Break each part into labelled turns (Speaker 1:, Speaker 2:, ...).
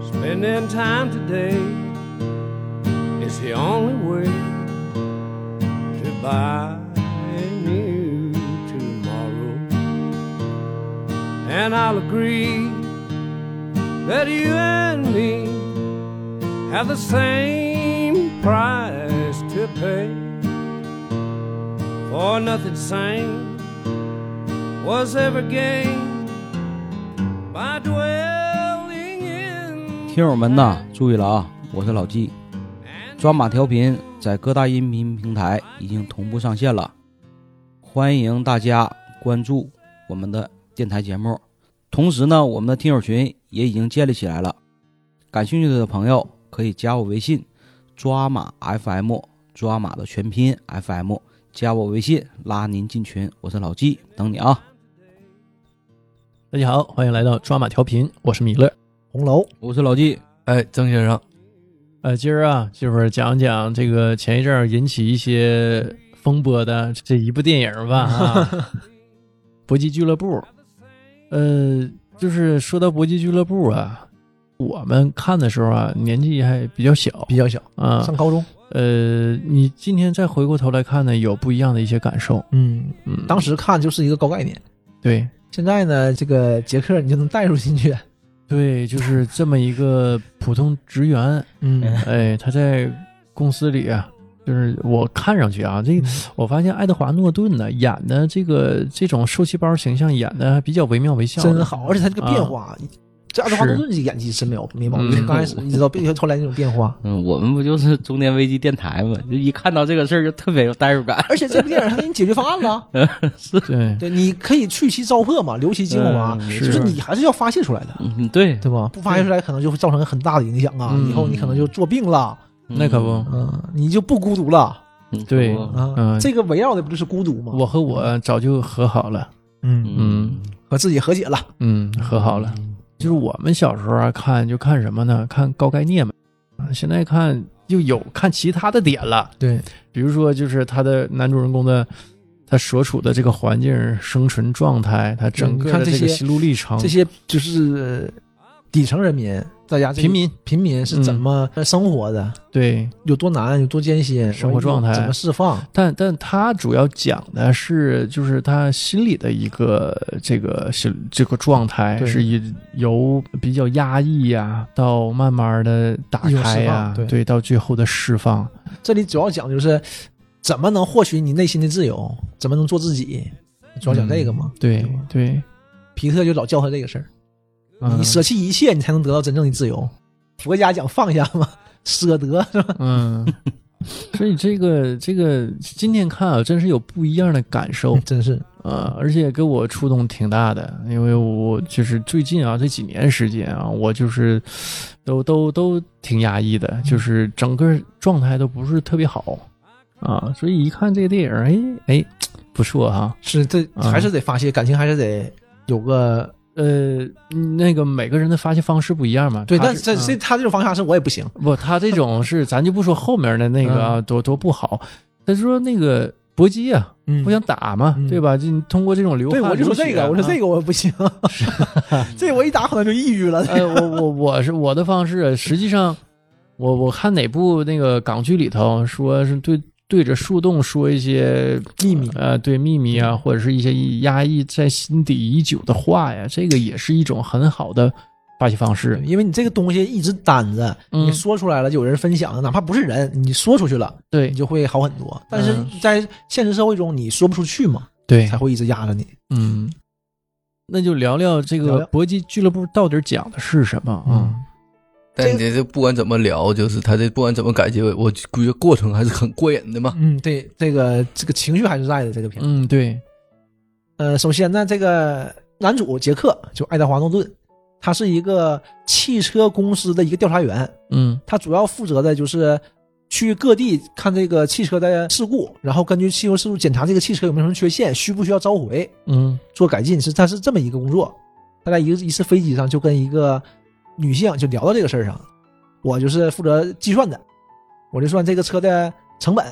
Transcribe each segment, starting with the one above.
Speaker 1: spending time today is the only way to buy a new tomorrow. And I'll agree that you and me have the same price to pay. For nothing sane was ever gained by dwelling in
Speaker 2: 听友们呐，注意了啊！我是老纪，抓马调频在各大音频平台已经同步上线了，欢迎大家关注我们的电台节目。同时呢，我们的听友群也已经建立起来了，感兴趣的朋友可以加我微信“抓马 FM”，抓马的全拼 FM，加我微信拉您进群。我是老纪，等你啊！
Speaker 3: 大家好，欢迎来到抓马调频，我是米勒。
Speaker 4: 红楼
Speaker 2: 我是老纪，
Speaker 5: 哎，曾先生，
Speaker 3: 呃，今儿啊，就是讲讲这个前一阵儿引起一些风波的这一部电影吧，啊，《搏击俱乐部》。呃，就是说到《搏击俱乐部》啊，我们看的时候啊，年纪还比较小
Speaker 4: 比较小，
Speaker 3: 啊，
Speaker 4: 上高中，
Speaker 3: 呃，你今天再回过头来看呢，有不一样的一些感受。
Speaker 4: 嗯，
Speaker 3: 嗯，
Speaker 4: 当时看就是一个高概念，
Speaker 3: 对
Speaker 4: 现在呢，这个杰克你就能带入进去，
Speaker 3: 对，就是这么一个普通职员，
Speaker 4: 嗯
Speaker 3: 哎，他在公司里啊，就是我看上去啊，
Speaker 4: 嗯
Speaker 3: 这个我发现爱德华诺顿呢演的这个这种受气包形象演的比较惟妙惟肖的，
Speaker 4: 真好，而且他这个变化，这爱德华
Speaker 3: 是
Speaker 4: 顿这演技真没有没毛
Speaker 3: 嗯
Speaker 4: 病，刚开始你知道，并且后来那种变 化，
Speaker 2: 嗯，我们不就是中年危机电台吗？就一看到这个事儿就特别有代入感。
Speaker 4: 而且这部电影它给你解决方案了，
Speaker 3: 对
Speaker 4: 对，你可以去其糟粕嘛，留其精华，
Speaker 2: 嗯
Speaker 4: 啊就是是你还是要发泄出来的，
Speaker 2: 嗯，对，
Speaker 4: 对吧？不发泄出来可能就会造成很大的影响啊，
Speaker 3: 嗯
Speaker 4: 以后你可能就做病了，
Speaker 3: 那可不，
Speaker 4: 嗯，你就不孤独了
Speaker 2: 嗯
Speaker 3: 对
Speaker 2: 可不
Speaker 4: 啊
Speaker 3: 嗯，
Speaker 4: 这个围绕的不就是孤独吗？
Speaker 3: 我和我早就和好了，
Speaker 4: 嗯，
Speaker 2: 嗯
Speaker 4: 和自己和解了，
Speaker 3: 嗯，和好了。就是我们小时候啊看就看什么呢？看高概念嘛，啊现在看又有看其他的点了。
Speaker 4: 对，
Speaker 3: 比如说就是他的男主人公的他所处的这个环境、生存状态，他整个
Speaker 4: 你看
Speaker 3: 的这
Speaker 4: 这
Speaker 3: 个
Speaker 4: 些
Speaker 3: 心路历程，
Speaker 4: 这些就是底层人民，大家这个
Speaker 3: 平民
Speaker 4: 平民是怎么生活的，
Speaker 3: 对。
Speaker 4: 有多难，有多艰辛，
Speaker 3: 生活状态
Speaker 4: 怎么释放？
Speaker 3: 但但他主要讲的是，就是他心里的一个这个心这个状态，
Speaker 4: 对
Speaker 3: 是以由比较压抑呀、到慢慢的打
Speaker 4: 一种
Speaker 3: 开
Speaker 4: 释
Speaker 3: 呀、
Speaker 4: 放对
Speaker 3: 对，到最后的释放。
Speaker 4: 这里主要讲就是怎么能获取你内心的自由，怎么能做自己，主要讲这个嘛。
Speaker 3: 对
Speaker 4: 对吧
Speaker 3: 对，
Speaker 4: 皮特就老教他这个事儿，
Speaker 3: 嗯
Speaker 4: 你舍弃一切，你才能得到真正的自由。佛家讲放下嘛， 舍得是吧？
Speaker 3: 嗯， 所以这个这个今天看啊，真是有不一样的感受啊、
Speaker 4: 真是，
Speaker 3: 呃而且给我触动挺大的，因为我就是最近啊这几年时间啊，我就是都都都挺压抑
Speaker 4: 嗯
Speaker 3: 的，就是整个状态都不是特别好啊，所以一看这个电影，哎哎，不错哈、
Speaker 4: 是这
Speaker 3: 嗯
Speaker 4: 还是得发泄，感情还是得有个
Speaker 3: 呃，那个每个人的发泄方式不一样嘛。
Speaker 4: 对。
Speaker 3: 他
Speaker 4: 但这
Speaker 3: 嗯
Speaker 4: 这他这种嗯方向是我也不行，
Speaker 3: 不，他这种是咱就不说后面的那个啊，多多不好。他说那个搏击啊，
Speaker 4: 嗯
Speaker 3: 不想打嘛，
Speaker 4: 嗯
Speaker 3: 对吧？就你通过这种流汗，
Speaker 4: 对，我就说
Speaker 3: 流血
Speaker 4: 这个，我说这
Speaker 3: 啊。
Speaker 4: 个我 不行， 这我一打可能就抑郁了。
Speaker 3: 呃，我我我是我的方式，实际上我我看哪部那个港剧里头说是对对着树洞说 一些
Speaker 4: 秘密
Speaker 3: 呃，对秘密啊，或者是一些压抑在心底已久的话呀，这个也是一种很好的发泄方式。
Speaker 4: 因为你这个东西一直担着，
Speaker 3: 嗯
Speaker 4: 你说出来了，就有人分享了，哪怕不是人，你说出去了，
Speaker 3: 对
Speaker 4: 你就会好很多。但是
Speaker 3: 嗯
Speaker 4: 在现实社会中，你说不出去嘛，
Speaker 3: 对
Speaker 4: 才，会一直压着你。
Speaker 3: 嗯，那就聊聊这
Speaker 4: 聊
Speaker 3: 个
Speaker 4: 聊嗯
Speaker 3: 搏击俱乐部到底讲的是什么啊？
Speaker 5: 但你这不管怎么聊，就是他这不管怎么改结尾，我估计过程还是很过瘾的嘛。
Speaker 4: 嗯，对，这个这个情绪还是在的这个片。
Speaker 3: 嗯，对，
Speaker 4: 呃，首先呢，这个男主杰克就爱德华诺顿，他是一个汽车公司的一个调查员，
Speaker 3: 嗯
Speaker 4: 他主要负责的就是去各地看这个汽车的事故，然后根据汽油事故检查这个汽车有没有什么缺陷，需不需要召回
Speaker 3: 嗯
Speaker 4: 做改进，是他是这么一个工作。他在一个一次飞机上就跟一个女性就聊到这个事儿上了，我就是负责计算的，我就算这个车的成本，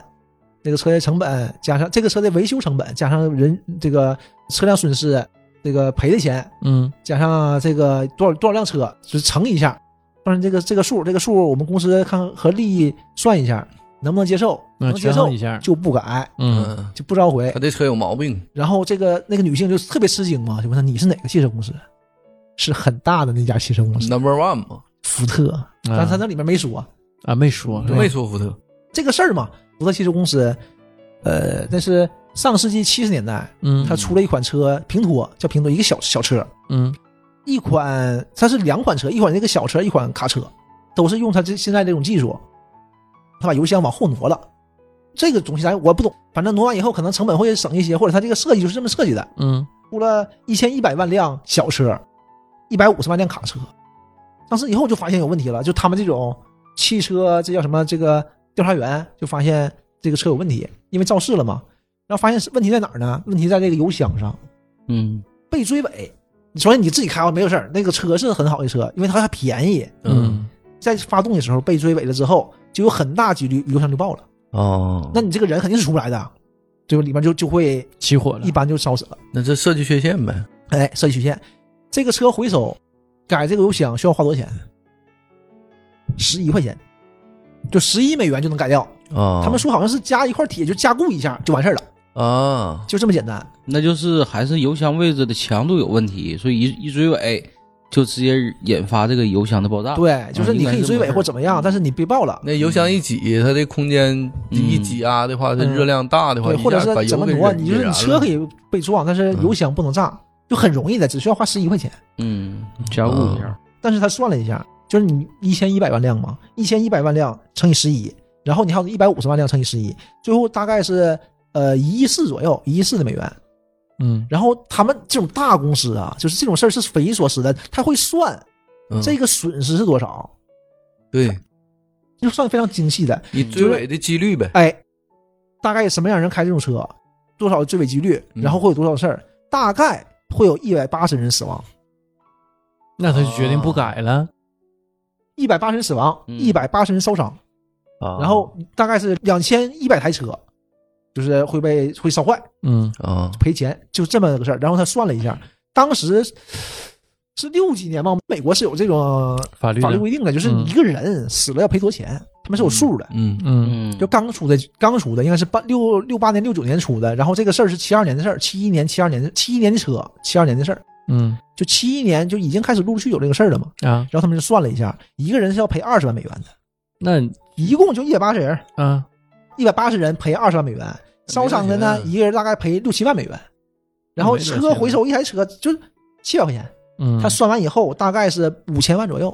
Speaker 4: 这个车的成本加上这个车的维修成本，加上人这个车辆损失这个赔的钱，
Speaker 3: 嗯
Speaker 4: 加上这个多少多少辆车，就是乘一下，算上这个这个数，这个数我们公司看和利益算一下，能不能接受？
Speaker 3: 那
Speaker 4: 能接
Speaker 3: 权
Speaker 4: 受
Speaker 3: 衡一下，
Speaker 4: 就不改，
Speaker 3: 嗯，
Speaker 5: 嗯，
Speaker 4: 就不召回
Speaker 5: 他。这车有毛病，
Speaker 4: 然后这个那个女性就特别吃惊嘛，就问他你是哪个汽车公司？是很大的那家汽车公司，
Speaker 5: Number One 嘛，
Speaker 4: 福特。但
Speaker 3: 啊
Speaker 4: 他那里面没说
Speaker 3: 啊没说，
Speaker 5: 就没说福特，
Speaker 4: 这个事儿嘛。福特汽车公司，呃，那是上世纪七十年代，
Speaker 3: 嗯，
Speaker 4: 他出了一款车平托，叫平托，一个小小车，
Speaker 3: 嗯
Speaker 4: 一款它是两款车，一款这个小车，一款卡车，都是用它这现在这种技术，它把油箱往后挪了。这个东西咱我不懂，反正挪完以后可能成本会省一些，或者它这个设计就是这么设计的。
Speaker 3: 嗯
Speaker 4: 出了一千一百万辆小车，一百五十万辆卡车。当时以后就发现有问题了，就他们这种汽车，这叫什么？这个调查员就发现这个车有问题，因为肇事了嘛。然后发现是问题在哪儿呢？问题在这个油箱上。
Speaker 2: 嗯
Speaker 4: 被追尾。首先你自己开完没有事儿，那个车是很好的车，因为它还便宜。
Speaker 5: 嗯，
Speaker 3: 嗯
Speaker 4: 在发动的时候被追尾了之后，就有很大几率油箱就爆了。
Speaker 5: 哦，
Speaker 4: 那你这个人肯定是出不来的，最后里面就就会
Speaker 3: 起火了
Speaker 4: 一，般就烧死了。
Speaker 5: 那这设计缺陷呗，
Speaker 4: 哎，设计曲线，这个车回收改这个油箱需要花多少钱？十一块钱，就十一美元就能改掉。
Speaker 5: 啊，
Speaker 4: 他们说好像是加一块铁，就加固一下就完事儿了，
Speaker 5: 啊，
Speaker 4: 就这么简单。
Speaker 2: 那就是还是油箱位置的强度有问题，所以一一追尾就直接引发这个油箱的爆炸。，
Speaker 4: 对，就是
Speaker 2: 嗯
Speaker 4: 你可以追
Speaker 2: 应该是这么回
Speaker 4: 尾
Speaker 2: 事
Speaker 4: 或怎么样，但是你别爆了。
Speaker 5: 那油箱一挤，它这空间一挤啊压的话，它
Speaker 4: 嗯
Speaker 5: 热量大的话，
Speaker 4: 对，
Speaker 5: 一
Speaker 4: 或者
Speaker 5: 下把
Speaker 4: 是怎
Speaker 5: 油
Speaker 4: 么
Speaker 5: 给
Speaker 4: 挪？啊
Speaker 5: 引
Speaker 4: 你就是你车可以被撞，但
Speaker 5: 嗯
Speaker 4: 是油箱不能炸，就很容易的，只需要花十一块钱。
Speaker 2: 嗯，加固
Speaker 4: 啊
Speaker 2: 一下。
Speaker 4: 但是他算了一下，就是你一千一百万辆嘛，一千一百万辆乘以十一，然后你还有一百五十万辆乘以十一，最后大概是呃一亿四左右，一亿四的美元。
Speaker 3: 嗯
Speaker 4: 然后他们这种大公司啊，就是这种事儿是匪夷所思的，他会算
Speaker 5: 嗯
Speaker 4: 这个损失是多少，
Speaker 5: 对
Speaker 4: 就算非常精细的。
Speaker 5: 你追尾的几率呗，
Speaker 4: 哎，大概什么样人开这种车，多少追尾几率，
Speaker 5: 嗯
Speaker 4: 然后会有多少事儿，大概会有一百八十人死亡，
Speaker 3: 那他就决定不改了，
Speaker 4: 一百八十人死亡，
Speaker 2: 嗯
Speaker 4: 一百八十人烧伤，
Speaker 5: 啊
Speaker 4: 然后大概是两千一百台车，就是会被会烧坏，
Speaker 3: 嗯
Speaker 5: 啊，
Speaker 4: 赔钱，就这么个事儿。然后他算了一下，当时是六几年吧，美国是有这种
Speaker 3: 法律的
Speaker 4: 法律规定的，就是
Speaker 3: 嗯
Speaker 4: 一个人死了要赔多少钱，他们是有数的。
Speaker 5: 嗯
Speaker 3: 嗯
Speaker 2: 嗯，
Speaker 4: 就刚出的，刚出的应该是八六六八年、六九年出的，然后这个事儿是七二年的事儿，七一年、七二年的、七一年的车，七二年的事儿，
Speaker 3: 嗯
Speaker 4: 就七一年就已经开始陆续有这个事儿了嘛。
Speaker 3: 啊，
Speaker 4: 然后他们就算了一下，一个人是要赔二十万美元的，
Speaker 3: 那
Speaker 4: 一共就一百八十人，
Speaker 3: 啊
Speaker 4: 一百八十人赔二十万美元，烧伤的
Speaker 5: 没
Speaker 4: 呢，
Speaker 5: 多少钱啊
Speaker 4: 一个人大概赔六七万美元，然后
Speaker 3: 没多少钱
Speaker 4: 车
Speaker 3: 啊
Speaker 4: 回收一台车就是七百块钱，
Speaker 3: 嗯，
Speaker 4: 他算完以后大概是五千万左右，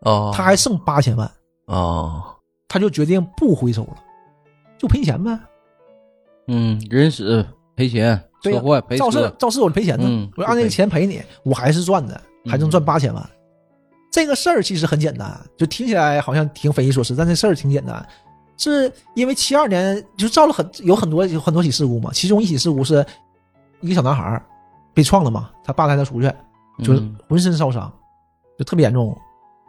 Speaker 3: 哦
Speaker 5: 啊，
Speaker 4: 他还剩八千万，
Speaker 5: 啊，
Speaker 4: 他就决定不回收了，就赔钱呗，
Speaker 2: 嗯，人死赔钱，
Speaker 4: 对
Speaker 2: 车
Speaker 4: 呀
Speaker 2: 祸赔
Speaker 4: 肇事
Speaker 2: 车，
Speaker 4: 肇事我赔钱呢，
Speaker 2: 嗯
Speaker 4: 我按啊那个钱赔你，我还是赚的，还能赚
Speaker 2: 嗯
Speaker 4: 八千万。这个事儿其实很简单，就听起来好像挺匪夷所思，但这事儿挺简单。是因为七二年就造了很有很多有很多起事故嘛，其中一起事故是一个小男孩儿被撞了嘛，他爸带他出去，就是
Speaker 2: 嗯
Speaker 4: 浑身烧伤，就特别严重，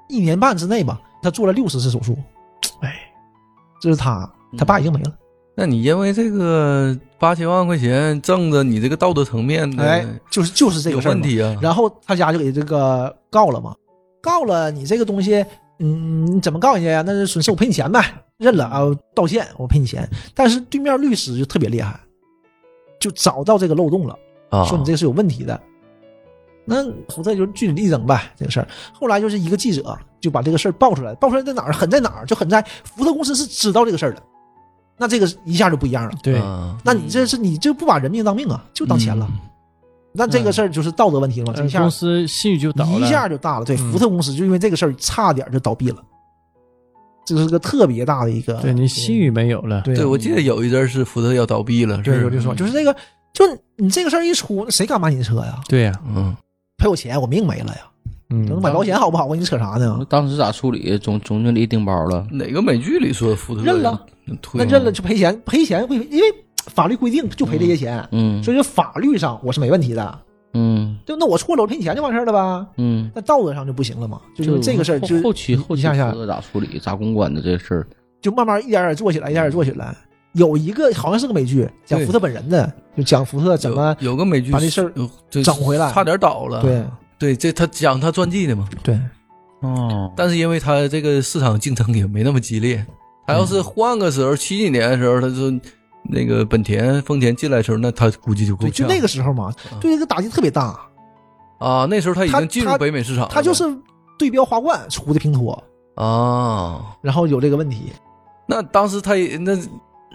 Speaker 4: 一年半之内吧，他做了六十次手术。哎，这是他，
Speaker 2: 嗯
Speaker 4: 他爸已经没了。
Speaker 5: 那你因为这个八千万块钱挣着，你这个道德层面
Speaker 2: 嗯
Speaker 5: 的
Speaker 4: 哎，就是就是这
Speaker 5: 有
Speaker 4: 个事儿嘛
Speaker 5: 问题啊，
Speaker 4: 然后他家就给这个告了嘛，告了你这个东西，嗯，你怎么告人家呀？那是损失，我赔你钱呗，认了啊，我道歉，我赔你钱。但是对面律师就特别厉害，就找到这个漏洞了，
Speaker 5: 啊，
Speaker 4: 说你这是有问题的。那福特就据理力争呗，这个事儿。后来就是一个记者就把这个事儿爆出来，爆出来在哪儿？狠在哪儿？就狠在福特公司是知道这个事儿的，那这个一下就不一样了。
Speaker 3: 对，
Speaker 5: 啊嗯
Speaker 4: 那你这是你这不把人命当命啊，就当钱了。那这个事儿就是道德问题了嘛，这
Speaker 3: 嗯呃
Speaker 4: 一下
Speaker 3: 公司信誉就倒了，
Speaker 4: 一下就大了。对，
Speaker 3: 嗯
Speaker 4: 福特公司就因为这个事儿差点就倒闭了，这是个特别大的一个。
Speaker 3: 对你信誉嗯没有了，嗯
Speaker 4: 对
Speaker 5: 对，我记得有一阵儿是福特要倒闭了，
Speaker 4: 对
Speaker 5: 是
Speaker 4: 有就说，就是这个，就你这个事儿一出，那谁敢买你车呀？
Speaker 3: 对呀，
Speaker 5: 嗯，
Speaker 4: 赔我钱，我命没了呀！
Speaker 3: 嗯，
Speaker 4: 等买保险好不好？我跟你扯啥呢
Speaker 5: 嗯
Speaker 2: 那？当时咋处理？总总经理顶包了。
Speaker 5: 哪个美剧里说福特嗯
Speaker 4: 认了，
Speaker 5: 推
Speaker 4: 那认了就赔钱，赔钱会因为法律规定就赔这些钱，
Speaker 2: 嗯
Speaker 4: 所以说法律上我是没问题的。
Speaker 2: 嗯
Speaker 4: 就那我错了，我赔你钱就完事儿了吧？
Speaker 2: 嗯，
Speaker 4: 那道德上就不行了嘛？就因为这个事儿，
Speaker 2: 后
Speaker 4: 就
Speaker 2: 后期后
Speaker 4: 一
Speaker 2: 期
Speaker 4: 下下
Speaker 2: 负责咋处理、咋公关的这事儿，
Speaker 4: 就慢慢一点点做起来，一点点做起来。有一个好像是个美剧，讲
Speaker 5: 对
Speaker 4: 福特本人的，就讲福特怎么
Speaker 5: 有有个美剧
Speaker 4: 把这事儿
Speaker 5: 有就
Speaker 4: 整回来
Speaker 5: 差点倒了，
Speaker 4: 对
Speaker 5: 对，这他讲他传记的嘛，
Speaker 4: 啊对，
Speaker 2: 哦，
Speaker 5: 但是因为它这个市场竞争也没那么激烈，它要
Speaker 4: 嗯
Speaker 5: 是换个时候，七几年的时候，它说那个本田、丰田进来的时候，那它估计就够
Speaker 4: 对，就
Speaker 5: 呛。
Speaker 4: 那个时候嘛，对这个打击特别大。
Speaker 5: 啊，那时候它已
Speaker 4: 它
Speaker 5: 经进入
Speaker 4: 它
Speaker 5: 北美市场了呗，
Speaker 4: 它就是对标华冠出的平拖，
Speaker 5: 啊，
Speaker 4: 然后有这个问题，
Speaker 5: 那当时它也那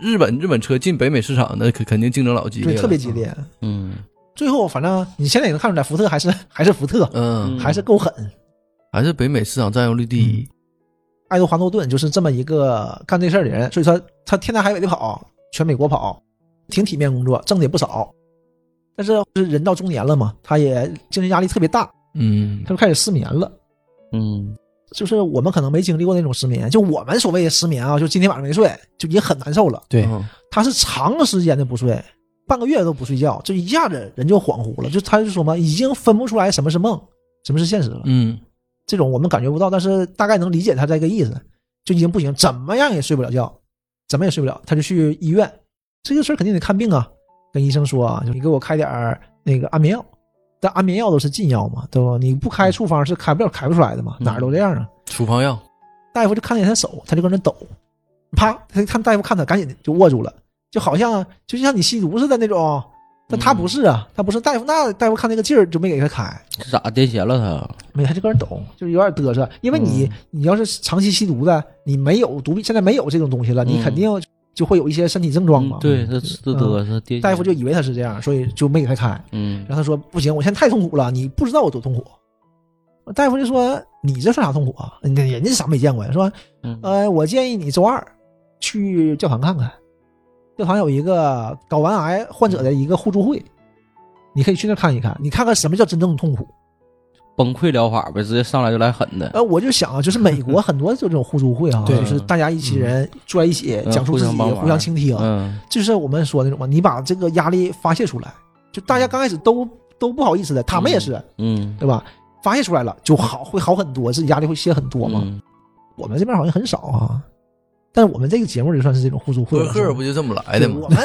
Speaker 5: 日本日本车进北美市场，那肯肯定竞争老激烈
Speaker 4: 对，
Speaker 5: 了，
Speaker 4: 特别激。烈。
Speaker 2: 嗯，
Speaker 4: 最后反正你现在也能看出来，福特还是 还是福特，
Speaker 5: 嗯，
Speaker 4: 还是够狠。
Speaker 5: 还是北美市场占有率第一。
Speaker 4: 爱德华诺顿就是这么一个干这事儿的人，所以说他天南海北的跑，全美国跑，挺体面工作，挣的也不少。但是人到中年了嘛，他也精神压力特别大，
Speaker 5: 嗯
Speaker 4: 他就开始失眠了。
Speaker 2: 嗯，
Speaker 4: 就是我们可能没经历过那种失眠，就我们所谓的失眠啊，就今天晚上没睡，就也很难受了。
Speaker 3: 对
Speaker 5: 嗯
Speaker 4: 他是长时间的不睡，半个月都不睡觉，就一下子人就恍惚了。就他就说嘛，已经分不出来什么是梦，什么是现实了。
Speaker 5: 嗯
Speaker 4: 这种我们感觉不到，但是大概能理解他这个意思，就已经不行，怎么样也睡不了觉，怎么也睡不了，他就去医院。这个事儿肯定得看病啊，跟医生说啊，就你给我开点儿那个安眠药，但安眠药都是禁药嘛，对吧？你不开处方是开不了、开不出来的嘛，
Speaker 2: 嗯
Speaker 4: 哪儿都这样啊。
Speaker 5: 处方药，
Speaker 4: 大夫就看见他手，他就搁那抖，啪，他看大夫看他，赶紧就握住了，就好像就像你吸毒似的那种。但他不是啊，他不是大夫，那大夫看那个劲儿就没给他开，
Speaker 2: 这咋癫痫了
Speaker 4: 没，他就搁那抖，就是有点嘚瑟。因为你、
Speaker 2: 嗯
Speaker 4: 你要是长期吸毒的，你没有毒品，现在没有这种东西了，你
Speaker 2: 嗯
Speaker 4: 肯定就会有一些身体症
Speaker 2: 他？
Speaker 4: 状嘛
Speaker 2: 嗯。对，他吃的多，他癫痫。
Speaker 4: 嗯大夫就以为他是这样，所以就没给他开。
Speaker 2: 嗯
Speaker 4: 然后他说不行，我现在太痛苦了，你不知道我多痛苦。大夫就说你这算啥痛苦啊？人家人家啥没见过呀？说
Speaker 2: 嗯
Speaker 4: 呃，我建议你周二去教堂看看，教堂有一个睾丸癌患者的一个互助会，你可以去那儿看一看，你看看什么叫真正的痛苦。
Speaker 2: 崩溃疗法呗，直接上来就来狠的。
Speaker 4: 呃，我就想啊，就是美国很多就这种互助会啊，
Speaker 3: 对
Speaker 4: 就是大家一起人坐在一起
Speaker 2: 嗯
Speaker 4: 讲述
Speaker 2: 互
Speaker 4: 自
Speaker 2: 相
Speaker 4: 己，
Speaker 2: 帮忙
Speaker 4: 互相倾听，
Speaker 2: 嗯
Speaker 4: 就是我们说那种嘛，你把这个压力发泄出来，就大家刚开始都都不好意思的，他们也是，
Speaker 2: 嗯，
Speaker 4: 对吧？发泄出来了就好，会好很多，自己压力会卸很多嘛。
Speaker 2: 嗯
Speaker 4: 我们这边好像很少啊，但是我们这个节目就算是这种互助会
Speaker 5: 博
Speaker 4: 了，是
Speaker 5: 客
Speaker 4: 吧
Speaker 5: 不就这么来的
Speaker 4: 对
Speaker 5: 吗
Speaker 4: 我？们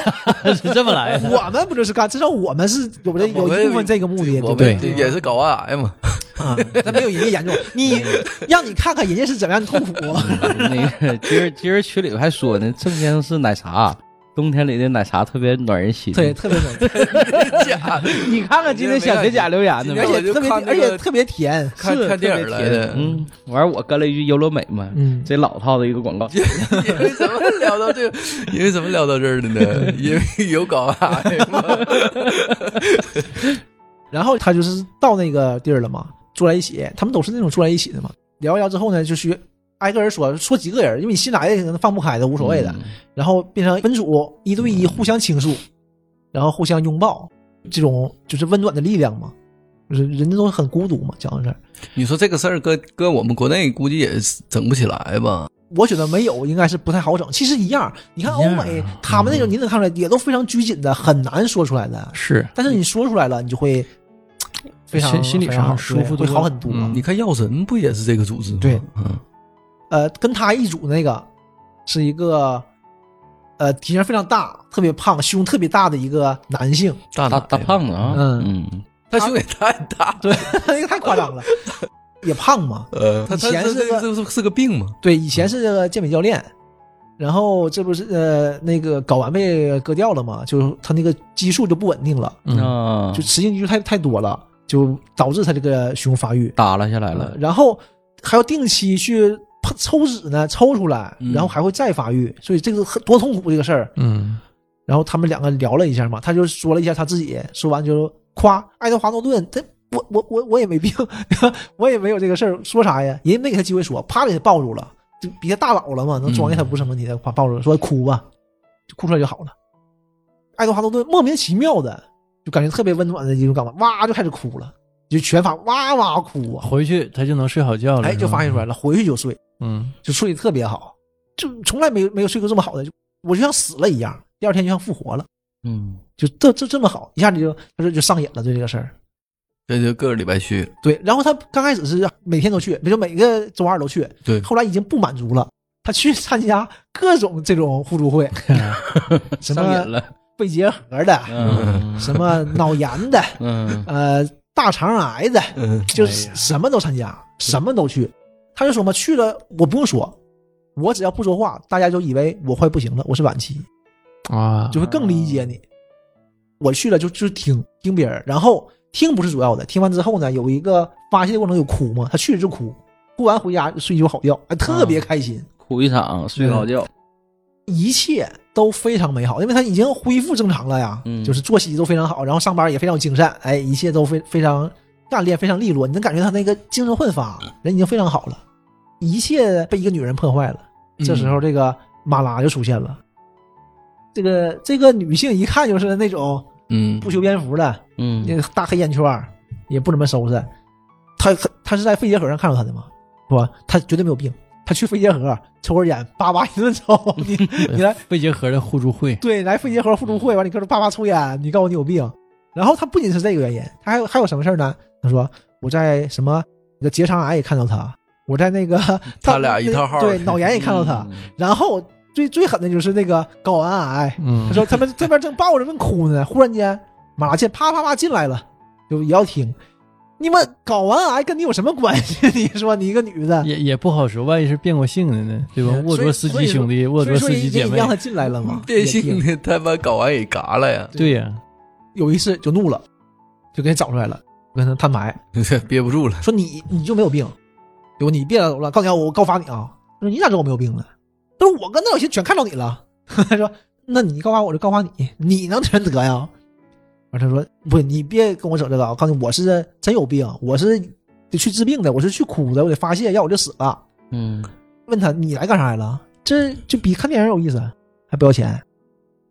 Speaker 3: 是这么来的。
Speaker 4: 我们不就是干？至少我们是有这有一部分这个目的，
Speaker 5: 我
Speaker 4: 对不
Speaker 5: 们
Speaker 4: 对
Speaker 5: 也是搞癌嘛。
Speaker 4: 啊，但没有人家 严重。你让你看看人家是怎么样的痛苦，
Speaker 2: 那个今儿今儿群里还说呢，正天是奶茶，冬天里的奶茶特别暖人心。
Speaker 4: 对，，特别冷。
Speaker 5: 假
Speaker 2: 你看看今天小学甲留言的
Speaker 5: 今天
Speaker 2: 吧
Speaker 5: 我
Speaker 4: 而且
Speaker 5: 就
Speaker 4: 特别，
Speaker 5: 看那
Speaker 4: 而
Speaker 5: 个
Speaker 4: 且特别甜。
Speaker 5: 看
Speaker 2: 是
Speaker 5: 看电
Speaker 2: 特
Speaker 5: 影
Speaker 2: 别
Speaker 5: 来
Speaker 2: 甜
Speaker 5: 的，
Speaker 2: 嗯，完我跟了一句优乐美嘛，
Speaker 4: 嗯
Speaker 2: 这老套的一个广告。
Speaker 5: 因为怎么聊到这个？因为怎么聊到这儿的呢？ 因为有搞啊癌嘛。
Speaker 4: 然后他就是到那个地儿了嘛，坐在一起，他们都是那种坐在一起的嘛。聊一聊之后呢，就是挨个人说，说几个人，因为你新来的可能放不开的，无所谓的。
Speaker 2: 嗯
Speaker 4: 然后变成分组，一对一互相倾诉，然后互相拥抱，这种就是温暖的力量嘛。就是人家都很孤独嘛，讲到这儿，
Speaker 5: 你说这个事儿搁搁我们国内估计也是整不起来吧？
Speaker 4: 我觉得没有应该是不太好整。其实一样，你看
Speaker 3: 一
Speaker 4: 欧
Speaker 3: 样啊
Speaker 4: 美他们那种，你能看出来也都非常拘谨的，很难说出来的。
Speaker 3: 是，
Speaker 4: 但是你说出来了，你就会非常
Speaker 3: 心心理
Speaker 4: 非常
Speaker 3: 上
Speaker 4: 好
Speaker 3: 舒服
Speaker 4: 对
Speaker 3: 多
Speaker 4: 会
Speaker 3: 了
Speaker 4: 好很多。
Speaker 3: 嗯
Speaker 5: 你看药神不也是这个组织吗？
Speaker 4: 对，
Speaker 5: 嗯，
Speaker 4: 呃，跟他一组那个是一个呃体型非常大、特别胖、胸特别大的一个男性，
Speaker 5: 大
Speaker 2: 大大，
Speaker 5: 大
Speaker 2: 胖子啊，
Speaker 4: 嗯
Speaker 2: 嗯，
Speaker 5: 他胸也太大。对，
Speaker 4: 那个太夸 张了，也胖嘛。
Speaker 5: 呃，他
Speaker 4: 以
Speaker 5: 他
Speaker 4: 前
Speaker 5: 他
Speaker 4: 是个
Speaker 5: 这这是是个病嘛？
Speaker 4: 对，以前是这个健美教练，然后这不是呃那个睾丸被割掉了嘛，就是他那个激素就不稳定了，
Speaker 3: 嗯，
Speaker 2: 啊，
Speaker 4: 就雌性激素太太多了，就导致他这个胸发育。
Speaker 2: 耷拉下来了
Speaker 4: 呃，然后还要定期去碰抽脂呢，抽出来，
Speaker 5: 嗯
Speaker 4: 然后还会再发育，所以这个很多痛苦这个事儿。
Speaker 3: 嗯，
Speaker 4: 然后他们两个聊了一下嘛，他就说了一下他自己，说完就夸爱德华诺顿，他我我我我也没病， 我也没有这个事儿，说啥呀？人家没给他机会说，啪给他抱住了，就比他大佬了嘛，能装下他不是什么问题的，把抱住了，说哎哭吧，就哭出来就好了。爱德华诺顿莫名其妙的就感觉特别温暖的一种感觉，哇就开始哭了，就全法哇哇哭啊，
Speaker 3: 回去他就能睡好觉了，
Speaker 4: 哎就发
Speaker 3: 现
Speaker 4: 现出来了，回去就睡，
Speaker 3: 嗯，
Speaker 4: 就睡得特别好，就从来没有没有睡过这么好的，就我就像死了一样，第二天就像复活了。
Speaker 2: 嗯，
Speaker 4: 就这这这么好，一下子就就是就上瘾了对这个事儿。
Speaker 5: 这就个个礼拜去，
Speaker 4: 对，然后他刚开始是每天都去，比如每个周二都去，
Speaker 5: 对
Speaker 4: 后来已经不满足了，他去参加各种这种互助会，什
Speaker 2: 嗯上瘾
Speaker 4: 么
Speaker 2: 了，
Speaker 4: 肺结核的，
Speaker 2: 嗯
Speaker 4: 什么脑炎 的，
Speaker 2: 嗯
Speaker 4: 呃，大肠癌的，
Speaker 5: 嗯，
Speaker 4: 就是什么都参加，什么都去。他就说嘛，去了我不用说，我只要不说话，大家就以为我快不行了，我是晚期，
Speaker 3: 啊，
Speaker 4: 就会更理解你。我去了就就听听别人，然后听不是主要的，听完之后呢，有一个发泄的过程有哭嘛，他去了就哭，哭完回家睡一宿好觉，哎，特别开心，
Speaker 2: 哭一场，睡个好觉。
Speaker 4: 一切都非常美好，因为他已经恢复正常了呀，
Speaker 2: 嗯
Speaker 4: 就是作息都非常好，然后上班也非常精善，哎，一切都非非常干练，非常利落，你能感觉他那个精神焕发，
Speaker 2: 嗯
Speaker 4: 人已经非常好了，一切被一个女人破坏了。
Speaker 2: 嗯
Speaker 5: 嗯
Speaker 4: 这时候这个马拉就出现了，这个这个女性一看就是那种
Speaker 5: 嗯，
Speaker 4: 不修边幅的，
Speaker 2: 嗯
Speaker 4: 那个大黑眼圈儿也不怎么收拾。他他是在肺结核上看到他的吗？是吧？他绝对没有病。他去肺结核抽根烟，叭叭一顿抽。你你来
Speaker 3: 肺结核的互助会，
Speaker 4: 对来肺结核互助会，完你搁这叭叭抽烟，你告诉我你有病。然后他不仅是这个原因，他还有还有什么事儿呢？他说我在什么那个结肠癌也看到他，我在那个
Speaker 5: 他俩一套号嗯
Speaker 4: 对脑炎也看到他。，然后最最狠的就是那个睾丸癌，
Speaker 3: 嗯，
Speaker 4: 他说他们这边正抱着正哭呢，忽然间马拉健啪啪啪进来了，就也要听。你们睾丸癌跟你有什么关系？ 你说你一个女的，
Speaker 3: 也也不好说，万一是变过性的呢，对吧？
Speaker 4: 嗯
Speaker 3: 沃卓斯基兄弟，沃
Speaker 4: 所
Speaker 3: 卓斯
Speaker 4: 以说
Speaker 3: 基
Speaker 4: 也
Speaker 3: 姐
Speaker 4: 也
Speaker 3: 妹，
Speaker 4: 让她进来了嘛。
Speaker 5: 变
Speaker 4: 也
Speaker 5: 性
Speaker 4: 听
Speaker 5: 的他妈搞完也嘎 了呀，
Speaker 3: 对呀，
Speaker 4: 有一次就怒了，就给人找出来了，跟他摊牌
Speaker 5: 憋不住了。
Speaker 4: 说你你就没有病，对吧？你别了，告诉你啊，我告发你啊！他说你咋知道我没有病呢？他说我跟那有些全看到你了。 他说那你告发我就告发你，你能全得呀？完他说不，你别跟我整这个啊！我告诉你，我是真有病，我是得去治病的，我是去哭的，我得发泄，要我就死了。
Speaker 2: 嗯
Speaker 4: 问他你来干啥来了？这就比看电影有意思，还不要钱，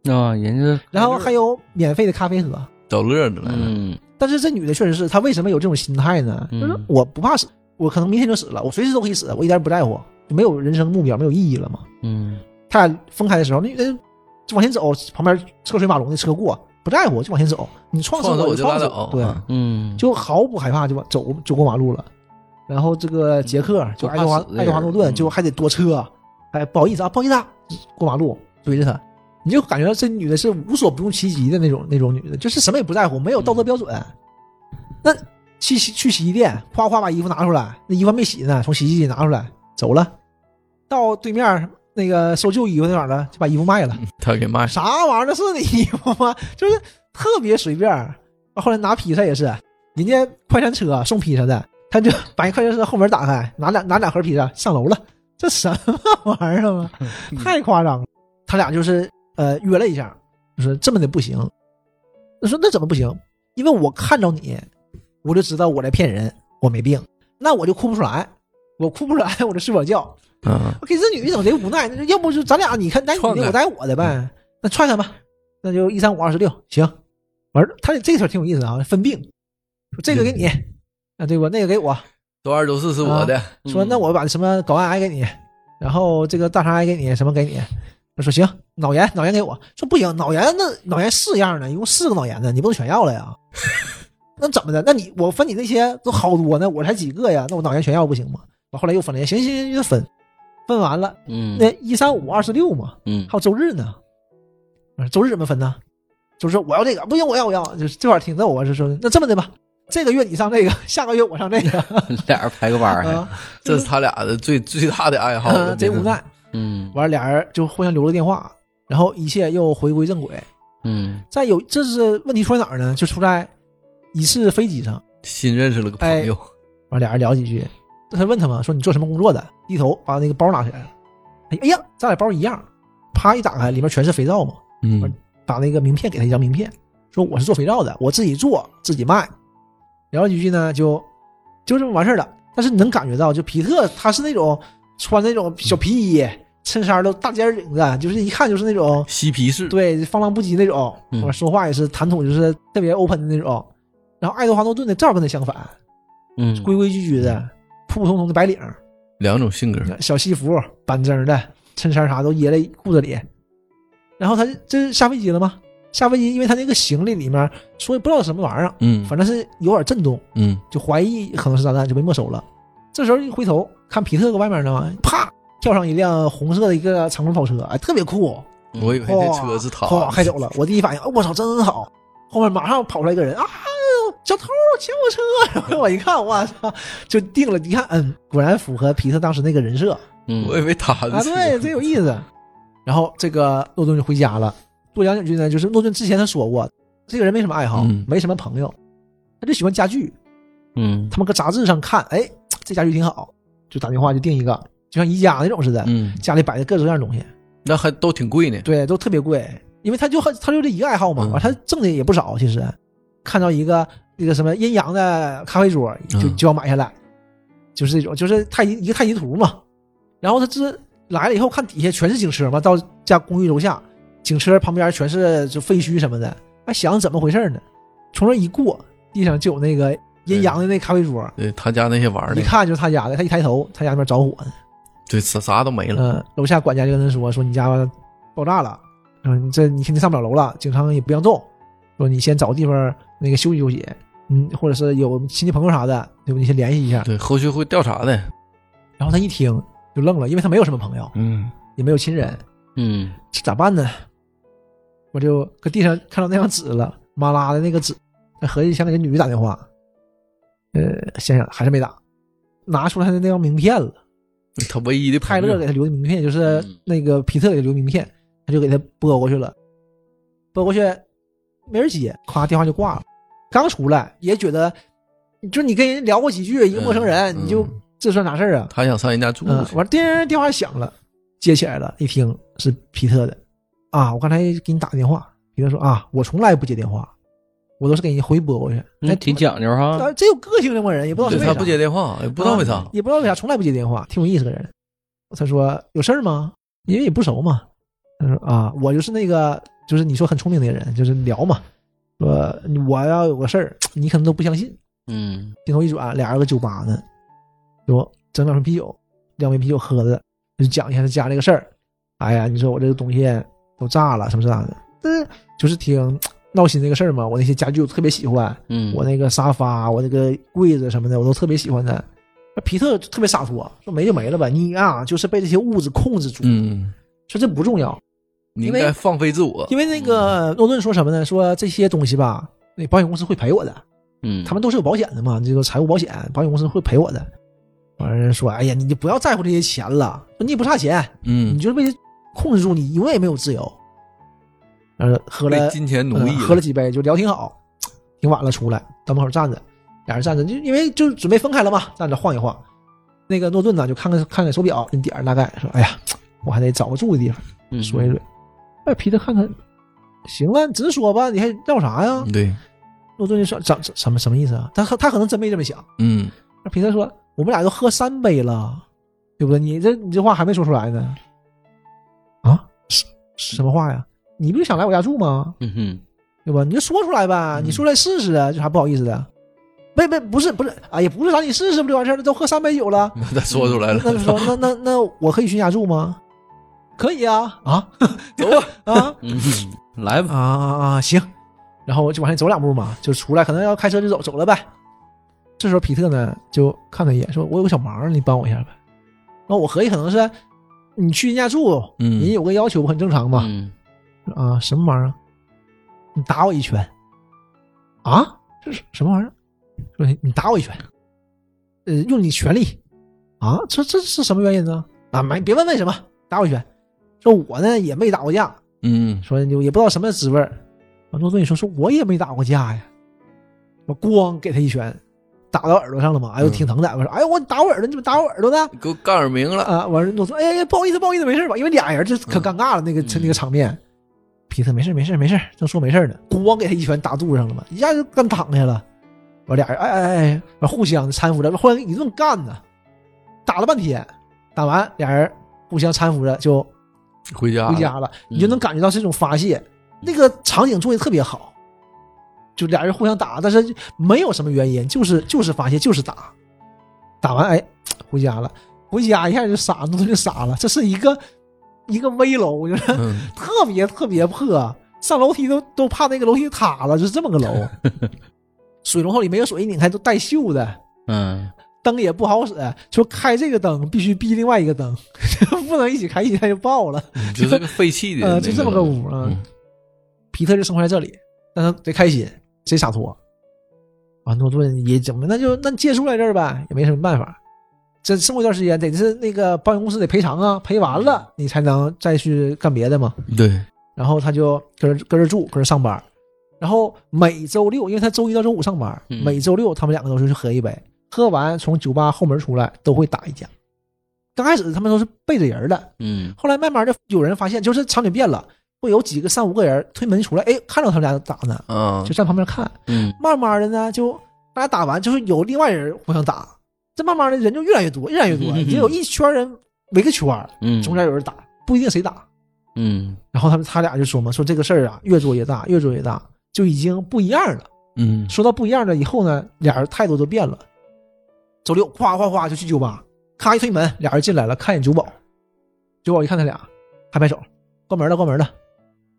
Speaker 2: 啊，人家
Speaker 4: 然后还有免费的咖啡喝。
Speaker 5: 找乐呢来了，
Speaker 2: 嗯
Speaker 4: 但是这女的确实是，她为什么有这种心态呢？
Speaker 2: 嗯
Speaker 4: 就是我不怕死，我可能明天就死了，我随时都可以死，我一点也不在乎，就没有人生目标，没有意义了嘛。
Speaker 2: 嗯
Speaker 4: 他俩分开的时候，那人就往前走，旁边车水马龙的车过，不在乎就往前走，你撞死
Speaker 5: 撞死
Speaker 4: 我
Speaker 5: 我
Speaker 4: 就
Speaker 5: 就
Speaker 4: 撞
Speaker 5: 拉
Speaker 4: 死
Speaker 5: 倒
Speaker 4: 对，
Speaker 5: 嗯
Speaker 2: 嗯，
Speaker 4: 就毫不害怕就往走走过马路了。然后这个杰克就爱德华
Speaker 2: 嗯不怕死的人
Speaker 4: 爱德华诺顿
Speaker 2: 嗯
Speaker 4: 就还得多车，哎，不好意思啊，不好意思啊，过马路追着他，你就感觉到这女的是无所不用其极的那种那种女的，就是什么也不在乎，没有道德标
Speaker 2: 嗯
Speaker 4: 准。那去洗去洗衣店，夸夸把衣服拿出来，那衣服还没洗呢，从洗衣机里拿出来走了，到对面那个收旧衣服那哪儿呢，就把衣服卖了。
Speaker 5: 他给骂
Speaker 4: 啥玩意儿？那是你衣服吗？ 就是特别随便儿。后来拿披萨也是，人家快餐车送披萨的，他就把人快餐车后门打开，拿两拿两盒披萨上楼了。这什么玩意儿啊？太夸张了。他俩就是呃约了一下，就说这么的不行。他说那怎么不行？因为我看着你，我就知道我在骗人，我没病。那我就哭不出来，我哭不出来，我就睡不着觉。
Speaker 5: 啊，
Speaker 4: 我给这女的整贼无奈，那就要不就咱俩你看带你
Speaker 5: 串
Speaker 4: 的，
Speaker 5: 他
Speaker 4: 我带我的呗，那踹他吧，那就一三五二十六，行。完事儿他这事儿挺有意思啊，分病，说这个给你，啊对吧？那个给我，
Speaker 5: 周二周四是
Speaker 4: 啊
Speaker 5: 我的，
Speaker 4: 说那我把什么睾丸癌给你，然后这个大肠癌给你，什么给你？他说行，脑炎脑炎给我，说不行，脑炎那脑炎四样呢，一共四个脑炎呢，你不能全要了呀？那怎么的？那你我分你那些都好多呢，我才几个呀？那我脑炎全要不行吗？完后来又分了，行行行，就分，分完了。
Speaker 2: 嗯
Speaker 4: 那一三五二十六嘛，
Speaker 2: 嗯
Speaker 4: 还有周日呢。我说周日怎么分呢？就是我要这个，不行，我要我要，就是这块儿挺逗。我是说，那这么的吧，这个月你上这个，下个月我上这个，
Speaker 2: 俩人排个班儿，
Speaker 4: 啊，
Speaker 5: 这是他俩的最最大的爱好
Speaker 4: 啊
Speaker 5: 了。
Speaker 4: 贼无奈。
Speaker 2: 嗯
Speaker 4: 完了，俩人就互相留了电话，然后一切又回归正轨。
Speaker 2: 嗯
Speaker 4: 再有，这是问题出在哪儿呢？就出在一次飞机上，
Speaker 5: 新认识了个
Speaker 4: 哎
Speaker 5: 朋友，
Speaker 4: 完俩人聊几句，他问他嘛，说你做什么工作的？低头把那个包拿起来了，哎哎呀，咱俩包一样，啪一打开，里面全是肥皂嘛。
Speaker 5: 嗯
Speaker 4: 把那个名片给他一张名片，说我是做肥皂的，我自己做自己卖。聊了几句呢，就就这么完事儿了。但是你能感觉到，就皮特他是那种穿那种小皮衣、衬衫都大尖儿领子，就是一看就是那种
Speaker 5: 嬉皮士，
Speaker 4: 对放浪不羁那种，
Speaker 2: 嗯
Speaker 4: 完说话也是谈吐就是特别 open 的那种。然后爱德华诺顿的正好跟他相反，
Speaker 2: 嗯，
Speaker 4: 规规矩矩的，普普通通的白领，
Speaker 5: 两种性格，
Speaker 4: 小西服、板正的衬衫啥都掖在裤子里。然后他这下飞机了吗？下飞机，因为他那个行李里面说也不知道什么玩意儿，
Speaker 5: 嗯
Speaker 4: 反正是有点震动，
Speaker 5: 嗯，
Speaker 4: 就怀疑可能是炸弹，就被没收了。这时候一回头看皮特搁外面呢，啪跳上一辆红色的一个敞篷跑车，哎，特别酷。
Speaker 5: 我以为
Speaker 4: 哇
Speaker 5: 这车是他
Speaker 4: 哎哗，开走了。我第一反应，哦我操，真好！后面马上跑出来一个人啊，小偷抢我车！然后 我一看，我操，就定了。一看，嗯，果然符合皮特当时那个人设
Speaker 2: 嗯，
Speaker 5: 我以为他
Speaker 4: 啊，对，真有意思。然后这个诺顿就回家了。多讲两句呢，就是诺顿之前他说过，这个人没什么爱好，
Speaker 5: 嗯
Speaker 4: 没什么朋友，他就喜欢家具。
Speaker 2: 嗯
Speaker 4: 他们搁杂志上看，哎，这家具挺好，就打电话就订一个，就像宜家那种似的，
Speaker 5: 嗯，
Speaker 4: 家里摆的各种各样的东西。
Speaker 5: 那还都挺贵呢。
Speaker 4: 对，都特别贵，因为他就很他就这一个爱好嘛，
Speaker 5: 嗯
Speaker 4: 完、他挣的也不少。其实看到一个那个什么阴阳的咖啡桌，就
Speaker 5: 嗯
Speaker 4: 就要买下来，就是这种，就是太极一个太极图嘛。然后他这来了以后，看底下全是警车嘛，到家公寓楼下，警车旁边全是就废墟什么的，还想怎么回事呢？从这一过，地上就有那个阴阳的那咖啡桌，
Speaker 5: 对他家那些玩儿
Speaker 4: 一
Speaker 5: 的，
Speaker 4: 看就是他家的。他一抬头，他家那边着火呢。
Speaker 5: 对啥啥都没了。
Speaker 4: 嗯，楼下管家就跟他说：“说你家爆炸了，说你这你肯定上不了楼了，警察也不让动，说你先找个地方那个休息休息，嗯，或者是有亲戚朋友啥的，对吧？你先联系一下。
Speaker 5: 对，后续会调查的。”
Speaker 4: 然后他一听就愣了，因为他没有什么朋友，
Speaker 5: 嗯，
Speaker 4: 也没有亲人，
Speaker 2: 嗯
Speaker 4: 这咋办呢？我就搁地上看到那张纸了，麻拉的那个纸，他合计想给女的打电话，呃，想想还是没打，拿出来他的那张名片了。
Speaker 5: 他唯一的朋
Speaker 4: 泰
Speaker 5: 友
Speaker 4: 勒给他留的名片，就是
Speaker 2: 嗯
Speaker 4: 那个皮特给他留名片，他就给他拨过去了，拨过去没人接，咵电话就挂了。刚出来也觉得，就是你跟人聊过几句，一个陌生人，
Speaker 5: 嗯
Speaker 4: 你就
Speaker 5: 嗯
Speaker 4: 这算啥事儿啊？
Speaker 5: 他想上人家住
Speaker 4: 嗯，
Speaker 5: 去。
Speaker 4: 完叮电话响了，接起来了，一听是皮特的，啊，我刚才给你打个电话，皮特说啊，我从来不接电话，我都是给人回拨过去，
Speaker 5: 嗯
Speaker 2: 那挺讲究哈，
Speaker 4: 啊，真有个性这帮人，也不知道是
Speaker 5: 对
Speaker 4: 为
Speaker 5: 他
Speaker 4: 啥
Speaker 5: 不接电话，也不知道为啥。
Speaker 4: 也不知道为啥从来不接电话，挺有意思个人。他说有事儿吗？因为也不熟嘛。他说啊，我就是那个，就是你说很聪明的人，就是聊嘛。说我要有个事儿，你可能都不相信。
Speaker 2: 嗯
Speaker 4: 镜头一转，俩人搁酒吧呢，说整两瓶啤酒，两杯啤酒喝着，就讲一下他家这个事儿。哎呀，你说我这个东西都炸了，什么啥的，这就是挺闹心这个事儿嘛。我那些家具我特别喜欢，
Speaker 2: 嗯，
Speaker 4: 我那个沙发，我那个柜子什么的，我都特别喜欢它。那皮特特别洒脱，说没就没了吧，你啊就是被这些物质控制住，
Speaker 5: 嗯，
Speaker 4: 说这不重要，
Speaker 5: 你应该放飞自我。
Speaker 4: 因为那
Speaker 5: 嗯
Speaker 4: 个诺顿说什么呢？说这些东西吧，那保险公司会赔我的，
Speaker 2: 嗯
Speaker 4: 他们都是有保险的嘛，这个财务保险，保险公司会赔我的。完人说，哎呀，你就不要在乎这些钱了，说你也不差钱，你
Speaker 5: 嗯，
Speaker 4: 就是被控制住，你永远也没有自由。呃，喝了
Speaker 5: 被金钱奴役
Speaker 4: 嗯喝了几杯就聊挺好，挺晚了出来到门口站着，俩人站着就因为就准备分开了嘛，站着晃一晃。那个诺顿呢就看看看看手表，那点儿大概说，哎呀，我还得找个住的地方，
Speaker 2: 嗯
Speaker 4: 说一嘴。哎，皮特看看，行啊，你直说吧，你还要啥呀？
Speaker 5: 对，
Speaker 4: 诺顿就说，怎怎什么什么意思啊？他可他可能真没这么想。
Speaker 5: 嗯，
Speaker 4: 那皮特说，我们俩都喝三杯了，对不对？你这你这话还没说出来呢，啊？什什么话呀？你不就想来我家住吗？
Speaker 2: 嗯哼
Speaker 4: 对吧？你就说出来呗，
Speaker 5: 嗯
Speaker 4: 你说出来试试啊，有啥不好意思的？不不不是不是，哎呀，不是啥，你试试不就完事儿了？都喝三杯酒了，
Speaker 5: 他说出来
Speaker 4: 那
Speaker 5: 了，
Speaker 4: 就说那那那我可以去你家住吗？可以啊啊
Speaker 5: 走吧。
Speaker 4: 啊
Speaker 2: 嗯哼，来吧，
Speaker 4: 啊啊！行，然后就往前走两步嘛，就出来，可能要开车就走走了呗。这时候皮特呢就看他一眼，说：“我有个小忙，你帮我一下呗。”那我合计可能是你去人家住，
Speaker 5: 嗯
Speaker 4: 人有个要求很正常嘛。
Speaker 2: 嗯
Speaker 4: 啊，什么玩意儿啊？你打我一拳啊？这是什么玩意儿？说你你打我一拳，呃，用你全力啊？这这是什么原因呢？啊，没别问为什么，打我一拳。说我呢也没打过架，
Speaker 5: 嗯，
Speaker 4: 说就也不知道什么滋味儿。啊诺顿说说我也没打过架呀，我咣给他一拳，打到耳朵上了嘛，哎呦
Speaker 5: 嗯
Speaker 4: 挺疼的。我说哎呦我打我耳朵，你怎么打我耳朵呢？
Speaker 5: 给我干耳鸣了。
Speaker 4: 啊，完了，我说，哎呀，不好意思，不好意思，没事吧？因为俩人这可尴尬了，那个那个场面。皮特没事没事没事，正说没事呢，咣给他一拳打肚子上了嘛，一下就干躺下了。完俩人哎哎哎，完互相搀扶着，互相一顿干呢，打了半天，打完俩人互相搀扶着就
Speaker 5: 回家，
Speaker 4: 回，家了，
Speaker 2: 嗯
Speaker 4: 你就能感觉到这种发泄，那个场景做的特别好，就俩人互相打，但是没有什么原因，就是就是发泄，就是打，打完哎回家了，回家一下就傻，诺顿就傻了，这是一个一个危楼，就是
Speaker 5: 嗯，
Speaker 4: 特别特别破，上楼梯都都怕那个楼梯塌了，就是这么个楼，水龙头里没有水，一拧开都带锈的，
Speaker 2: 嗯
Speaker 4: 灯也不好使，说开这个灯必须逼另外一个灯， 不能一起开，一起开就爆了。
Speaker 5: 就是个废弃的，
Speaker 4: 呃，就这么个屋啊。
Speaker 5: 嗯
Speaker 4: 皮特就生活在这里，但他贼开心，贼洒脱。啊，诺顿也怎么，那就那借宿在这儿呗，也没什么办法。这生活一段时间，得是那个保险公司得赔偿啊，赔完了你才能再去干别的嘛。
Speaker 5: 对，
Speaker 4: 然后他就搁这搁这住，搁这上班。然后每周六，因为他周一到周五上班，
Speaker 2: 嗯
Speaker 4: 每周六他们两个都是去喝一杯，喝完从酒吧后门出来都会打一架。刚开始他们都是背着人的，
Speaker 2: 嗯
Speaker 4: 后来慢慢就有人发现，就是场景变了，会有几个三五个人推门出来，哎，看到他们俩打呢，
Speaker 5: 啊
Speaker 4: 就，站旁边看。
Speaker 2: 嗯
Speaker 4: 慢慢的呢，就大家打完，就是有另外人互相打，这慢慢的人就越来越多，越来越多，
Speaker 2: 嗯嗯嗯
Speaker 4: 也有一圈人围个圈儿，
Speaker 2: 嗯，
Speaker 4: 中间有人打，不一定谁打。
Speaker 2: 嗯
Speaker 4: 然后他们他俩就说嘛，说这个事儿啊，越做越大，越做越大，就已经不一样了。
Speaker 5: 嗯
Speaker 4: 说到不一样了以后呢，俩人态度都变了。周六哗哗哗就去酒吧，咔一推门，俩人进来了，看见酒保，酒保一看他俩，拍拍手，关门了，关门了。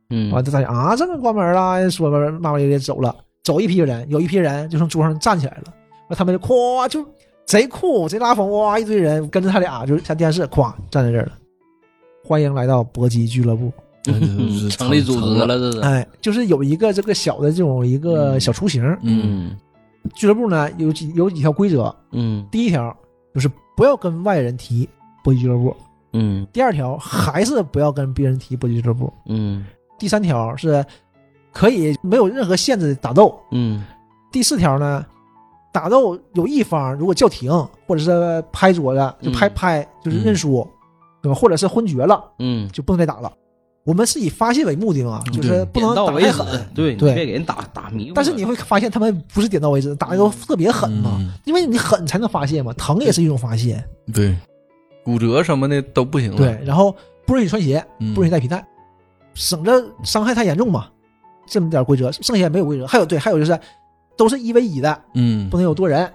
Speaker 2: 嗯，
Speaker 4: 完，这大家啊，这个关门了，说吧，骂骂咧咧走了，走一批人，有一批人就从桌上站起来了，完他们就咵就贼酷贼拉风，哇，一堆人跟着他俩就是下电视，咵站在这儿了，欢迎来到搏击俱乐部。
Speaker 5: 嗯
Speaker 2: 成立组织，了，这是，
Speaker 4: 哎，就是有一个这个小的这种一个小雏形。
Speaker 5: 嗯
Speaker 4: 俱乐部呢有几有几条规则，
Speaker 2: 嗯
Speaker 4: 第一条就是不要跟外人提搏击俱乐部，
Speaker 2: 嗯
Speaker 4: 第二条还是不要跟别人提搏击俱乐部，
Speaker 2: 嗯
Speaker 4: 第三条是可以没有任何限制的打斗，
Speaker 2: 嗯
Speaker 4: 第四条呢，打斗有一方如果叫停或者是拍桌子，就拍
Speaker 2: 嗯
Speaker 4: 拍就是认输，对吧？或者是昏厥了，
Speaker 2: 嗯，
Speaker 4: 就不能再打了。我们是以发泄为目的嘛，就是不能
Speaker 2: 点到
Speaker 4: 打
Speaker 2: 为
Speaker 4: 太
Speaker 2: 止
Speaker 4: 狠。，
Speaker 2: 对，
Speaker 4: 对
Speaker 2: 你别给人打打迷糊了。
Speaker 4: 但是你会发现他们不是点到为止，打的都特别狠嘛，
Speaker 5: 嗯
Speaker 4: 因为你狠才能发泄嘛，疼也是一种发泄。
Speaker 5: 对，骨折什么的都不行了，
Speaker 4: 对，然后不允许穿鞋，
Speaker 5: 嗯，
Speaker 4: 不允许带皮带，省着伤害太严重嘛。这么点规则，剩下没有规则。还有对，还有就是都是一 v 一的，
Speaker 5: 嗯，
Speaker 4: 不能有多人。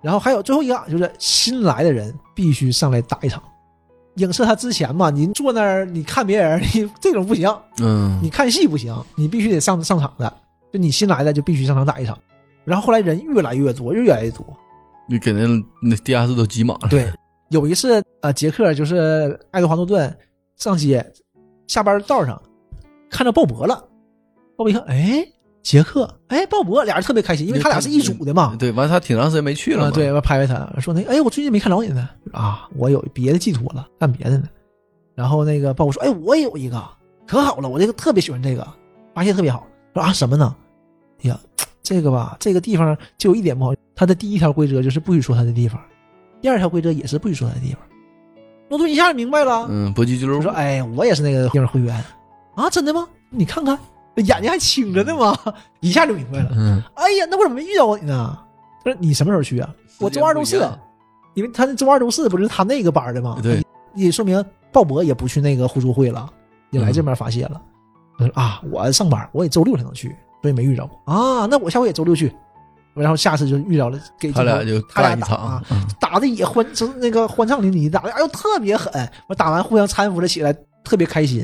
Speaker 4: 然后还有最后一个就是新来的人必须上来打一场，影射他之前嘛，您坐那儿你看别人，你这种不行，
Speaker 5: 嗯
Speaker 4: 你看戏不行，你必须得上上场的，就你新来的就必须上场打一场。然后后来人越来越多，越来越多。
Speaker 5: 你给那那地下室都挤满了，
Speaker 4: 对，有一次呃，杰克就是爱德华诺顿上街，下班道上看到鲍勃了，鲍勃一看，哎，杰克，哎，鲍勃，俩人特别开心，因为他俩是一组的嘛，
Speaker 5: 对，完他挺长时间没去了
Speaker 4: 啊，
Speaker 5: 嘛，
Speaker 4: 对，我拍拍他说那个，哎，我最近没看着你呢啊，我有别的寄托了，干别的呢。然后那个鲍勃说，哎，我也有一个，可好了，我这个特别喜欢这个，发现特别好。说啊什么呢？哎呀，这个吧，这个地方就有一点不好，它的第一条规则就是不许说它的地方，第二条规则也是不许说它的地方。诺顿一下就明白了，
Speaker 5: 嗯，搏击俱乐
Speaker 4: 我
Speaker 5: 部
Speaker 4: 说，，哎，我也是那个地方会员啊，真的吗？你看看，眼睛还青着呢嘛， 一下就明白了。
Speaker 5: 嗯，
Speaker 4: 哎呀，那我怎么没遇到过你呢？他说你什么时候去啊？我周二周四，因为他那周二周四不是他那个班的吗？
Speaker 5: 对，
Speaker 4: 也说明鲍勃也不去那个互助会了，也来这边发泄了。
Speaker 5: 嗯
Speaker 4: 他说啊，我上班，我也周六才能去，所以没遇着过啊。那我下回也周六去，然后下次就遇着了，给
Speaker 5: 他俩就
Speaker 4: 他俩
Speaker 5: 干一
Speaker 4: 打啊
Speaker 5: 场，，嗯
Speaker 4: 打的也欢，就是那个欢畅淋漓，打的哎呦特别狠。我打完互相搀扶着起来，特别开心，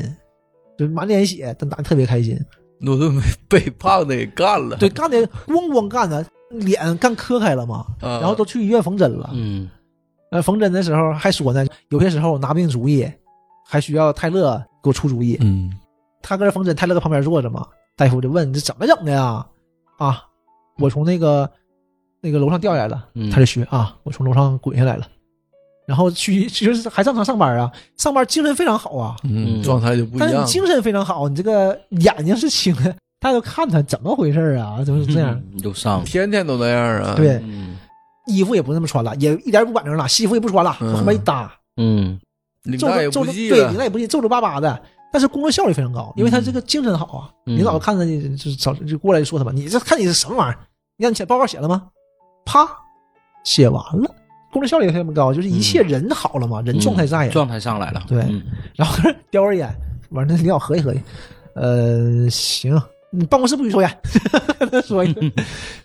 Speaker 4: 就满脸血，但打的特别开心。
Speaker 5: 诺顿被被胖子给干 了，
Speaker 4: 对，，干的咣咣干的，脸干磕开了嘛，
Speaker 5: 啊
Speaker 4: 然后都去医院缝针了。
Speaker 2: 嗯
Speaker 4: 呃，缝针的时候还说呢，有些时候拿不定主意，还需要泰勒给我出主意。
Speaker 5: 嗯，
Speaker 4: 他搁这缝针，泰勒搁旁边坐着嘛。大夫就问：“这怎么整的呀？”啊，我从那个那个楼上掉下来了。
Speaker 2: 嗯
Speaker 4: 他就学啊，我从楼上滚下来了。然后去就是还正常上班啊，上班精神非常好啊，
Speaker 5: 嗯，
Speaker 2: 嗯
Speaker 5: 状态就不一
Speaker 4: 但是你
Speaker 5: 样，
Speaker 4: 精神非常好，你这个眼睛是青的，大家都看他怎么回事啊？怎么是这样？
Speaker 2: 嗯有伤，
Speaker 5: 天天都那样啊，
Speaker 4: 对
Speaker 2: 嗯
Speaker 4: 衣服也不那么穿了，也一点也不板正了，西服也不穿了，
Speaker 5: 嗯
Speaker 4: 往边一搭，
Speaker 2: 嗯
Speaker 5: 领
Speaker 4: 皱
Speaker 5: 带
Speaker 4: 着
Speaker 5: 也
Speaker 4: 皱
Speaker 5: 不
Speaker 4: 着，
Speaker 5: 系
Speaker 4: 对，领
Speaker 5: 了，嗯
Speaker 4: 带也不系，皱皱巴巴的。但是工作效率非常高，因为他这个精神好啊。
Speaker 2: 嗯
Speaker 4: 领导看着你就早就过来就说他吧，你这看你是什么玩意儿？你让你写报告写了吗？啪，写完了，工作效率也非常高，就是一切人好了
Speaker 5: 嗯
Speaker 4: 嘛，人状态在呀。
Speaker 2: 状态上来了，
Speaker 4: 对
Speaker 2: 嗯
Speaker 4: 然后叼根烟，完了领导合计合计，呃，行，你办公室不许抽烟， 说一个，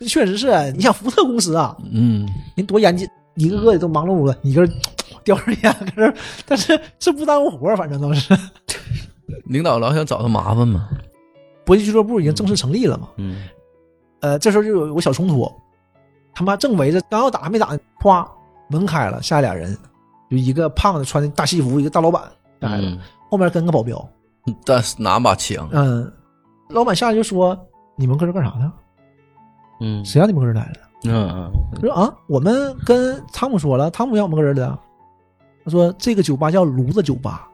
Speaker 4: 确实是，你想福特公司啊，
Speaker 5: 嗯，
Speaker 4: 人多严谨，一个个的都忙碌了，你搁这叼根烟搁这， 但是这不耽误活儿，反正都是。
Speaker 5: 领导老想找他麻烦嘛，
Speaker 4: 搏击俱乐部已经正式成立了嘛，
Speaker 2: 嗯
Speaker 4: 呃，这时候就有有个小冲突，他妈正围着刚要打还没打呢，哗，门开了，下来俩人，就一个胖子穿的大西服，一个大老板下来了，
Speaker 2: 嗯
Speaker 4: 后面跟个保镖，
Speaker 5: 但是拿把枪，
Speaker 4: 嗯，老板下来就说：“你们搁这干啥呢？
Speaker 2: 嗯
Speaker 4: 谁让你们搁这来的？
Speaker 2: 嗯嗯，
Speaker 4: 他说啊，我们跟汤姆说了，汤姆让我们个人的。啊他说这个酒吧叫炉子酒吧，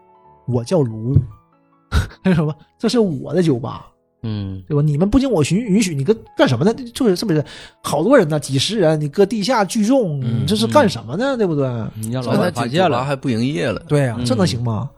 Speaker 4: 我叫炉。 他说什么？这是我的酒吧，
Speaker 2: 嗯
Speaker 4: 对吧？你们不经我允允许，你跟干什么呢？就是是不是？好多人呢，几十人，你搁地下聚众，
Speaker 3: 嗯
Speaker 4: 你这是干什么呢？对不对？
Speaker 2: 嗯你让老
Speaker 5: 那他
Speaker 2: 板
Speaker 5: 酒
Speaker 2: 发现
Speaker 5: 吧
Speaker 2: 了，
Speaker 5: 还不营业了，
Speaker 4: 对呀、啊这能
Speaker 2: 嗯
Speaker 4: 行吗？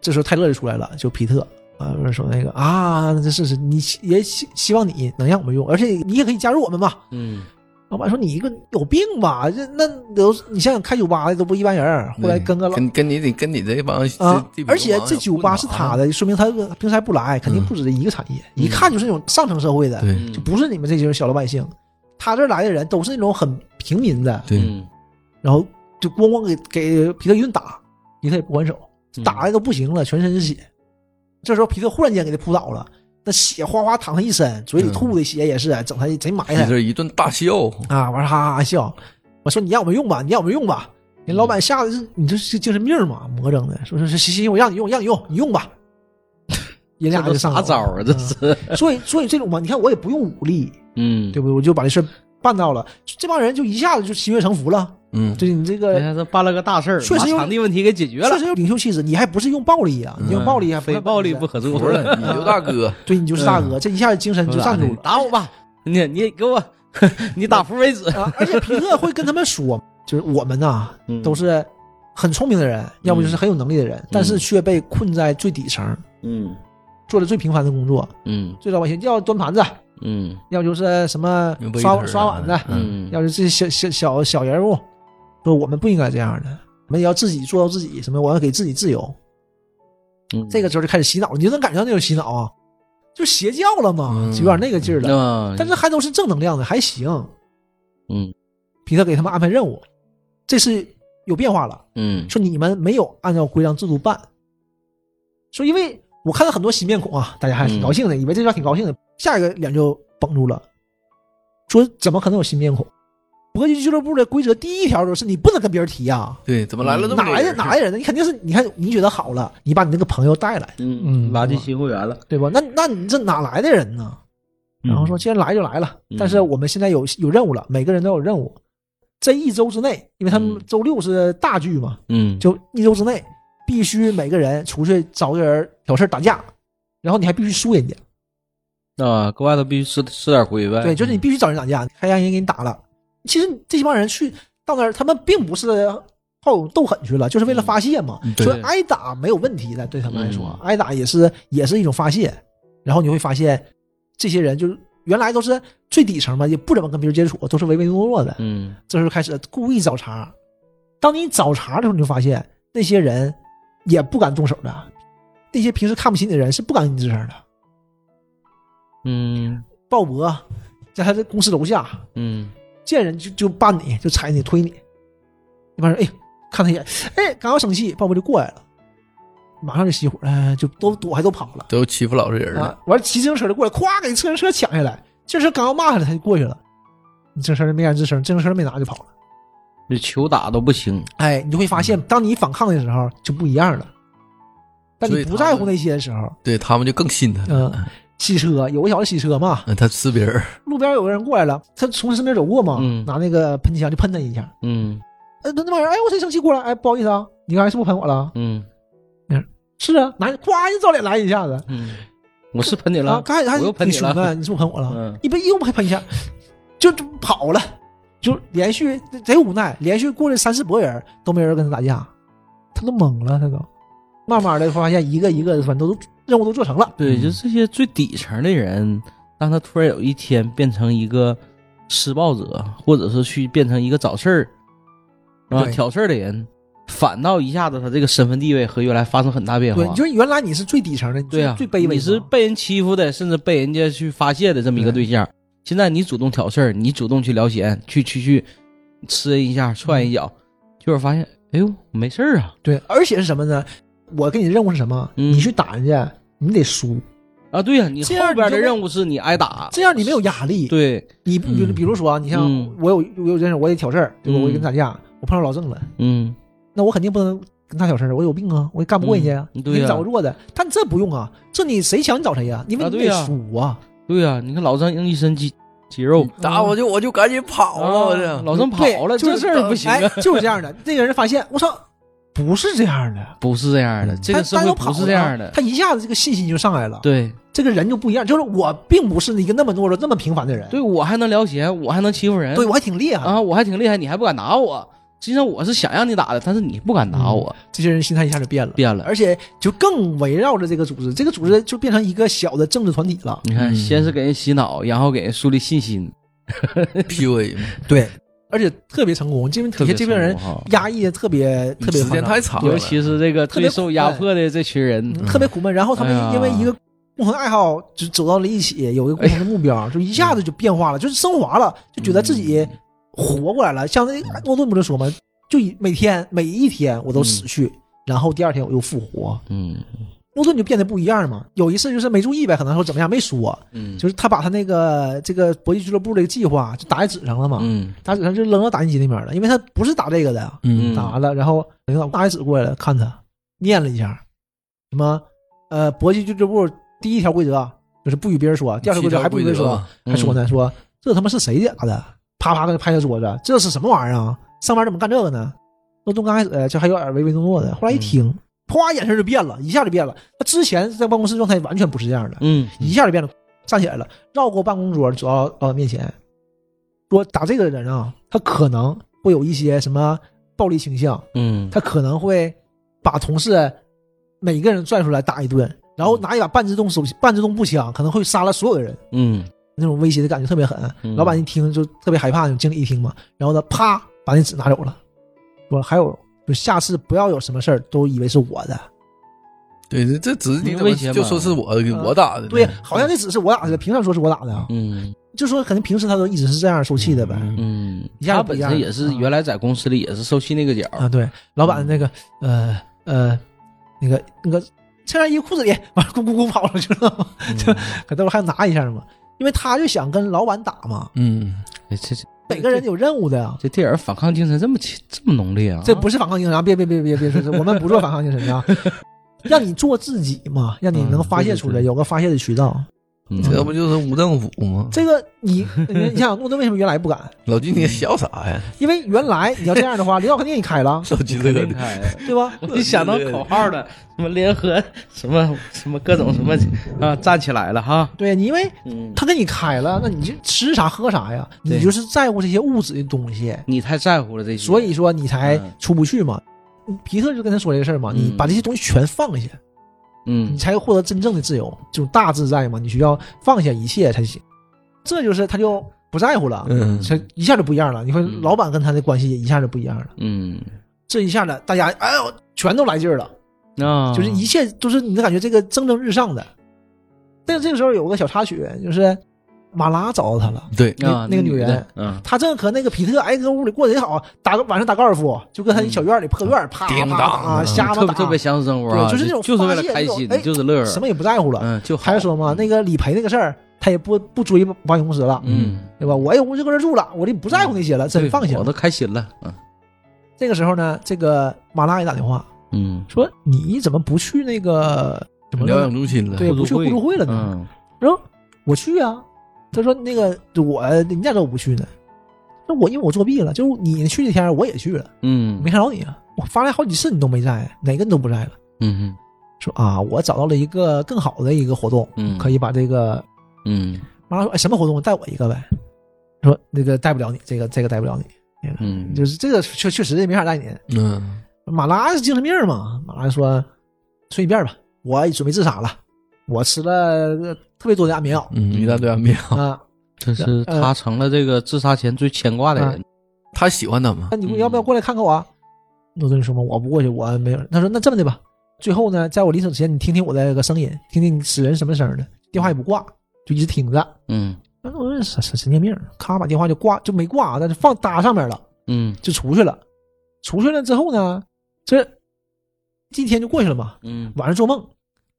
Speaker 4: 这时候泰勒就出来了，就皮特啊，说那个啊，这是是你也希希望你能让我们用，而且你也可以加入我们嘛。
Speaker 2: 嗯
Speaker 4: 老板说你一个有病吧？这那都你想想开酒吧的都不一般人儿，后来
Speaker 2: 嗯
Speaker 4: 跟个老
Speaker 5: 跟跟你得跟你这帮
Speaker 4: 啊
Speaker 5: 嗯这地，痞
Speaker 4: 而且
Speaker 5: 流氓
Speaker 4: 这
Speaker 5: 也
Speaker 4: 酒
Speaker 5: 混
Speaker 4: 吧
Speaker 5: 啊
Speaker 4: 是他的，说明他平时还不来，肯定
Speaker 5: 嗯
Speaker 4: 不止这一个产业，一看就是那种上层社会的，
Speaker 5: 对
Speaker 2: 嗯
Speaker 4: 就不是你们这些小老百姓。他这儿来的人都是那种很平民的，
Speaker 5: 对，
Speaker 2: 嗯
Speaker 4: 然后就咣咣给给皮特一顿打，皮特也不还手，
Speaker 2: 嗯
Speaker 4: 打的都不行了，全身是血。这时候皮特忽然间给他扑倒了，那血哗哗淌他一身，嘴里
Speaker 5: 嗯
Speaker 4: 吐的血也是，整他贼埋
Speaker 5: 你
Speaker 4: 汰
Speaker 5: 这一顿大笑，
Speaker 4: 啊！完了哈哈哈笑，我说你让我们用吧，你让我们用吧。
Speaker 2: 嗯
Speaker 4: 人老板吓得是，你这是精神病嘛？魔怔的，说是是行行，我让你用，让你用，你用吧。
Speaker 2: 这
Speaker 4: 人俩
Speaker 2: 都
Speaker 4: 就上
Speaker 2: 啥
Speaker 4: 楼
Speaker 2: 招啊？这是，
Speaker 4: 嗯所以所以这种嘛，你看我也不用武力，
Speaker 2: 嗯，
Speaker 4: 对不对？我就把这事儿办到了，这帮人就一下子就心悦诚服了。
Speaker 5: 嗯，
Speaker 4: 对你这个
Speaker 2: 人家哎这办了个大事儿，
Speaker 4: 确实
Speaker 2: 把
Speaker 4: 有
Speaker 2: 场地问题给解决
Speaker 4: 确
Speaker 2: 了
Speaker 4: 实，有领袖气质，你还不是用暴力啊？你用暴力还不
Speaker 2: 嗯非暴力不嗯
Speaker 4: 不，
Speaker 2: 可
Speaker 5: 服
Speaker 2: 做，
Speaker 5: 了，你就大哥，
Speaker 4: 对你就是大哥，这一下精神就站住
Speaker 2: 你
Speaker 4: 了
Speaker 2: 打我吧，你你给 我，你打服为止。
Speaker 4: 啊！而且皮特会跟他们说，就是我们呐
Speaker 2: 嗯
Speaker 4: 都是很聪明的人，要不就是很有能力的人，但是却被困在最底层，
Speaker 2: 嗯
Speaker 4: 做着最平凡的工作，
Speaker 2: 嗯
Speaker 4: 最老百姓要端盘子，
Speaker 2: 嗯
Speaker 4: 要就是什么
Speaker 5: 啊
Speaker 4: 刷刷碗的，
Speaker 2: 嗯，
Speaker 4: 要是这些小小小小人物，说我们不应该这样的，我们也要自己做到自己，什么我要给自己自由。
Speaker 2: 嗯
Speaker 4: 这个时候就开始洗脑，你就能感觉到那种洗脑啊，就邪教了嘛，
Speaker 5: 嗯
Speaker 4: 就有点那个劲儿了。
Speaker 2: 啊，
Speaker 4: 但是还都是正能量的，还行。
Speaker 2: 嗯
Speaker 4: 皮特给他们安排任务，这次有变化了，
Speaker 2: 嗯
Speaker 4: 说你们没有按照规章制度办。说因为我看到很多新面孔啊，大家还挺高兴的，
Speaker 5: 嗯
Speaker 4: 以为这招挺高兴的，下一个脸就绷住了，说怎么可能有新面孔？搏击俱乐部的规则第一条就是你不能跟别人提啊，
Speaker 5: 对，怎么来了这么
Speaker 4: 哪
Speaker 5: 多
Speaker 4: 来的
Speaker 5: 人？
Speaker 4: 哪来的人？你肯定是你看你觉得好了，你把你那个朋友带来。
Speaker 2: 嗯，
Speaker 3: 嗯
Speaker 2: 拉进新会员了。
Speaker 4: 对吧？那那你这哪来的人呢？嗯然后说，既然来就来了，
Speaker 2: 嗯
Speaker 4: 但是我们现在有有任务了，每个人都有任务。这一周之内，因为他们
Speaker 2: 嗯
Speaker 4: 周六是大剧嘛，
Speaker 2: 嗯，
Speaker 4: 就一周之内必须每个人出去找个人挑事儿打架，然后你还必须输人家，
Speaker 2: 啊，搁外头必须吃吃点亏呗。
Speaker 4: 对，就是你必须找人打架，还让人给你打了。其实这帮人去到那儿，他们并不是好勇斗狠去了，就是为了发泄嘛。
Speaker 5: 嗯
Speaker 4: 所以
Speaker 5: 对
Speaker 4: 挨打没有问题的，对他们来说
Speaker 2: 嗯，
Speaker 4: 挨打也是也是一种发泄。然后你会发现，这些人就是原来都是最底层嘛，也不怎么跟别人接触，都是唯唯诺诺的。
Speaker 2: 嗯
Speaker 4: 这时候开始故意找茬。当你找茬的时候，你就发现那些人也不敢动手的，那些平时看不起你的人是不敢跟你吱声的。
Speaker 2: 嗯
Speaker 4: 鲍勃在他的公司楼下
Speaker 2: 嗯
Speaker 4: 见人就就绊你，就踩你，推你。那帮人哎，看他一眼，哎，刚要生气，鲍勃就过来了，马上就熄火，哎，就都躲还都跑了
Speaker 5: 都欺负老实人
Speaker 4: 啊
Speaker 5: 了，！
Speaker 4: 完了骑自行车就过来，咵给自行车抢下来。这时候刚要骂他了，他就过去了。你自行车没敢吱声，自行车没拿就跑了。
Speaker 2: 这球打都不行。
Speaker 4: 哎，你就会发现，当你反抗的时候就不一样了。但
Speaker 5: 所
Speaker 4: 你
Speaker 5: 以
Speaker 4: 不
Speaker 5: 他
Speaker 4: 在
Speaker 5: 们
Speaker 4: 乎那些的时候，
Speaker 5: 对他们就更信他
Speaker 4: 嗯、
Speaker 5: 了。
Speaker 4: 洗车有个小子洗车嘛，
Speaker 5: 嗯，他吃别人，
Speaker 4: 路边有个人过来了，他从他身边走过嘛，
Speaker 2: 嗯
Speaker 4: 拿那个喷枪就喷他一下，
Speaker 2: 嗯
Speaker 4: 呃，那帮人，哎，我真生气过来，哎，不好意思啊，你刚才是不是喷我了？
Speaker 2: 嗯
Speaker 4: 是啊，男人咵一照脸来一下子，
Speaker 2: 嗯，我是喷你
Speaker 4: 啊，
Speaker 2: 了，
Speaker 4: 刚才还
Speaker 2: 我又喷
Speaker 4: 你
Speaker 2: 你
Speaker 4: 凶呢，
Speaker 2: 了。
Speaker 4: 你是不是喷我了？
Speaker 2: 嗯
Speaker 4: 一被又喷喷一下，就就跑了，就连续贼无奈，连续过了三四拨人都没人跟他打架，他都懵了，他都慢慢的发现一个一个的，反正都任务都做成了，
Speaker 2: 对，就这些最底层的人，让他突然有一天变成一个施暴者，或者是去变成一个找事儿啊
Speaker 4: 对
Speaker 2: 挑事儿的人，反倒一下子他这个身份地位和原来发生很大变化
Speaker 4: 对，。就是原来你是最底层的，你
Speaker 2: 对
Speaker 4: 最
Speaker 2: 呀、
Speaker 4: 最卑微的，
Speaker 2: 你是被人欺负的，甚至被人家去发泄的这么一个对象。现在你主动挑事儿，你主动去聊闲，去去去吃人一下，踹人一脚，
Speaker 4: 嗯
Speaker 2: 结果发现，哎呦，没事儿啊
Speaker 4: 对，而且是什么呢？我给你任务是什么？
Speaker 2: 嗯
Speaker 4: 你去打人家，你得输，
Speaker 2: 啊！对呀、你
Speaker 4: 这样
Speaker 2: 后边
Speaker 4: 你就
Speaker 2: 的
Speaker 4: 会
Speaker 2: 任务是你挨打，
Speaker 4: 这样你没有压力，
Speaker 2: 啊对，
Speaker 4: 你比如
Speaker 5: 嗯
Speaker 4: 比如说啊，你像
Speaker 2: 嗯
Speaker 4: 我有我有这事儿，我得挑事儿，对吧？
Speaker 2: 嗯
Speaker 4: 我得跟他打架，我碰上老郑了，
Speaker 2: 嗯
Speaker 4: 那我肯定不能跟他挑事儿，我有病啊，我也干不过人家呀，
Speaker 2: 嗯
Speaker 4: 你
Speaker 2: 对呀
Speaker 4: 得找个弱的。但这不用啊，这你谁强你找谁呀？因为
Speaker 2: 啊
Speaker 4: 你
Speaker 2: 对
Speaker 4: 得
Speaker 2: 呀
Speaker 4: 输啊，
Speaker 2: 对呀、你看老张用一身鸡肌肉
Speaker 4: 嗯
Speaker 5: 打我就我就赶紧跑了，我
Speaker 2: 啊
Speaker 5: 这
Speaker 2: 老郑跑了，
Speaker 4: 哦对就
Speaker 2: 这
Speaker 4: 是
Speaker 2: 事儿不行
Speaker 4: 哎
Speaker 2: 啊，，
Speaker 4: 就是这样的。那个人发现，我操，不是这样的，
Speaker 2: 不是这样的，这
Speaker 4: 嗯他
Speaker 2: 个社
Speaker 4: 他
Speaker 2: 会
Speaker 4: 都跑
Speaker 2: 不
Speaker 4: 了
Speaker 2: 是这样的，
Speaker 4: 他一下子这个信心就上来了，
Speaker 2: 对
Speaker 4: 这个人就不一样，就是我并不是一个那么懦弱、那么平凡的人，
Speaker 2: 对，我还能聊闲，我还能欺负人，
Speaker 4: 对我还挺厉害的。
Speaker 2: 啊，我还挺厉害，你还不敢打我。实际上我是想让你打的，但是你不敢打我，
Speaker 4: 这些人心态一下就变了，
Speaker 2: 变了。
Speaker 4: 而且就更围绕着这个组织，这个组织就变成一个小的政治团体了。
Speaker 2: 你看，
Speaker 5: 嗯
Speaker 2: 先是给人洗脑，然后给人树立信心，
Speaker 4: 嗯
Speaker 5: PUA 嘛
Speaker 4: 对，而且特别成功，这边
Speaker 2: 特
Speaker 4: 这
Speaker 2: 别
Speaker 4: 些这帮人
Speaker 2: 成功哈嗯
Speaker 4: 压抑得特别 特别
Speaker 5: 时
Speaker 4: 夸
Speaker 5: 间
Speaker 4: 张
Speaker 5: 太长了，
Speaker 2: 尤其是这个最受压迫的这群人，
Speaker 4: 嗯特别苦闷。然后他
Speaker 2: 哎呀
Speaker 4: 们因为一个共同爱好就走到了一起，有一个共同的目
Speaker 2: 哎
Speaker 4: 标，就一下子就变化了，就是升华了，就觉得自
Speaker 2: 嗯
Speaker 4: 己活过来了。像那个诺顿不就说嘛，就以每天每一天我都死去，然后第二天我又复活。
Speaker 2: 嗯
Speaker 4: 诺顿就变得不一样嘛。有一次就是没注意呗，可能说怎么样没说，
Speaker 2: 嗯
Speaker 4: 就是他把他那个这个搏击俱乐部这个计划就打在纸上了嘛，
Speaker 2: 嗯
Speaker 4: 打纸上就扔到打印机那边了，因为他不是打这个的，
Speaker 5: 嗯
Speaker 4: 打完了，然后领导拿一纸过来了，看他念了一下，什么呃，搏击俱乐部第一条规则啊就是不与别人说，第二条规则还不与别人说，啊
Speaker 5: 啊
Speaker 2: 嗯
Speaker 4: 还说呢，说这他妈是谁家的？啪啪的拍他桌子，这是什么玩意儿啊？上班怎么干这个呢？诺顿刚开始呃就还有点唯唯诺诺的，
Speaker 2: 嗯
Speaker 4: 后来一听，哗，眼神就变了，一下就变了。他之前在办公室状态完全不是这样的，
Speaker 2: 嗯
Speaker 4: 一下就变了，站起来了，绕过办公桌走到老板面前，说打这个人啊，他可能会有一些什么暴力倾向，
Speaker 2: 嗯，
Speaker 4: 他可能会把同事每个人拽出来打一顿，然后拿一把半自动手半自动步枪，可能会杀了所有的人，
Speaker 2: 嗯
Speaker 4: 那种威胁的感觉特别狠。
Speaker 2: 嗯
Speaker 4: 老板一听就特别害怕，那种经理一听嘛，然后他啪把那纸拿走了，说还有就下次不要有什么事儿都以为是我的。
Speaker 5: 对，这这
Speaker 4: 嗯
Speaker 5: 只是你怎
Speaker 2: 威
Speaker 5: 么
Speaker 2: 胁嘛
Speaker 5: 就说是我给我打的，
Speaker 4: 对，好像那纸是我打的，凭啥说是我打的啊？
Speaker 2: 嗯
Speaker 4: 就说肯定平时他都一直是这样受气的呗。
Speaker 2: 嗯，
Speaker 4: 一下
Speaker 2: 他
Speaker 4: 就不
Speaker 2: 本
Speaker 4: 一样
Speaker 2: 身也是
Speaker 4: 嗯
Speaker 2: 原来在公司里也是受气那个角儿，
Speaker 4: 啊，对，老板那个呃呃，那个那个衬衫衣服裤子里，完了咕咕咕跑了去了，
Speaker 2: 嗯
Speaker 4: 就可待会儿还拿一下嘛，因为他就想跟老板打嘛，
Speaker 5: 嗯，
Speaker 2: 哎这这
Speaker 4: 每个人有任务的呀。
Speaker 2: 这电影反抗精神这么强这么浓烈啊？
Speaker 4: 这不是反抗精神啊！别别别别别说， 我们不做反抗精神啊，让你做自己嘛，让你能发泄出
Speaker 2: 嗯对
Speaker 4: 来，
Speaker 2: 对对
Speaker 4: 有个发泄的渠道。
Speaker 2: 嗯
Speaker 5: 这不就是无政府吗？
Speaker 4: 这个你你想，诺顿为什么原来不敢？
Speaker 5: 老金，你笑啥呀？
Speaker 4: 因为原来你要这样的话， 领导肯定给你开了，
Speaker 5: 老金乐
Speaker 2: 分
Speaker 5: 的，
Speaker 2: 开
Speaker 4: 对吧？
Speaker 2: 啊一想到口号的什么联合什么什么各种什么啊，站起来了哈，
Speaker 4: 对你因为
Speaker 2: 嗯，
Speaker 4: 他给你开了，那你就吃啥喝啥呀？
Speaker 2: 对
Speaker 4: 你就是在乎这些物质的东西，
Speaker 2: 你太在乎了这些，
Speaker 4: 所以说你才
Speaker 2: 嗯
Speaker 4: 出不去嘛。皮特就跟他说这个事儿嘛，
Speaker 2: 嗯
Speaker 4: 你把这些东西全放下，
Speaker 2: 嗯
Speaker 4: 你才获得真正的自由，就是大自在嘛。你需要放下一切才行。这就是他就不在乎了，
Speaker 5: 嗯，
Speaker 4: 他一下就不一样了。你
Speaker 2: 嗯
Speaker 4: 看老板跟他的关系也一下就不一样了，
Speaker 2: 嗯
Speaker 4: 这一下子大家哎呦全都来劲儿了，
Speaker 2: 啊，
Speaker 4: 就是一切都是你的感觉这个蒸蒸日上的。但是这个时候有个小插曲，就是马拉找到他了。
Speaker 5: 对，
Speaker 2: 啊
Speaker 4: 那那个女人
Speaker 2: 的嗯
Speaker 4: 他正和那个皮特哎，跟屋里过得也好，打个晚上打高尔夫，就跟他一
Speaker 2: 嗯
Speaker 4: 小院里破院，啪
Speaker 5: 叮
Speaker 4: 啪
Speaker 5: 当
Speaker 4: 啪啊，瞎
Speaker 2: 特别
Speaker 4: 嘛打，
Speaker 2: 特别享受生活啊，
Speaker 4: 对就是那种
Speaker 2: 就是为了
Speaker 4: 发泄
Speaker 2: 开
Speaker 4: 那种
Speaker 2: 心
Speaker 4: 哎，
Speaker 2: 就是乐儿，
Speaker 4: 什么也不在乎了。
Speaker 2: 嗯就
Speaker 4: 还
Speaker 2: 好
Speaker 4: 说嘛，那个理赔那个事儿，他也不不追保险公司了，
Speaker 2: 嗯，
Speaker 4: 对吧？我也我就搁这住了，我就不在乎那些了，真
Speaker 2: 对
Speaker 4: 放下
Speaker 2: 嗯我
Speaker 4: 了。
Speaker 2: 都开心了，嗯
Speaker 4: 这个时候呢，这个马拉也打电话
Speaker 2: 嗯
Speaker 4: 说：“你怎么不去那个什么
Speaker 5: 疗养中心了，
Speaker 4: 对，不去互助会了呢？”
Speaker 2: 嗯
Speaker 4: 他说：“我去啊。”他说：“那个我你咋知道我不去呢？”那我因为我作弊了，就是你去那天我也去了。
Speaker 2: 嗯
Speaker 4: 没看着你啊，我发来好几次你都没在，哪个你都不在了。
Speaker 2: 嗯
Speaker 4: 说啊，我找到了一个更好的一个活动，
Speaker 2: 嗯，
Speaker 4: 可
Speaker 2: 以
Speaker 4: 以把这个
Speaker 2: 嗯
Speaker 4: 妈妈说、哎、什么活动带我一个呗。说那个带不了你，这个这个带不了你，
Speaker 2: 嗯
Speaker 4: 就是这个确确实也没法带你。
Speaker 5: 嗯，
Speaker 4: 马拉是精神病嘛，马拉说随你便吧，我准备自杀了，我吃了呃特别多的安眠药
Speaker 5: 嗯，一大堆安眠药。
Speaker 4: 啊。
Speaker 2: 这是呃啊他成了这个自杀前最牵挂的人，
Speaker 5: 他喜欢他吗
Speaker 4: 那？你要不要过来看看我啊？诺顿说嘛，我不过去，我没有。他说那这么的吧，最后呢，在我临走之前，你听听我的个声音，听听你死人什么声儿的，电话也不挂，就一直听着。
Speaker 2: 嗯
Speaker 4: 那诺顿神神神经病，咔把电话就挂，就没挂，但是放搭上面了，
Speaker 2: 嗯
Speaker 4: 就出去了。出去了之后呢，这今天就过去了嘛。
Speaker 2: 嗯
Speaker 4: 晚上做梦，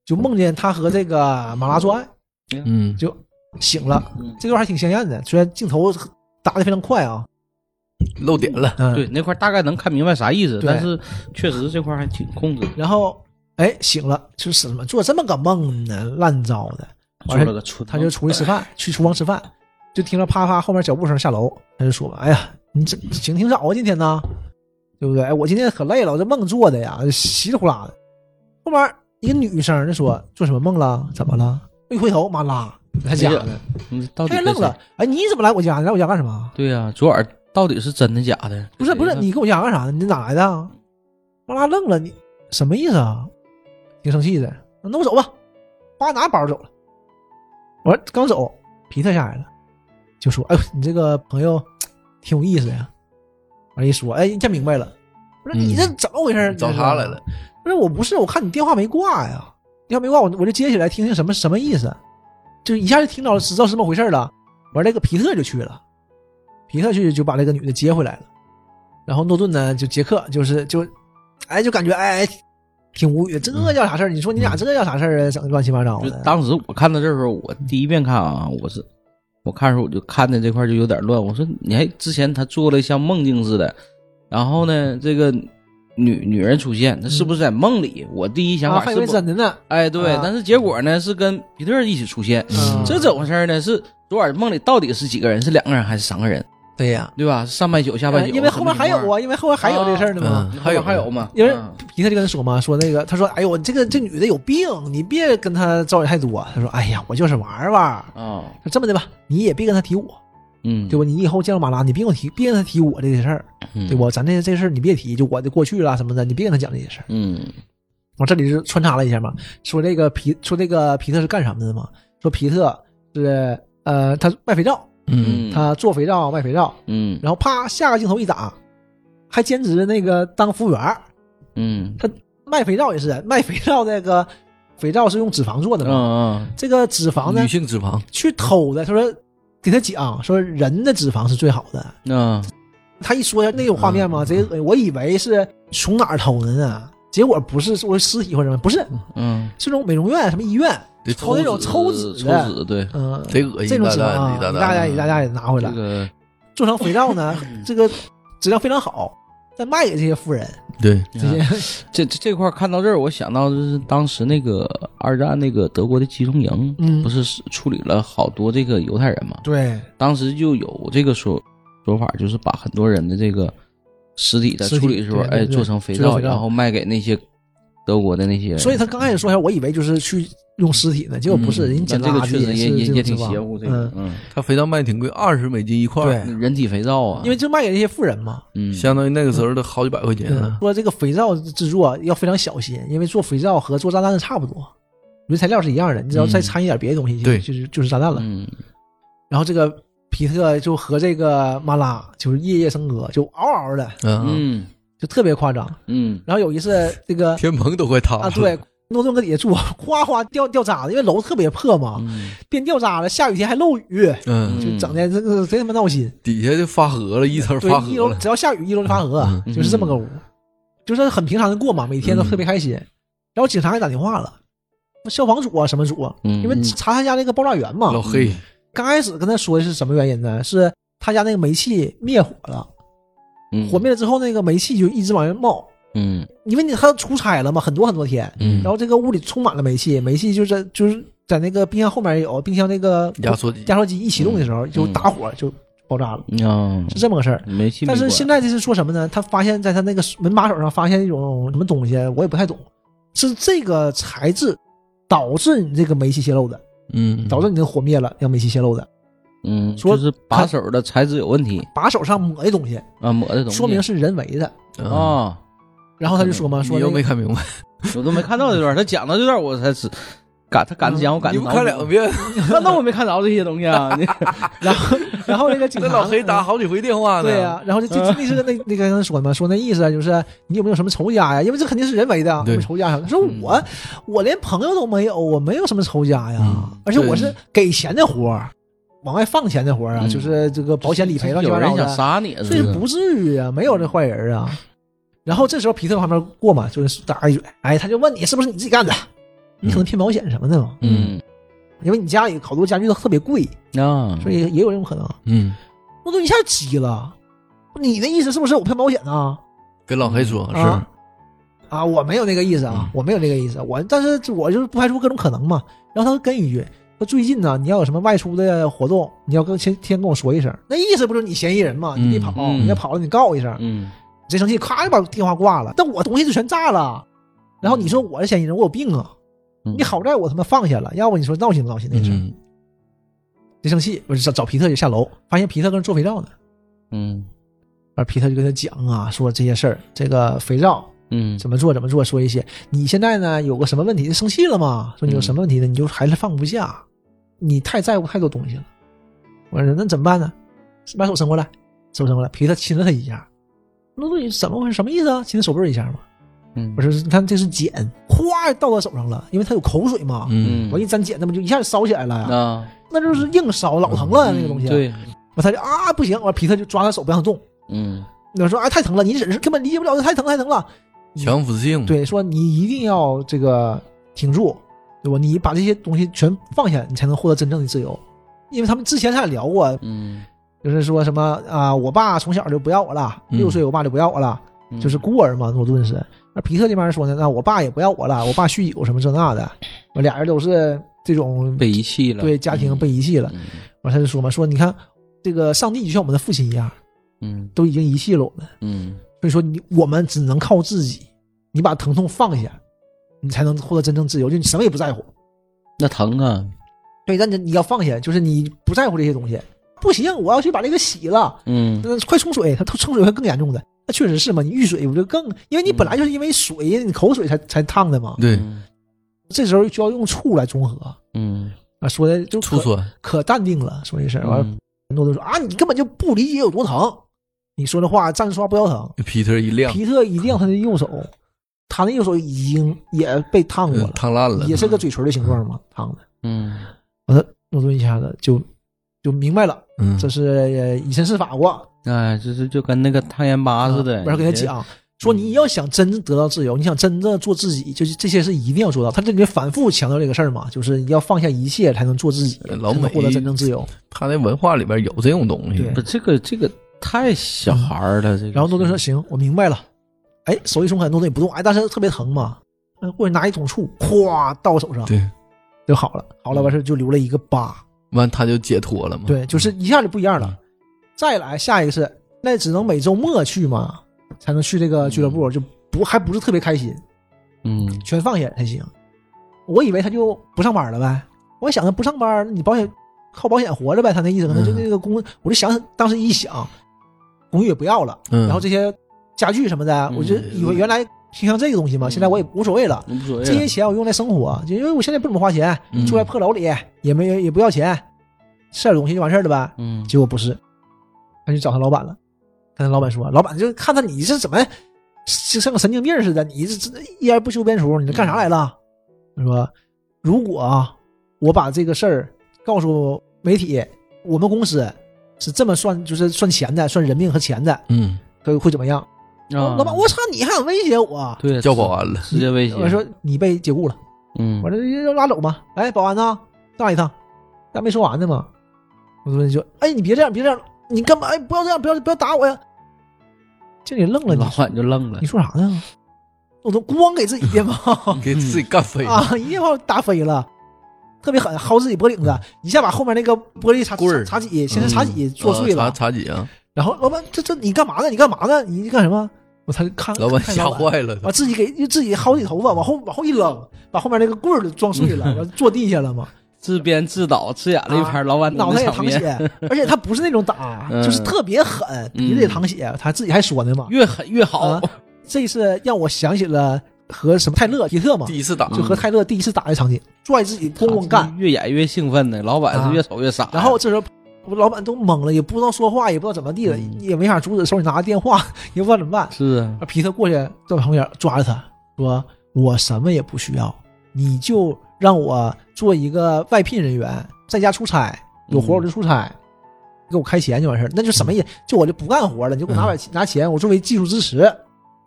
Speaker 4: 就梦见他和这个马拉做爱，
Speaker 5: 嗯，
Speaker 4: 就醒了
Speaker 2: 嗯。
Speaker 4: 这段还挺鲜艳的，虽然镜头打的非常快啊。
Speaker 5: 露点了，
Speaker 4: 嗯，
Speaker 2: 对，那块大概能看明白啥意思，
Speaker 4: 对
Speaker 2: 但是确实这块还挺控制，
Speaker 4: 然后哎醒了，就是怎么做这么个梦呢？烂糟的，
Speaker 2: 做
Speaker 4: 完事
Speaker 2: 了
Speaker 4: 儿
Speaker 2: 个出，
Speaker 4: 他就出去吃饭，去厨房吃饭。就听着啪啪后面脚步声下楼，他就说嘛：“哎呀，你这醒挺早啊，今天呢，对不对？哎，我今天可累了，我这梦做的呀，稀里呼啦的。”后面一个女生就说：“做什么梦了？怎么了？”一回头，妈啦，他家的，
Speaker 2: 你哎嗯到底
Speaker 4: 他
Speaker 2: 跟
Speaker 4: 愣了
Speaker 2: 谁。。
Speaker 4: 哎，你怎么来我家？你来我家干什么？
Speaker 2: 对呀、左耳到底是真的假的？
Speaker 4: 不是不是，
Speaker 2: 谁呢
Speaker 4: 你跟我家干啥呢？你哪来的啊？妈拉愣了，你什么意思啊？挺生气的。那我走吧，叭拿包走了。我说刚走，皮特下来了，就说：“哎呦，你这个朋友挺有意思呀。”完一说：“哎，一下明白了，不是
Speaker 5: 嗯
Speaker 4: 你这怎么回事？
Speaker 5: 找他来了，
Speaker 4: 不是我不是，我看你电话没挂呀，电话没挂，我我就接起来听听什么什么意思，就一下就听到了，知道是怎么回事了。完，这个皮特就去了，皮特去就把这个女的接回来了，然后诺顿呢就杰克就是就，哎就感觉哎挺无语，这叫啥事儿？你说你俩这叫啥事儿啊？整得乱七八糟
Speaker 2: 就
Speaker 4: 的。
Speaker 2: 当时我看到这时候，我第一遍看啊，我是我看的时候我就看的这块就有点乱。我说，你还之前他做了像梦境似的，然后呢，这个女女人出现，那是不是在梦里？我第一想
Speaker 4: 啊，
Speaker 2: 法
Speaker 4: 还以
Speaker 2: 是
Speaker 4: 为
Speaker 2: 不，
Speaker 4: 真的呢，
Speaker 2: 哎，对
Speaker 4: 啊，
Speaker 2: 但是结果呢是跟皮特一起出现，
Speaker 4: 嗯
Speaker 2: 这怎么回事呢？是昨晚梦里到底是几个人？是两个人还是三个人？
Speaker 4: 对呀、
Speaker 2: 对吧？上半宿下半
Speaker 4: 哎
Speaker 2: 宿，
Speaker 4: 因为后面还有
Speaker 2: 啊，
Speaker 4: 啊，因为后面还有这事儿呢嘛。
Speaker 5: 嗯
Speaker 2: 还有还
Speaker 5: 还有
Speaker 2: 有嘛，
Speaker 4: 因为
Speaker 2: 嗯
Speaker 4: 皮特就跟他说嘛，说那个，他说，哎呦，我这个这女的有病，你别跟她招惹太多。他说，哎呀，我就是玩玩。
Speaker 2: 啊，
Speaker 4: 说这么的吧，你也别跟她提我，
Speaker 2: 嗯，
Speaker 4: 对吧？你以后见到马拉，你别跟我提，别跟她提我这些事儿，
Speaker 2: 嗯
Speaker 4: 对？不？咱这这事儿你别提，就我的过去啦什么的，你别跟她讲这些事儿。
Speaker 2: 嗯
Speaker 4: 我这里是穿插了一下嘛，说这个皮，说这个皮特是干什么的嘛？说皮特是呃，他卖肥皂，
Speaker 5: 嗯，
Speaker 4: 他做肥皂卖肥皂，
Speaker 2: 嗯
Speaker 4: 然后啪下个镜头一打，还兼职那个当服务员儿。
Speaker 2: 嗯
Speaker 4: 卖肥皂也是，卖肥皂那个肥皂是用脂肪做的
Speaker 2: 嗯
Speaker 4: 嘛？
Speaker 2: 嗯
Speaker 4: 这个脂肪呢
Speaker 5: 女，性脂肪，
Speaker 4: 去偷的。他说给他讲，说人的脂肪是最好的。
Speaker 2: 嗯
Speaker 4: 他一说那有画面
Speaker 5: 嗯
Speaker 4: 嘛，贼恶心我以为是从哪儿偷的呢，结果不是说尸体或者什么，不是，
Speaker 2: 嗯。
Speaker 4: 是那种美容院什么医院
Speaker 5: 得
Speaker 4: 偷那种抽
Speaker 2: 纸
Speaker 4: 脂
Speaker 2: 抽
Speaker 4: 的，
Speaker 2: 纸，对，
Speaker 4: 嗯，
Speaker 5: 贼恶
Speaker 4: 这
Speaker 5: 心，
Speaker 4: 种
Speaker 5: 大
Speaker 4: 脂肪啊，
Speaker 5: 大
Speaker 4: 一
Speaker 5: 大嗯
Speaker 4: 大家一大家也拿回
Speaker 2: 这
Speaker 4: 来，
Speaker 2: 个
Speaker 4: 做成肥皂 呢，这个质量非常好，再卖给这些富人，
Speaker 5: 对，
Speaker 4: 这些
Speaker 2: 嗯 这这这块儿看到这儿，我想到就是当时那个二战那个德国的集中营，
Speaker 4: 嗯
Speaker 2: 不是处理了好多这个犹太人嘛？
Speaker 4: 对
Speaker 2: 当时就有这个说说法，就是把很多人的这个尸体在
Speaker 4: 尸体
Speaker 2: 处理的时候，
Speaker 4: 对对
Speaker 2: 哎，
Speaker 4: 对
Speaker 2: 做成肥
Speaker 4: 做成
Speaker 2: 皂，
Speaker 4: 肥皂
Speaker 2: 然后卖给那些德国的那些人。
Speaker 4: 所以他刚开始说，我以为就是去用尸体呢，结果不是，人家捡
Speaker 2: 嗯但这
Speaker 4: 垃
Speaker 2: 个
Speaker 4: 圾
Speaker 2: 确实也
Speaker 4: 是
Speaker 2: 也
Speaker 4: 这
Speaker 2: 也
Speaker 4: 种
Speaker 2: 挺
Speaker 4: 是吧
Speaker 2: 邪乎，这个
Speaker 4: 嗯，
Speaker 2: 嗯，
Speaker 5: 他肥皂卖挺贵，二十美金一块儿，
Speaker 4: 对，
Speaker 2: 人体肥皂啊，
Speaker 4: 因为就卖给那些富人嘛。
Speaker 2: 嗯，
Speaker 5: 相当于那个时候都好几百块钱
Speaker 2: 啊
Speaker 5: 啊
Speaker 4: 嗯
Speaker 5: 呢。
Speaker 4: 说这个肥皂制作啊要非常小心，因为做肥皂和做炸弹的差不多，原材料是一样的，你只要再掺一点别的东西，就
Speaker 5: 对
Speaker 4: 就是就是炸弹了。
Speaker 2: 嗯
Speaker 4: 然后这个皮特就和这个马拉就是夜夜笙歌，就嗷嗷的，
Speaker 5: 嗯，
Speaker 2: 嗯
Speaker 4: 就特别夸张。
Speaker 2: 嗯
Speaker 4: 然后有一次这 个
Speaker 5: 天棚都快塌了。
Speaker 4: 啊，对，诺顿搁底下住， 哗哗掉掉渣子，因为楼特别破嘛，
Speaker 2: 嗯
Speaker 4: 变掉渣了，下雨天还漏雨，
Speaker 5: 嗯，
Speaker 4: 啊就整的这个贼他妈闹心。
Speaker 5: 底下就发河了，一层
Speaker 4: 对
Speaker 5: 发，
Speaker 4: 一
Speaker 5: 河
Speaker 4: 楼
Speaker 5: 了。
Speaker 4: 只要下雨，一楼就发鹅，
Speaker 2: 嗯
Speaker 4: 就是这么个屋，就是很平常的过嘛，每天都
Speaker 5: 嗯
Speaker 4: 特别开心。然后警察给打电话了，消防组啊什么组啊，
Speaker 2: 嗯
Speaker 4: 因为查他家那个爆炸源嘛。
Speaker 5: 老黑，
Speaker 4: 刚开始跟他说的是什么原因呢？是他家那个煤气灭火了，
Speaker 2: 嗯，
Speaker 4: 火灭了之后，那个煤气就一直往外冒。
Speaker 2: 嗯
Speaker 4: 因为你他出差了嘛，很多很多天，
Speaker 2: 嗯，
Speaker 4: 然后这个屋里充满了煤气，煤气就在就是在那个冰箱后面也有，冰箱那个
Speaker 5: 压缩嗯机
Speaker 4: 压缩机一启动的时候就打火就爆炸了，
Speaker 2: 嗯
Speaker 4: 是这么个事儿。
Speaker 2: 没气没
Speaker 4: 但
Speaker 2: 管，
Speaker 4: 是现在这是说什么呢？他发现在他那个门把手上发现一种什么东西，我也不太懂，是这个材质导致你这个煤气泄漏的，
Speaker 5: 嗯，
Speaker 4: 导致你的火灭了，让煤气泄漏的。
Speaker 2: 嗯，
Speaker 4: 说
Speaker 2: 就是把手的材质有问题
Speaker 4: 把手上抹的东西，
Speaker 2: 啊，抹的东西
Speaker 4: 说明是人为的。
Speaker 5: 啊，
Speaker 2: 啊，
Speaker 4: 然后他就说嘛，啊说
Speaker 5: 你
Speaker 4: 那
Speaker 5: 又没
Speaker 4: 个
Speaker 5: 看明白，
Speaker 2: 我都没看到这段，他讲到这段我才知，赶他赶着讲，我赶
Speaker 5: 你
Speaker 2: 着
Speaker 5: 不
Speaker 2: 脑
Speaker 5: 看
Speaker 2: 补
Speaker 5: 两，遍，
Speaker 2: 那那我没看着这些东西啊，你
Speaker 4: 然后然后那个警
Speaker 5: 那
Speaker 4: 察
Speaker 5: 老黑打好几回电话呢。
Speaker 4: 对呀、然后就就就那是那那个跟他说嘛，说那意思啊就是你有没有什么仇家呀？因为这肯定是人为的，有没
Speaker 5: 对
Speaker 4: 有仇家啥的。他说我我连朋友都没有，我没有什么仇家呀，而且我是给钱的活儿，往外放钱的活儿啊，
Speaker 2: 嗯
Speaker 4: 就是这个保险理赔乱七
Speaker 2: 有
Speaker 4: 八糟
Speaker 2: 人想
Speaker 4: 的，
Speaker 2: 杀你，
Speaker 4: 这
Speaker 2: 是不
Speaker 4: 不至于啊，没有这坏人啊。然后这时候皮特旁边过嘛，就是打一嘴，哎，他就问你是不是你自己干的？你可能骗保险什么的嘛，
Speaker 2: 嗯
Speaker 4: 因为你家里好多家具都特别贵，
Speaker 2: 啊，
Speaker 4: 所以也有这种可能。
Speaker 5: 嗯，
Speaker 4: 我都一下急了，你的意思是不是我骗保险呢？
Speaker 5: 跟老黑说
Speaker 4: 啊
Speaker 5: 是，
Speaker 4: 啊，我没有那个意思啊
Speaker 5: 嗯，
Speaker 4: 我没有那个意思，我但是我就是不排除各种可能嘛。然后他跟一句，说最近呢，你要有什么外出的活动，你要跟先先跟我说一声。那意思不就是你嫌疑人嘛？你得跑，
Speaker 2: 嗯嗯
Speaker 4: 你要跑了你告我一声。
Speaker 2: 嗯，
Speaker 4: 真生气，咔就把电话挂了。但我东西就全炸了。然后你说我是嫌疑人，我有病啊！
Speaker 2: 嗯
Speaker 4: 你好在我他妈放下了，要不你说闹心不闹心那事儿。
Speaker 5: 嗯
Speaker 4: 真生气，我就找找皮特就下楼，发现皮特跟人做肥皂呢。
Speaker 2: 嗯
Speaker 4: 而皮特就跟他讲啊，说这些事儿，这个肥皂
Speaker 2: 嗯
Speaker 4: 怎么做怎么做，说一些。你现在呢有个什么问题？生气了吗？说你有什么问题呢？你就还是放不下，你太在乎太多东西了。我说那怎么办呢？把手伸过来，手伸过来，皮特亲了他一下。那都怎么回事？什么意思啊？亲他手背一下嘛。
Speaker 2: 嗯
Speaker 4: 我说你看这是碱，哗到他手上了，因为他有口水嘛。
Speaker 5: 嗯
Speaker 4: 我一沾碱，那不就一下就烧起来了呀？
Speaker 2: 啊，
Speaker 4: 那就是硬烧，老疼啊了、那个东西。
Speaker 2: 嗯，对，
Speaker 4: 我他就啊不行，我皮特就抓他手不让他动。
Speaker 2: 嗯
Speaker 4: 我说啊太疼了，你只是根本理解不了，太疼太疼了。
Speaker 5: 强制性，
Speaker 4: 对，说你一定要这个挺住，对吧？你把这些东西全放下，你才能获得真正的自由。因为他们之前咱俩聊过，
Speaker 2: 嗯，
Speaker 4: 就是说什么啊、我爸从小就不要我了，
Speaker 5: 嗯
Speaker 4: 六岁我爸就不要我了，
Speaker 2: 嗯
Speaker 4: 就是孤儿嘛，诺顿是。那皮特这边说呢，那我爸也不要我了，我爸酗酒什么这那的，我俩人都是这种
Speaker 2: 被遗弃了，
Speaker 4: 对家庭被遗弃了。
Speaker 2: 嗯
Speaker 4: 完他就说嘛，说你看这个上帝就像我们的父亲一样，
Speaker 2: 嗯
Speaker 4: 都已经遗弃了我们，
Speaker 2: 嗯
Speaker 4: 所以说你我们只能靠自己，你把疼痛放下，你才能获得真正自由，就你什么也不在乎。
Speaker 2: 那疼啊，
Speaker 4: 对，但你你要放下，就是你不在乎这些东西。不行，我要去把这个洗了，
Speaker 2: 嗯
Speaker 4: 那快冲水，它冲水会更严重的。那确实是嘛，你遇水不就更，因为你本来就是因为水，你口水才才烫的嘛。
Speaker 5: 对，
Speaker 2: 嗯
Speaker 4: 这时候就要用醋来中和
Speaker 2: 嗯，
Speaker 4: 啊，说的就
Speaker 5: 醋
Speaker 4: 可
Speaker 5: 酸，
Speaker 4: 可淡定了，说这事儿。完了，
Speaker 2: 嗯
Speaker 4: 诺顿说啊，你根本就不理解有多疼，你说的话站着说话不腰疼。
Speaker 5: 皮特一亮，
Speaker 4: 皮特一亮他的右手，他那右手已经也被烫过
Speaker 5: 嗯
Speaker 4: 了，
Speaker 5: 烫烂了，
Speaker 4: 也是个嘴唇的形状嘛，烫的。
Speaker 2: 嗯
Speaker 4: 诺顿一下子就就明白了，
Speaker 5: 嗯，
Speaker 4: 这是呃以身试法
Speaker 5: 啊
Speaker 4: 过，
Speaker 2: 哎，这是就跟那个烫盐巴似的，
Speaker 4: 然后跟他讲。说你要想真得到自由，你想真的做自己，就是这些是一定要做到。他这里面反复强调这个事儿嘛，就是要放下一切才能做自己，才
Speaker 5: 老
Speaker 4: 能
Speaker 5: 美
Speaker 4: 获得真正自由。
Speaker 5: 他那文化里边有这种东西
Speaker 4: 对，
Speaker 2: 不，这个这个太小孩儿了，这个。
Speaker 4: 然后诺顿说：“，行，我明白了。”哎，手一松开，诺顿也不动，哎，但是特别疼嘛。嗯，过去拿一桶醋，咵倒手上
Speaker 5: 对，
Speaker 4: 就好了，好了完事儿就留了一个疤。
Speaker 5: 完他就解脱了嘛，
Speaker 4: 对，就是一下就不一样了。再来下一个是，那只能每周末去嘛，才能去这个俱乐部，就不还不是特别开心，
Speaker 2: 嗯
Speaker 4: 全放下才行。我以为他就不上班了呗，我想着不上班，你保险靠保险活着呗，他那意思可能就
Speaker 5: 嗯
Speaker 4: 那个公，我就想当时一想，公寓也不要了，
Speaker 5: 嗯，
Speaker 4: 然后这些家具什么的，啊我就以为原来倾向这个东西嘛，
Speaker 2: 嗯
Speaker 4: 现在我也无所谓了。
Speaker 2: 无所谓了。
Speaker 4: 这些钱我用来生活，就因为我现在不怎么花钱，
Speaker 5: 嗯
Speaker 4: 住在破楼里也没有也不要钱，吃点东西就完事儿了呗。
Speaker 2: 嗯，
Speaker 4: 结果不是，他去找他老板了，跟他老板说，老板就看他你是怎么就像个神经病似的，你这这一言不修边幅，你这干啥来了？他说，如果啊，我把这个事儿告诉媒体，我们公司是这么算，就是算钱的，算人命和钱的，
Speaker 5: 嗯，
Speaker 4: 会会怎么样？
Speaker 2: 啊
Speaker 4: 老板，我操，你还敢威胁我？
Speaker 2: 对
Speaker 5: 叫保安了，
Speaker 2: 直接威胁。
Speaker 4: 我说，你被解雇了，
Speaker 2: 嗯，
Speaker 4: 我这就拉走吧。哎，保安呢？上来一趟，但没说完呢嘛。我说就，哎，你别这样，别这样，你干嘛？哎，不要这样，不要不要打我呀！经理愣了，你
Speaker 2: 老板就愣了
Speaker 4: 你。说啥呢？我都咣给自己一 电炮
Speaker 5: 给自己干飞了，
Speaker 4: 哦啊，一电炮打飞了，特别狠，薅自己脖领子，一下把后面那个玻璃茶
Speaker 5: 嗯棍儿
Speaker 4: 茶几，先是茶几坐碎
Speaker 5: 啊
Speaker 4: 了。
Speaker 5: 茶茶几啊，
Speaker 4: 然后老板，这这你干嘛呢？你干嘛呢？你干什么？我才看
Speaker 5: 老板
Speaker 4: 看啊
Speaker 5: 吓坏了，
Speaker 4: 完自己给自己薅自己头发，往后往后一扔，把后面那个棍儿都撞碎 了，然后坐地下了嘛，
Speaker 2: 自编自导自演了一盘老板
Speaker 4: 啊脑
Speaker 2: 的
Speaker 4: 袋也
Speaker 2: 场
Speaker 4: 淌
Speaker 2: 面，
Speaker 4: 血， 而且他不是那种打，
Speaker 2: 嗯
Speaker 4: 就是特别狠，鼻子也淌血，他自己还说呢嘛，
Speaker 2: 越狠越好
Speaker 4: 啊。这次让我想起了和什么泰勒皮特嘛
Speaker 2: 嗯
Speaker 5: 第，一次打，
Speaker 4: 就和泰勒第一次打的场景，拽自己咣咣干，
Speaker 2: 越演越兴奋呢。老板
Speaker 4: 啊
Speaker 2: 是越瞅越傻。
Speaker 4: 然后这时候。老板都懵了，也不知道说话，也不知道怎么地了，
Speaker 2: 嗯
Speaker 4: 也没法阻止，手里拿着电话，也不知道怎么办。
Speaker 2: 是啊，
Speaker 4: 皮特过去在旁边抓着他说：“我什么也不需要，你就让我做一个外聘人员，在家出差，有活我
Speaker 2: 嗯
Speaker 4: 就出差，你给我开钱就完事儿。那就什么也就我就不干活了，你就给我
Speaker 2: 嗯
Speaker 4: 拿点、拿钱，我作为技术支持，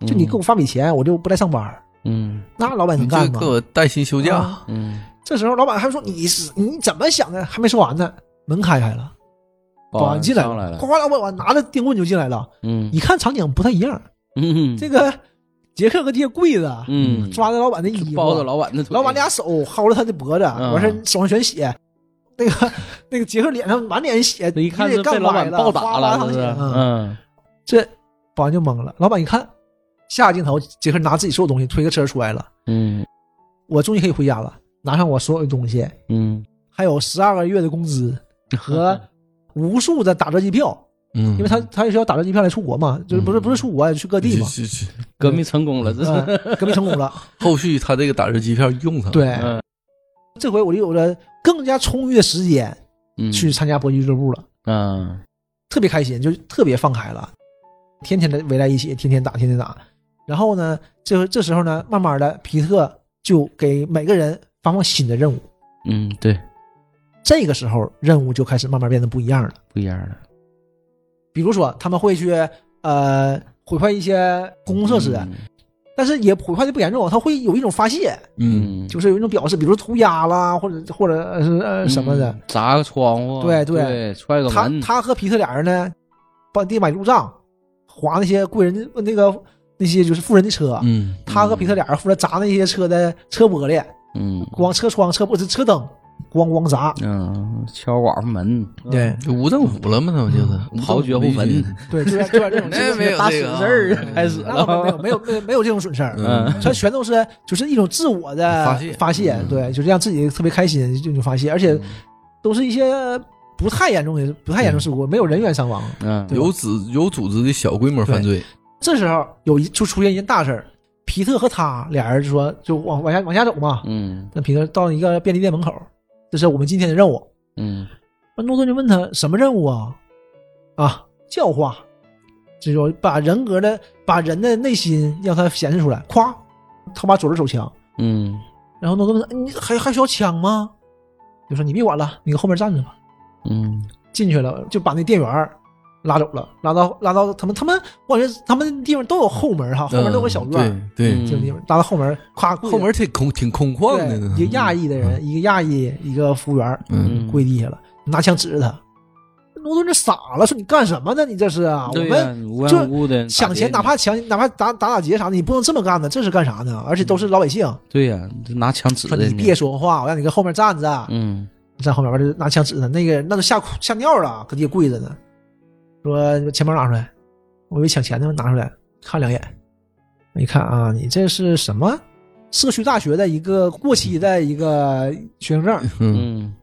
Speaker 4: 就你给我发笔钱，我就不再上班儿。
Speaker 2: 嗯
Speaker 4: 那老板
Speaker 5: 你
Speaker 4: 能
Speaker 5: 这
Speaker 4: 干吗
Speaker 5: 给？我带薪休假，
Speaker 4: 啊
Speaker 2: 嗯，
Speaker 4: 这时候老板还说：你是你怎么想的？还没说完呢，门开开了，保安进来
Speaker 2: 上来了
Speaker 4: 哗。哗啦，保安拿着电棍就进来了。
Speaker 2: 嗯
Speaker 4: 一看场景不太一样，
Speaker 2: 嗯，
Speaker 4: 这个杰克和这些柜子，
Speaker 2: 嗯
Speaker 4: 抓着老板的衣服，
Speaker 2: 抱着老板的腿，
Speaker 4: 老板俩手薅着他的脖子，
Speaker 2: 嗯
Speaker 4: 完事儿手上全血，那个那个杰克脸上满脸血，
Speaker 2: 这一看
Speaker 4: 这
Speaker 2: 是被老板暴打
Speaker 4: 了，
Speaker 2: 了，这
Speaker 4: 哗哗淌血
Speaker 2: 是
Speaker 4: 嗯，
Speaker 2: 嗯
Speaker 4: 这保安就懵了。老板一看，下镜头，杰克拿自己所有东西推个车出来了，
Speaker 2: 嗯
Speaker 4: 我终于可以回家了，拿上我所有的东西，
Speaker 2: 嗯，
Speaker 4: 还有十二个月的工资和无数的打折机票，
Speaker 5: 嗯，
Speaker 4: 因为他他也是要打折机票来出国嘛，就是不是
Speaker 5: 嗯
Speaker 4: 不是出国啊，去各地嘛，
Speaker 5: 是是是
Speaker 2: 革命成功了，这是
Speaker 4: 嗯，革命成功了。
Speaker 5: 后续他这个打折机票用上了，
Speaker 4: 对，
Speaker 2: 嗯
Speaker 4: 这回我就有了更加充裕的时间
Speaker 2: 嗯
Speaker 4: 去参加搏击俱乐部了，
Speaker 2: 嗯
Speaker 4: 特别开心，就特别放开了，天天的围在一起，天天打，天天打。然后呢，这这时候呢，慢慢的皮特就给每个人发放新的任务，
Speaker 2: 嗯，对，
Speaker 4: 这个时候任务就开始慢慢变得不一样了。
Speaker 2: 不一样了，
Speaker 4: 比如说他们会去呃毁坏一些公共设施，
Speaker 2: 嗯
Speaker 4: 但是也毁坏的不严重，他会有一种发泄，
Speaker 5: 嗯，
Speaker 2: 嗯，
Speaker 4: 就是有一种表示，比如涂鸦啦，或者或者呃是呃什么的。
Speaker 2: 嗯，砸个窗户，
Speaker 4: 对对
Speaker 2: 对，踹个
Speaker 4: 他
Speaker 2: 门，
Speaker 4: 他和皮特俩人呢，帮地买路障，划那些贵人那个那些就是富人的车。
Speaker 5: 嗯，
Speaker 4: 他和皮特俩人负责砸那些车的车玻璃，
Speaker 2: 嗯
Speaker 4: 光车窗、车玻车灯，咣咣砸。
Speaker 2: 嗯，敲寡妇门，
Speaker 4: 对
Speaker 5: 就无政府了嘛，他们就是嗯
Speaker 2: 刨掘户坟，
Speaker 4: 对，就在就在这种
Speaker 5: 那没有
Speaker 2: 大
Speaker 5: 这个
Speaker 2: 损事儿
Speaker 5: 啊
Speaker 2: 开始
Speaker 4: 那倒
Speaker 2: 了，
Speaker 4: 没有没有没有没有这种损事儿，
Speaker 5: 嗯
Speaker 4: 它全都是就是一种自我的
Speaker 5: 发泄
Speaker 4: 发泄，
Speaker 5: 嗯
Speaker 4: 对，就是让自己特别开心就就发泄，而且都是一些不太严重的、不太严重事故，没有人员伤亡。
Speaker 2: 嗯，
Speaker 5: 有组有组织的小规模犯罪，
Speaker 4: 这时候有一就出现一件大事儿，皮特和他俩人就说就往往下往下走嘛。
Speaker 2: 嗯
Speaker 4: 那皮特到一个便利店门口，这是我们今天的任务。
Speaker 2: 嗯
Speaker 4: 那诺顿就问他什么任务啊？啊，教化，这种把人格的把人的内心让他显示出来。咵，他妈左轮手枪。
Speaker 2: 嗯
Speaker 4: 然后诺顿问他：“哎你还还需要枪吗？”就说：“你别管了，你搁后面站着吧。
Speaker 2: 嗯”
Speaker 4: 进去了，就把那店员儿拉走了，拉到拉到他们他们，我感觉他们地方都有后门哈，后面都有个小院儿，
Speaker 5: 嗯对
Speaker 2: 嗯
Speaker 4: 就地方拉到后门，咵，
Speaker 5: 对，
Speaker 4: 跪下
Speaker 5: 后门挺空挺空旷的呢
Speaker 4: 对，一个亚裔的人，一个亚裔，一个服务员儿
Speaker 5: 嗯，
Speaker 2: 嗯，
Speaker 4: 跪地下了，拿枪指着他。诺顿这傻了，说：“你干什么呢？你这是啊？我
Speaker 2: 对呀
Speaker 4: 们。”
Speaker 2: 无缘无故的
Speaker 4: 抢钱，哪怕抢，哪怕打打打劫啥的，你不能这么干的，这是干啥呢？而且都是老百姓，
Speaker 2: 对嗯呀，这拿枪指
Speaker 4: 说
Speaker 2: 的
Speaker 4: 你别说话，我让你搁后面站着。
Speaker 2: 嗯
Speaker 4: 在后面完就拿枪指他，那个人那都吓哭吓尿了，搁地下跪着呢，说你把钱包拿出来，我以为抢钱呢，拿出来看两眼，一看啊，你这是什么？社区大学的一个过期的一个学生证，
Speaker 5: 嗯
Speaker 2: 嗯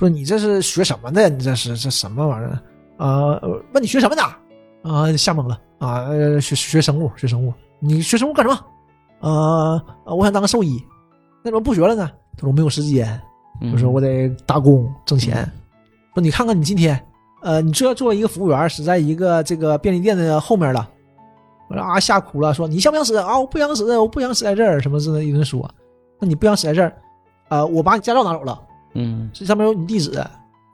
Speaker 4: 说你这是学什么的？你这是这什么玩意儿？啊、问你学什么的？啊、吓懵了啊、呃学学生物，学生物，你学生物干什么？啊、呃，我想当个兽医，那怎么不学了呢？他说我没有时间，
Speaker 2: 嗯，
Speaker 4: 我说我得打工挣钱。说你看看你今天，呃，你这作为一个服务员，死在一个这个便利店的后面了。我说啊，吓哭了，说你想不想死啊？我不想死，我不想死在这儿，什么之类的一顿说。那你不想死在这儿，呃，我把你驾照拿走了，
Speaker 2: 嗯
Speaker 4: 这上面有你地址，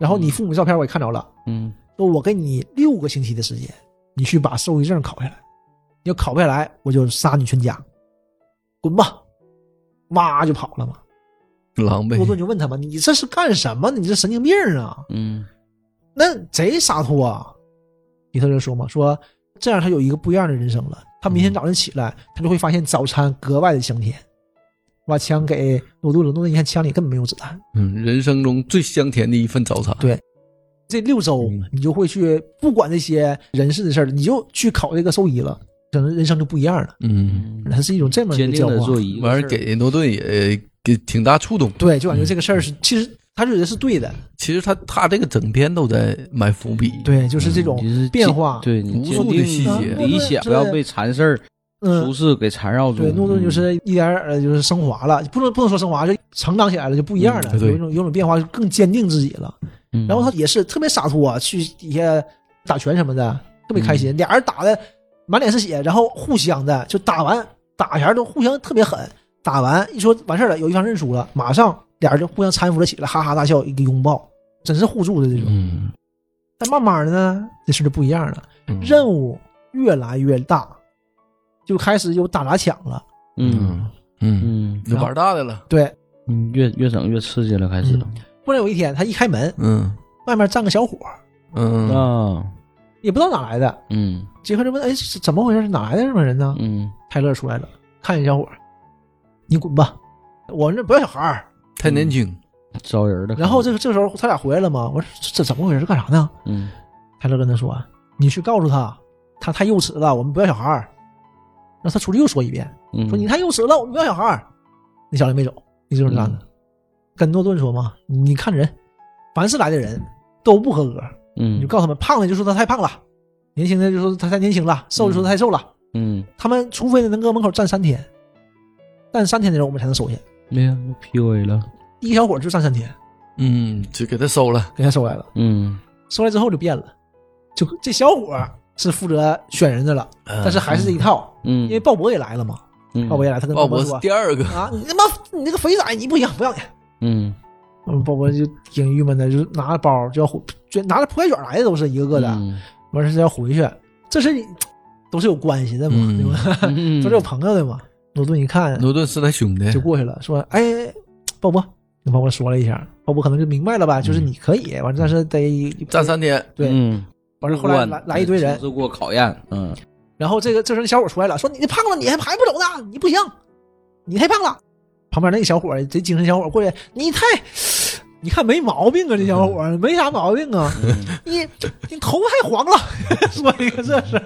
Speaker 4: 然后你父母照片我也看着了。
Speaker 2: 嗯
Speaker 4: 说我给你六个星期的时间，你去把兽医证考下来。你要考不下来，我就杀你全家，滚吧！哇就跑了嘛。
Speaker 5: 狼
Speaker 4: 诺顿
Speaker 5: 狈，
Speaker 4: 就问他嘛：“你这是干什么呢？你这神经病啊！
Speaker 2: 嗯
Speaker 4: 那贼洒脱啊！”皮特就说嘛：“说这样他有一个不一样的人生了。他明天早晨起来，他就会发现早餐格外的香甜。”把枪给诺顿了，诺顿一看枪里根本没有子弹。
Speaker 5: 嗯，人生中最香甜的一份早餐，
Speaker 4: 对这六周
Speaker 5: 嗯
Speaker 4: 你就会去不管那些人事的事儿，你就去考这个兽医了，可能人生就不一样了。
Speaker 5: 嗯，
Speaker 2: 嗯，
Speaker 4: 它是一种这么一
Speaker 2: 坚
Speaker 4: 个
Speaker 2: 定
Speaker 4: 教
Speaker 2: 的
Speaker 4: 化
Speaker 2: 做，嗯一个
Speaker 5: 完
Speaker 2: 事
Speaker 5: 事
Speaker 2: 儿
Speaker 5: 给诺顿也给挺大触动。
Speaker 4: 对，就感觉这个
Speaker 2: 嗯
Speaker 4: 事儿是其实他觉得是对的，
Speaker 5: 其实他他这个整篇都在埋伏笔，，
Speaker 4: 对，就是这
Speaker 2: 嗯你
Speaker 4: 种
Speaker 2: 是
Speaker 4: 变
Speaker 2: 坚
Speaker 4: 化，
Speaker 2: 对你
Speaker 5: 无
Speaker 2: 坚
Speaker 5: 数的
Speaker 2: 定
Speaker 5: 细节
Speaker 2: 理想不要被缠事儿、
Speaker 4: 嗯
Speaker 2: 俗，事给缠绕住。
Speaker 4: 对，诺顿
Speaker 2: 嗯
Speaker 4: 就是一点儿呃，就是升华了，不能不能说升华，就成长起来了，就不一样了，
Speaker 5: 嗯对
Speaker 4: 有一种有一种变化，更坚定自己了。
Speaker 2: 嗯
Speaker 4: 然后他也是特别洒脱、啊去底下打拳什么的，特别开心。俩人打
Speaker 5: 嗯
Speaker 4: 的满脸是血，然后互相的就打完打前都互相特别狠，打完一说完事儿了，有一方认输了，马上俩人就互相搀扶了起来，哈哈大笑，一个拥抱，真是互助的这种。
Speaker 5: 嗯，
Speaker 4: 但慢慢的呢，这事儿就不一样了，
Speaker 5: 嗯
Speaker 4: 任务越来越大，就开始有打砸抢了。
Speaker 2: 嗯
Speaker 5: 嗯嗯，
Speaker 2: 嗯
Speaker 5: 就玩大的了，
Speaker 4: 对，
Speaker 2: 嗯，越越整越刺激了，开始
Speaker 4: 忽然有一天，他一开门，
Speaker 5: 嗯
Speaker 4: 外面站个小伙儿，
Speaker 5: 嗯
Speaker 2: 啊，
Speaker 4: 也不知道哪来的。
Speaker 2: 嗯
Speaker 4: 杰克就问：“哎，是怎么回事？哪来的这帮人呢
Speaker 2: 嗯？”
Speaker 4: 泰勒出来了，看见小伙儿，你滚吧！我那不要小孩儿，
Speaker 5: 太年轻，
Speaker 2: 招人的。
Speaker 4: 然后这个这时候他俩回来了嘛，我说这这怎么回事？这干啥呢？
Speaker 2: 嗯
Speaker 4: 泰勒跟他说：“啊你去告诉他，他太幼稚了，我们不要小孩儿。”让他出去又说一遍，
Speaker 2: 嗯，
Speaker 4: 说你太幼稚了，我们不要小孩儿。那小子没走，一直就站着。
Speaker 2: 嗯
Speaker 4: 跟诺顿说嘛：“你看人，凡是来的人都不合格，
Speaker 2: 嗯
Speaker 4: 你就告诉他们，胖的就说他太胖了，年轻的就说他太年轻了，瘦的说他太瘦了。
Speaker 2: 嗯，
Speaker 4: 他们除非能搁门口站三天，站三天的人我们才能收下。
Speaker 2: 没呀，PUA 了，
Speaker 4: 第一小伙就站三天，
Speaker 5: 嗯，就给他收了。
Speaker 4: 给他收来了。
Speaker 2: 嗯
Speaker 4: 收来之后就变了，就这小伙是负责选人的了，但是还是这一套，
Speaker 2: 嗯，
Speaker 4: 因为啊鲍勃也来了嘛，
Speaker 2: 嗯
Speaker 4: 鲍勃也来，他跟
Speaker 5: 鲍
Speaker 4: 勃
Speaker 5: 勃
Speaker 4: 说
Speaker 5: 是第二个，
Speaker 4: 啊，你他妈你这个肥仔你不行，不让你。
Speaker 2: 嗯
Speaker 4: 嗯，鲍勃就挺郁闷的，就拿着包就要回，就拿着铺盖卷来的都是一个个的，
Speaker 2: 嗯
Speaker 4: 完事是要回去，这是都是有关系的嘛，
Speaker 5: 嗯
Speaker 4: 对吧？
Speaker 2: 嗯
Speaker 4: 都是有朋友的嘛。诺顿一看
Speaker 5: 牛顿是他兄弟
Speaker 4: 就。过去了，说：“哎，鲍勃。”跟鲍勃说了一下，鲍勃可能就明白了吧，就是你可以，完了但是得
Speaker 5: 站三天，
Speaker 4: 对，
Speaker 2: 嗯，
Speaker 4: 完了后来来来一堆人，
Speaker 2: 经过考验，嗯
Speaker 4: 然后这个这时候那小伙出来了，说你这胖了，你还还不走呢？你不行，你太胖了。旁边那个小伙儿贼精神小伙儿过去，你太，你看没毛病啊，这小伙儿没啥毛病 啊，你你头太黄了， 说一个这 是，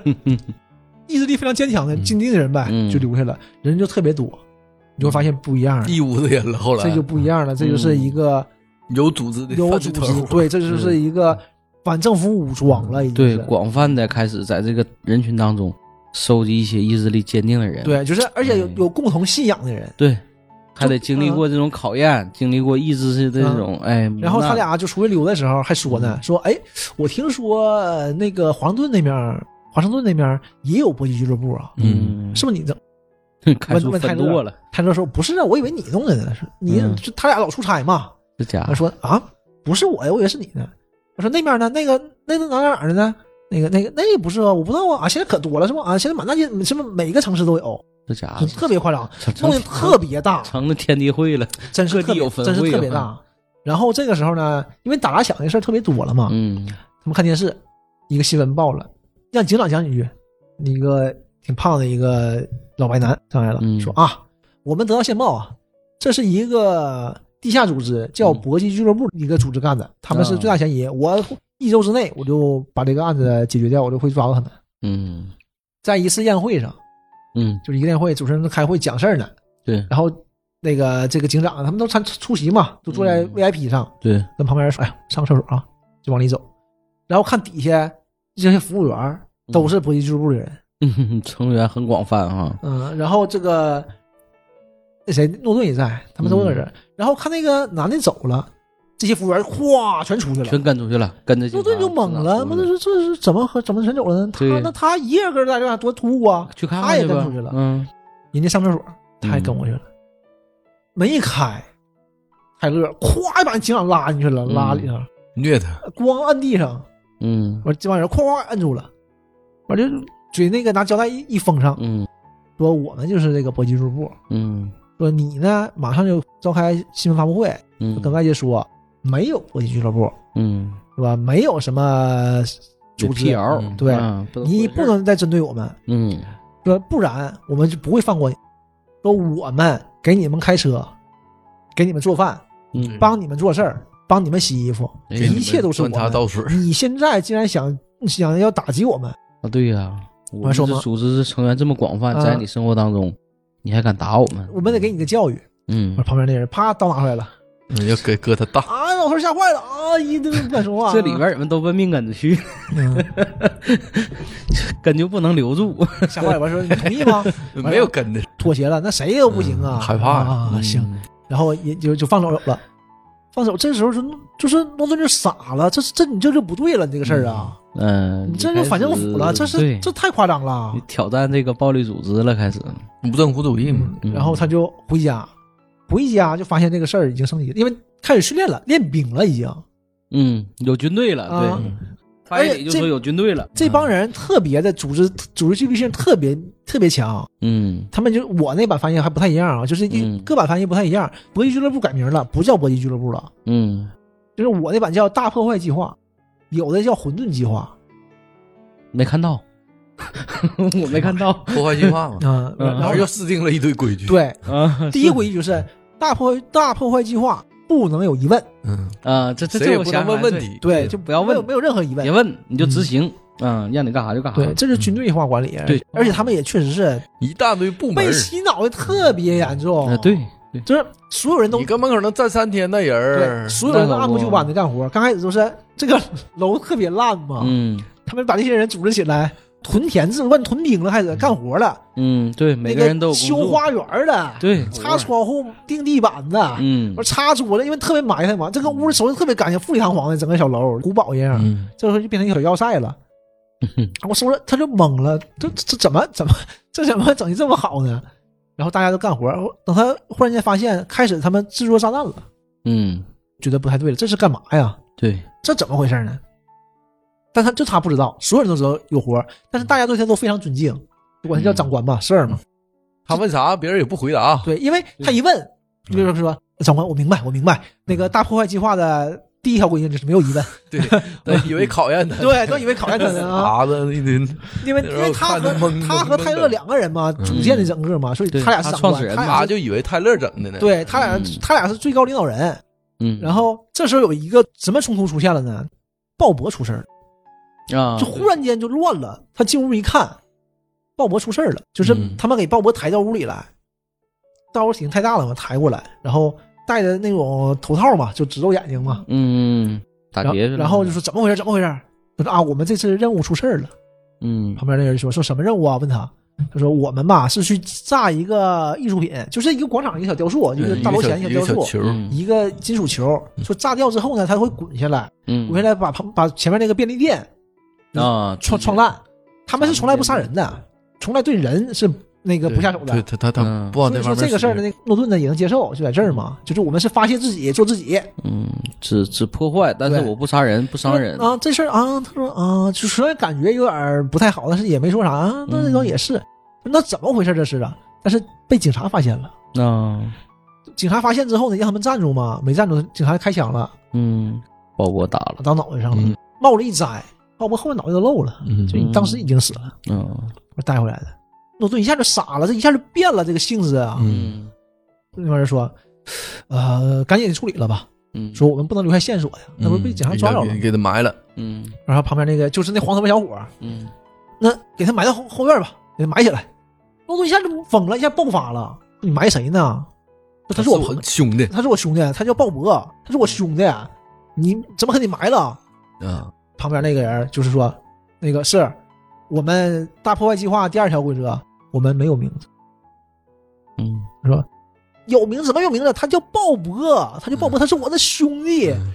Speaker 4: 意志力非常坚强的
Speaker 2: 嗯
Speaker 4: 精进的人呗，
Speaker 2: 嗯
Speaker 4: 就留下了，人就特别多，你会发现不一样了，
Speaker 2: 嗯
Speaker 5: 一屋子人了。后来
Speaker 4: 这就不一样了，这就是一个
Speaker 5: 有组
Speaker 2: 嗯
Speaker 5: 织的
Speaker 4: 有
Speaker 5: 犯罪
Speaker 4: 组
Speaker 5: 团
Speaker 4: 织
Speaker 5: 伙，，
Speaker 4: 对，这就是一个反政府武装了，已经
Speaker 2: 对，
Speaker 4: 是
Speaker 2: 广泛的开始在这个人群当中收集一些意志力坚定的人，
Speaker 4: 对，就是而且有
Speaker 2: 嗯
Speaker 4: 有共同信仰的人。
Speaker 2: 对，还得经历过这种考验，经历过意志的这种哎，
Speaker 4: 嗯然后他
Speaker 2: 无奈
Speaker 4: 俩就出去溜达的时候还说呢，
Speaker 2: 嗯
Speaker 4: 说哎，我听说呃那个华盛顿那边儿，华盛顿那边儿也有搏击俱乐部啊，
Speaker 2: 嗯，
Speaker 4: 是不是你整？嗯
Speaker 2: 开出分舵了，
Speaker 4: 泰勒说不是啊，我以为你弄的呢，是你、
Speaker 2: 嗯
Speaker 4: 就他俩老出差嘛。
Speaker 2: 这家
Speaker 4: 他
Speaker 2: 伙，
Speaker 4: 说啊，不是我呀，我以为是你呢。我说那边呢，那个那个哪哪儿的呢？那个那个那也不是啊，我不知道啊，啊现在可多了是吧？啊，现在满大街什么每个城市都有，
Speaker 2: 这家伙
Speaker 4: 就特别夸张，
Speaker 2: 成
Speaker 4: 弄
Speaker 2: 成
Speaker 4: 得特别大，
Speaker 2: 成了天地会了，
Speaker 4: 真
Speaker 2: 各
Speaker 4: 是
Speaker 2: 地
Speaker 4: 特别
Speaker 2: 有分
Speaker 4: 真是
Speaker 2: 会
Speaker 4: 特别
Speaker 2: 啊
Speaker 4: 大。然后这个时候呢，因为打砸抢这事儿特别多了嘛，
Speaker 2: 嗯
Speaker 4: 他们看电视，一个新闻报了，让警长讲几句。一个挺胖的一个老白男上来了，
Speaker 2: 嗯
Speaker 4: 说啊，我们得到线报啊，这是一个地下组织叫
Speaker 2: 嗯啊
Speaker 4: 搏击俱乐部一个组织干的，他们是最大嫌疑。我一周之内我就把这个案子解决掉，我就会抓到他们。
Speaker 2: 嗯
Speaker 4: 在一次宴会上，
Speaker 2: 嗯，
Speaker 4: 就是一个宴会，主持人开会讲事儿呢，
Speaker 2: 对
Speaker 4: 然后那个这个警长他们都参出席嘛，都坐在
Speaker 2: 嗯
Speaker 4: VIP 上，
Speaker 2: 对，
Speaker 4: 跟旁边人说：“哎呀，上个厕所啊！”就往里走，然后看底下这些服务员都是搏击俱乐部的人，
Speaker 2: 嗯成员很广泛哈，
Speaker 4: 嗯然后这个那谁诺顿也在，他们都在这儿、
Speaker 2: 嗯
Speaker 4: 然后看那个男的走了，这些服务员哗全出去了，
Speaker 2: 全跟出去了，跟着啊警
Speaker 4: 诺
Speaker 2: 察
Speaker 4: 顿就懵了，
Speaker 2: 警察
Speaker 4: 那这这是怎么和怎么全走了呢？他
Speaker 2: 对
Speaker 4: 那他一个个在这儿多突兀啊！
Speaker 2: 去看
Speaker 4: 他
Speaker 2: 看
Speaker 4: 也
Speaker 2: 去吧
Speaker 4: 跟出去了，
Speaker 2: 嗯
Speaker 4: 人家上厕所，他还跟过去了，门一开，泰勒咵一把警长拉进去了，拉里头，
Speaker 5: 虐他，
Speaker 4: 光按地上。
Speaker 2: 嗯
Speaker 4: 完这帮人哐哐摁住了，完就嘴那个拿胶带一一封上，
Speaker 2: 嗯
Speaker 4: 说我们就是这个搏击俱乐部，
Speaker 2: 嗯
Speaker 4: 说你呢马上就召开新闻发布会，
Speaker 2: 嗯，
Speaker 4: 跟外界说没有搏击俱乐部，
Speaker 2: 嗯
Speaker 4: 是吧？没有什么组织
Speaker 2: 辟，谣，
Speaker 5: 嗯
Speaker 4: 对
Speaker 2: 嗯
Speaker 4: 你不能再针对我们，
Speaker 2: 嗯
Speaker 4: 说不然我们就不会放过你。说我们给你们开车，给你们做饭，
Speaker 2: 嗯
Speaker 4: 帮你们做事儿，帮你们洗衣服，
Speaker 2: 哎
Speaker 5: 给你
Speaker 4: 一
Speaker 5: 们
Speaker 4: 切都是我
Speaker 5: 端茶
Speaker 4: 们。
Speaker 5: 倒水。
Speaker 4: 你现在竟然想想要打击我们，
Speaker 2: 啊，对呀、我们
Speaker 4: 说
Speaker 2: 这
Speaker 4: 吗
Speaker 2: 组织成员这么广泛，
Speaker 4: 啊
Speaker 2: 在你生活当中，你还敢打我们？
Speaker 4: 我们得给你个教育。
Speaker 2: 嗯
Speaker 4: 完，旁边那人啪刀拿出来了。
Speaker 5: 嗯要给哥他大，
Speaker 4: 啊，老头吓坏了啊，一顿不敢说话。
Speaker 2: 这里边人们都奔命根子去，
Speaker 4: 嗯
Speaker 2: 根就不能留住。
Speaker 4: 吓坏了，完说你同意吗？
Speaker 5: 没有跟的，
Speaker 4: 妥协了，那谁也不行啊，
Speaker 5: 嗯害怕呀
Speaker 4: 啊。行，然后也就就放手了，放手。这时候就就是诺顿就傻了，这这你这就不对了，你这个事儿啊，
Speaker 2: 嗯，
Speaker 4: 你这就反政府了，这是
Speaker 2: 对
Speaker 4: 这太夸张了
Speaker 2: 你。挑战这个暴力组织了，开始。
Speaker 5: 无政府主义嘛
Speaker 4: 嗯。然后他就回家，回家就发现这个事儿已经升级了，因为开始训练了，练兵了已经。
Speaker 2: 嗯，有军队了，
Speaker 4: 啊
Speaker 2: 对，
Speaker 5: 嗯
Speaker 2: 发言里就
Speaker 4: 而且
Speaker 2: 说
Speaker 4: 这
Speaker 2: 有军队了。嗯
Speaker 4: 这帮人特别的组织组织纪律性特别特别强，
Speaker 2: 嗯
Speaker 4: 他们就我那版翻译还不太一样啊，就是一
Speaker 2: 嗯
Speaker 4: 各版翻译不太一样。搏击俱乐部改名了，不叫搏击俱乐部了，
Speaker 2: 嗯
Speaker 4: 就是我那版叫大破坏计划，有的叫混沌计划
Speaker 2: 没看到， 我没看到
Speaker 5: 破坏计划嘛，
Speaker 4: 啊。
Speaker 2: 嗯
Speaker 4: 嗯 然
Speaker 5: 然
Speaker 4: 后
Speaker 5: 后又制定了一堆规矩。，
Speaker 4: 对，
Speaker 2: 啊。
Speaker 4: 第一规矩就是大破大破坏计划不能有疑问，
Speaker 5: 嗯，
Speaker 2: 啊，这这
Speaker 5: 谁
Speaker 2: 这
Speaker 5: 也
Speaker 2: 我
Speaker 5: 不
Speaker 2: 想
Speaker 5: 能问
Speaker 2: 起来
Speaker 5: 问，题，
Speaker 4: 对，
Speaker 2: 就
Speaker 4: 就
Speaker 2: 不要
Speaker 4: 没
Speaker 2: 啊
Speaker 4: 有
Speaker 2: 问，
Speaker 4: 没有任何疑问
Speaker 2: 别。问你就执行，嗯，让你干啥就干啥。
Speaker 4: 对，这是军队化管理，
Speaker 2: 对
Speaker 4: 而且他们也确实是
Speaker 5: 一大堆部门
Speaker 4: 被
Speaker 5: 儿，
Speaker 4: 洗脑的特别严重，
Speaker 2: 呃，对，对，
Speaker 4: 就是所有人都
Speaker 5: 你根本可能站三天的人
Speaker 4: 对，
Speaker 5: 儿，
Speaker 4: 所有人都按部就班的干活。刚开始都是这个楼特别烂嘛，
Speaker 2: 嗯
Speaker 4: 他们把这些人组织起来，屯田制乱屯兵了，开始干活了，
Speaker 2: 嗯，对，每
Speaker 4: 那
Speaker 2: 人都有工
Speaker 4: 修
Speaker 2: 作，
Speaker 4: 花园的，
Speaker 2: 对，
Speaker 4: 擦窗户、钉地板的，
Speaker 2: 嗯
Speaker 4: 我，擦桌子，因为特别埋汰嘛，这个屋收拾特别干净，富丽堂皇的，整个小楼古堡一样。
Speaker 5: 嗯，
Speaker 4: 这时候就变成一个小要塞了。我收拾他就懵了，这这这怎么怎么 这怎么整的这么好呢？然后大家都干活，等他忽然间发现，开始他们制作炸弹了，
Speaker 2: 嗯，
Speaker 4: 觉得不太对了，这是干嘛呀？
Speaker 2: 对，
Speaker 4: 这怎么回事呢？但他就他不知道，所有人都知道有活，但是大家对他都非常尊敬，就管他叫长官吧，事儿嘛。
Speaker 5: 他问啥别人也不回答，
Speaker 4: 嗯对，因为他一问，比如说长官，我明白，我明白，那个大破坏计划的第一条规定就是没有疑 问，
Speaker 5: 对，他 以为考验他，
Speaker 4: 对，都以为考验他 呢啊，
Speaker 5: 啥的一堆，
Speaker 4: 因为因为他和他和泰勒两个人嘛，组建的整个嘛，所以嗯他俩是长官，他俩
Speaker 5: 他
Speaker 4: 是
Speaker 5: 就以为泰勒整的呢，，
Speaker 4: 哎对他俩他俩是最高领导人。
Speaker 2: 嗯，
Speaker 4: 然后这时候有一个什么冲突出现了呢？鲍勃出事儿了，
Speaker 2: 啊，
Speaker 4: 就忽然间就乱了。他进屋一看，鲍勃出事儿了，就是
Speaker 5: 嗯
Speaker 4: 他们给鲍勃抬到屋里来，到屋体型太大了嘛，抬过来，然后戴着那种头套嘛，就只露眼睛嘛，
Speaker 2: 嗯，打
Speaker 4: 然后
Speaker 2: 碟去了
Speaker 4: 然后就说怎么回事？怎么回事？他说啊，我们这次任务出事儿了。
Speaker 2: 嗯
Speaker 4: 旁边那人说说什么任务啊？问他，他说我们吧是去炸一个艺术品，就是一个广场一个小雕塑，一个大楼前一
Speaker 5: 嗯一
Speaker 4: 个雕
Speaker 5: 个小
Speaker 4: 塑，
Speaker 5: 球，嗯
Speaker 2: 嗯
Speaker 4: 一个金属球，说炸掉之后呢，它会滚下来，
Speaker 2: 嗯，
Speaker 4: 滚下来把旁把前面那个便利店
Speaker 2: 啊，
Speaker 4: 撞撞烂。他们是从来不杀人的，从来对人是那个不下手的。
Speaker 5: 对他他他
Speaker 2: 嗯
Speaker 5: 不往
Speaker 4: 所
Speaker 5: 那
Speaker 4: 以
Speaker 5: 方
Speaker 4: 说
Speaker 5: 面
Speaker 4: 这个事儿呢，那个诺顿呢也能接受，就在这儿嘛，就是我们是发泄自己，做自己。
Speaker 2: 嗯，只只破坏，但是
Speaker 4: 对
Speaker 2: 我不杀人，不伤人
Speaker 4: 啊，这事儿啊，他说啊，就虽然感觉有点儿不太好，但是也没说啥。啊那
Speaker 5: 嗯
Speaker 4: 那倒也是，那怎么回事？这是啊，但是被警察发现了。
Speaker 2: 啊，
Speaker 4: 警察发现之后呢，让他们站住嘛，没站住，警察开枪了，
Speaker 2: 嗯，鲍勃打了，
Speaker 4: 打脑袋上了，
Speaker 5: 嗯
Speaker 4: 帽子一摘，鲍勃后面脑袋都露了，
Speaker 5: 嗯
Speaker 4: 就当时已经死了，
Speaker 2: 嗯
Speaker 4: 我带回来的。诺顿一下就傻了，这一下就变了这个性质啊！
Speaker 5: 嗯
Speaker 2: 嗯
Speaker 4: 那帮人说：“呃，赶紧处理了吧，
Speaker 2: 嗯，
Speaker 4: 说我们不能留下线索呀，那不是被警察抓着了
Speaker 5: 给
Speaker 4: 吗
Speaker 5: 给他埋了，
Speaker 2: 嗯
Speaker 4: 然后旁边那个就是那黄头发小伙儿，
Speaker 2: 嗯
Speaker 4: 那给他埋到后后院吧，给他埋起来。诺顿一下就疯了，一下爆发了，说你埋谁呢？说他是我嗯朋友，
Speaker 5: 兄弟
Speaker 4: 他是我兄弟，他叫鲍勃，他是我兄弟，啊你怎么给你埋了？
Speaker 5: 啊，
Speaker 4: 旁边那个人就是说，那个是我们大破坏计划第二条规则，我们没有名字，
Speaker 2: 嗯
Speaker 4: 有名字怎么有名字？他叫鲍勃，他叫鲍勃，他是我的兄弟。
Speaker 5: 嗯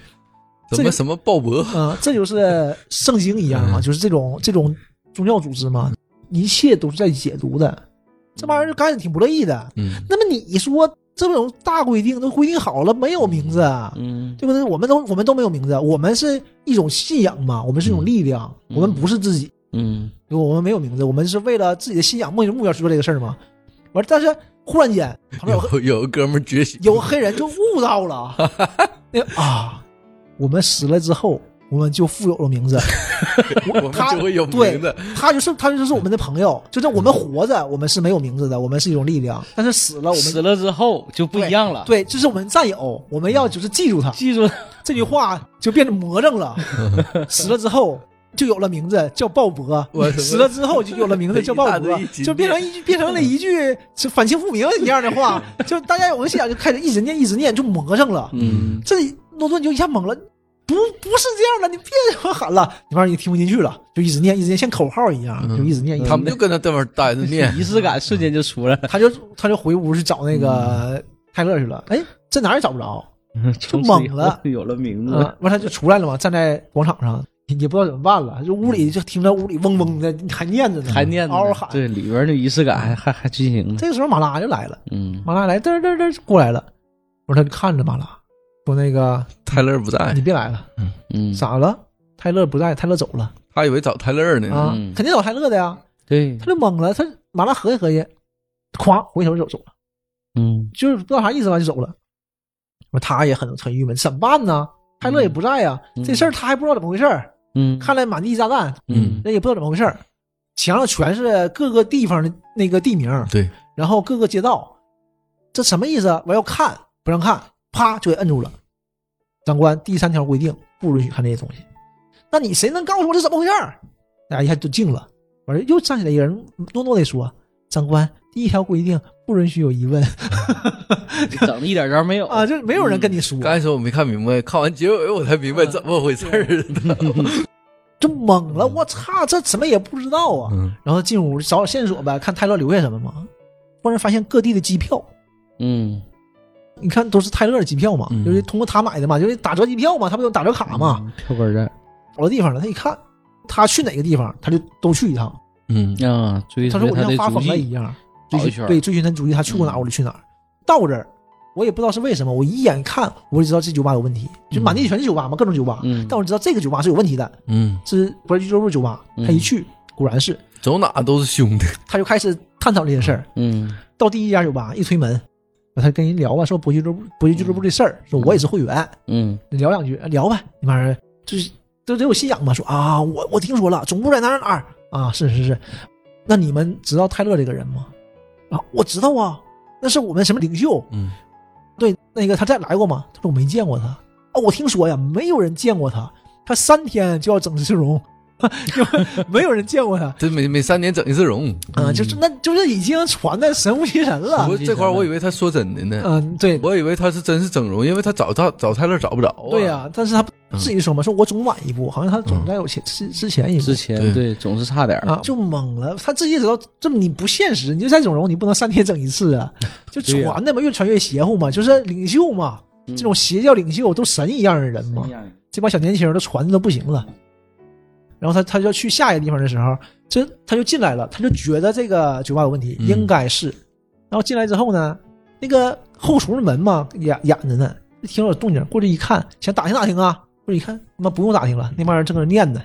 Speaker 4: 这
Speaker 5: 什么
Speaker 4: 个
Speaker 5: 什么鲍勃，
Speaker 4: 嗯，这就是圣经一样啊，
Speaker 5: 嗯
Speaker 4: 就是这种这种宗教组织嘛，一切都是在解读的。这帮人就刚开始挺不乐意的。
Speaker 5: 嗯，
Speaker 4: 那么你说这种大规定都规定好了，没有名字，啊
Speaker 2: 嗯
Speaker 4: 对不对？我们都我们都没有名字，我们是一种信仰嘛，我们是一种力量，
Speaker 2: 嗯
Speaker 4: 我们不是自己，
Speaker 2: 嗯
Speaker 4: 对吧我们没有名字，我们是为了自己的信仰目目标去做这个事儿嘛。完，但是忽然间旁
Speaker 2: 哎
Speaker 4: 边有个
Speaker 5: 有有个哥们儿觉醒，
Speaker 4: 有个黑人就悟到 了，那个啊，我们死了之后，我们就富有了名字。
Speaker 5: 我们
Speaker 4: 他
Speaker 5: 就会有
Speaker 4: 对
Speaker 5: 名嗯字，
Speaker 4: 他就是他就是我们的朋友，就是我们活着，我们是没有名字的，我们是一种力量，但是死了我
Speaker 2: 死
Speaker 4: 们。
Speaker 2: 了之后就不一样了，，
Speaker 4: 对，这是我们战友，我们要就是记住
Speaker 5: 嗯
Speaker 4: 他
Speaker 2: 记住，
Speaker 4: 这句话，就变得魔怔 了。死了之后就有了名字叫鲍勃
Speaker 5: 我，
Speaker 4: 死了之后就有了名字叫鲍
Speaker 5: 一大堆一
Speaker 4: 勃，
Speaker 5: 起
Speaker 4: 就变成一变成了一句是反清复明一样的话，就大家有个信仰就开始一直念一直念，就魔怔了。
Speaker 2: 嗯
Speaker 4: 这诺顿就一下懵了，不不是这样的，你别 他妈喊了，你帮人也听不进去了，就一直念一直念，像口号一样，
Speaker 5: 嗯
Speaker 4: 就一直念。一直念
Speaker 5: 他们就跟他这边待着念，
Speaker 4: 嗯
Speaker 2: 仪式感瞬间就出来了，
Speaker 4: 他就他就回屋去找那个
Speaker 2: 嗯
Speaker 4: 泰勒去了。哎，这哪儿也找不着，
Speaker 2: 从
Speaker 4: 猛
Speaker 2: 此以后
Speaker 4: 嗯了
Speaker 2: 有了名
Speaker 4: 嗯
Speaker 2: 字，，
Speaker 4: 完他就出来了嘛，站在广场上也不知道怎么办了，就屋里就听着屋里嗡嗡的，还念着呢，
Speaker 2: 还念呢
Speaker 4: 嗷嗷喊。
Speaker 2: 对，里边的仪式感还还还进行呢，
Speaker 4: 这个时候马拉就来了，
Speaker 2: 嗯
Speaker 4: 马拉来嘚儿嘚儿嘚儿过来了，我说他就看着马拉说那个
Speaker 5: 泰勒不在
Speaker 4: 你，别来了，
Speaker 2: 哎嗯，
Speaker 4: 咋了？泰勒不在，泰勒走了
Speaker 5: 他以为找泰勒呢，
Speaker 4: 啊
Speaker 2: 嗯，
Speaker 4: 肯定找泰勒的呀。
Speaker 2: 对
Speaker 4: 他，就懵了，他马拉合计合计，咵回头就走了，
Speaker 2: 嗯
Speaker 4: 就是不知道啥意思吧，就走了。我他也很很郁闷，怎么办呢？泰勒也不在呀、啊
Speaker 2: 嗯
Speaker 4: 这事儿他还不知道怎么回事儿。
Speaker 2: 嗯，
Speaker 4: 看来满地炸弹，
Speaker 2: 嗯
Speaker 4: 那也不知道怎么回事儿，墙上全是各个地方的那个地名，
Speaker 5: 对，
Speaker 4: 然后各个街道，这什么意思啊？我要看不让看，啪就给摁住了。长官第三条规定不允许看这些东西。那你谁能告诉我这怎么回事儿？大家一下就静了。完了又站起来一个人，嗯诺诺的说：“长官，第一条规定不允许有疑问
Speaker 2: 整的一点招没有
Speaker 4: 啊，就是没有人跟你说。
Speaker 2: 嗯
Speaker 5: 刚开始我没看明白，看完结尾我才明白怎么回事儿。
Speaker 4: 就懵
Speaker 2: 嗯
Speaker 4: 了，我操，这什么也不知道啊！
Speaker 5: 嗯
Speaker 4: 然后进屋找找线索呗，看泰勒留下什么嘛。忽然发现各地的机票，
Speaker 2: 嗯
Speaker 4: 你看都是泰勒的机票嘛，
Speaker 5: 嗯
Speaker 4: 就是通过他买的嘛，就是打折机票嘛，他不有打折卡嘛，，
Speaker 2: 票根站
Speaker 4: 找到地方了，他一看，他去哪个地方，他就都去一趟。
Speaker 5: 嗯
Speaker 2: 啊，追
Speaker 4: 他说
Speaker 2: 随
Speaker 4: 我就
Speaker 2: 他
Speaker 4: 像
Speaker 2: 的
Speaker 4: 发
Speaker 2: 足
Speaker 4: 疯了一哎
Speaker 2: 迹，
Speaker 4: 样，
Speaker 2: 跑
Speaker 4: 追
Speaker 2: 一
Speaker 4: 寻
Speaker 2: 圈儿嗯
Speaker 4: 对追寻他足迹，他去过哪儿我就去哪儿。到这儿，我也不知道是为什么，我一眼看我就知道这酒吧有问题，就满地全是酒吧嘛，各种酒吧。
Speaker 2: 嗯
Speaker 4: 但我知道这个酒吧是有问题的，
Speaker 5: 嗯，
Speaker 4: 是不是俱乐部酒吧？他一去，果然是，
Speaker 5: 走哪都是兄弟。
Speaker 4: 他就开始探讨这件事儿。
Speaker 2: 嗯
Speaker 4: 到第一家酒吧一推门，他跟人聊吧，说搏击俱乐部搏击俱乐部这事儿，说我也是会员，
Speaker 2: 嗯
Speaker 4: 聊两句聊呗。那帮人就是都得有信仰嘛，说啊，我我听说了，总部在哪儿哪儿啊，是是是。那你们知道泰勒这个人吗？啊，我知道啊，那是我们什么领袖？
Speaker 5: 嗯
Speaker 4: 对，那个他再来过吗？他说我没见过他。啊，我听说呀，没有人见过他，他三天就要整市 容，就没有人见过他。
Speaker 5: 这每每三年整一次容。
Speaker 4: 啊，
Speaker 2: 嗯
Speaker 4: 就是那就是已经传的神乎其神了。
Speaker 5: 我这块儿我以为他说真的呢，
Speaker 4: 嗯，对，
Speaker 5: 我以为他是真是整容，因为他找他找泰勒找不着啊。
Speaker 4: 对呀、但是他
Speaker 5: 嗯
Speaker 4: 自己说嘛，说我总晚一步，好像他总在有前之、之前一步
Speaker 2: 嗯之前
Speaker 5: 对
Speaker 2: 对总是差点儿
Speaker 4: 啊，就懵了。他自己也知道这么你不现实，你就再整容，你不能三天整一次 啊。就
Speaker 2: 对呀
Speaker 4: 传的嘛，越传越邪乎嘛，就是领袖嘛，
Speaker 2: 嗯
Speaker 4: 这种邪教领袖都神一样的人嘛，这帮小年轻儿都传的都不行了。然后他他就去下一个地方的时候，这他就进来了，他就觉得这个酒吧有问题，
Speaker 5: 嗯
Speaker 4: 应该是。然后进来之后呢，那个后厨的门嘛掩掩着呢，就听到有动静，过去一看，想打听打听啊，过去一看，他妈不用打听了，那帮人正搁那念呢。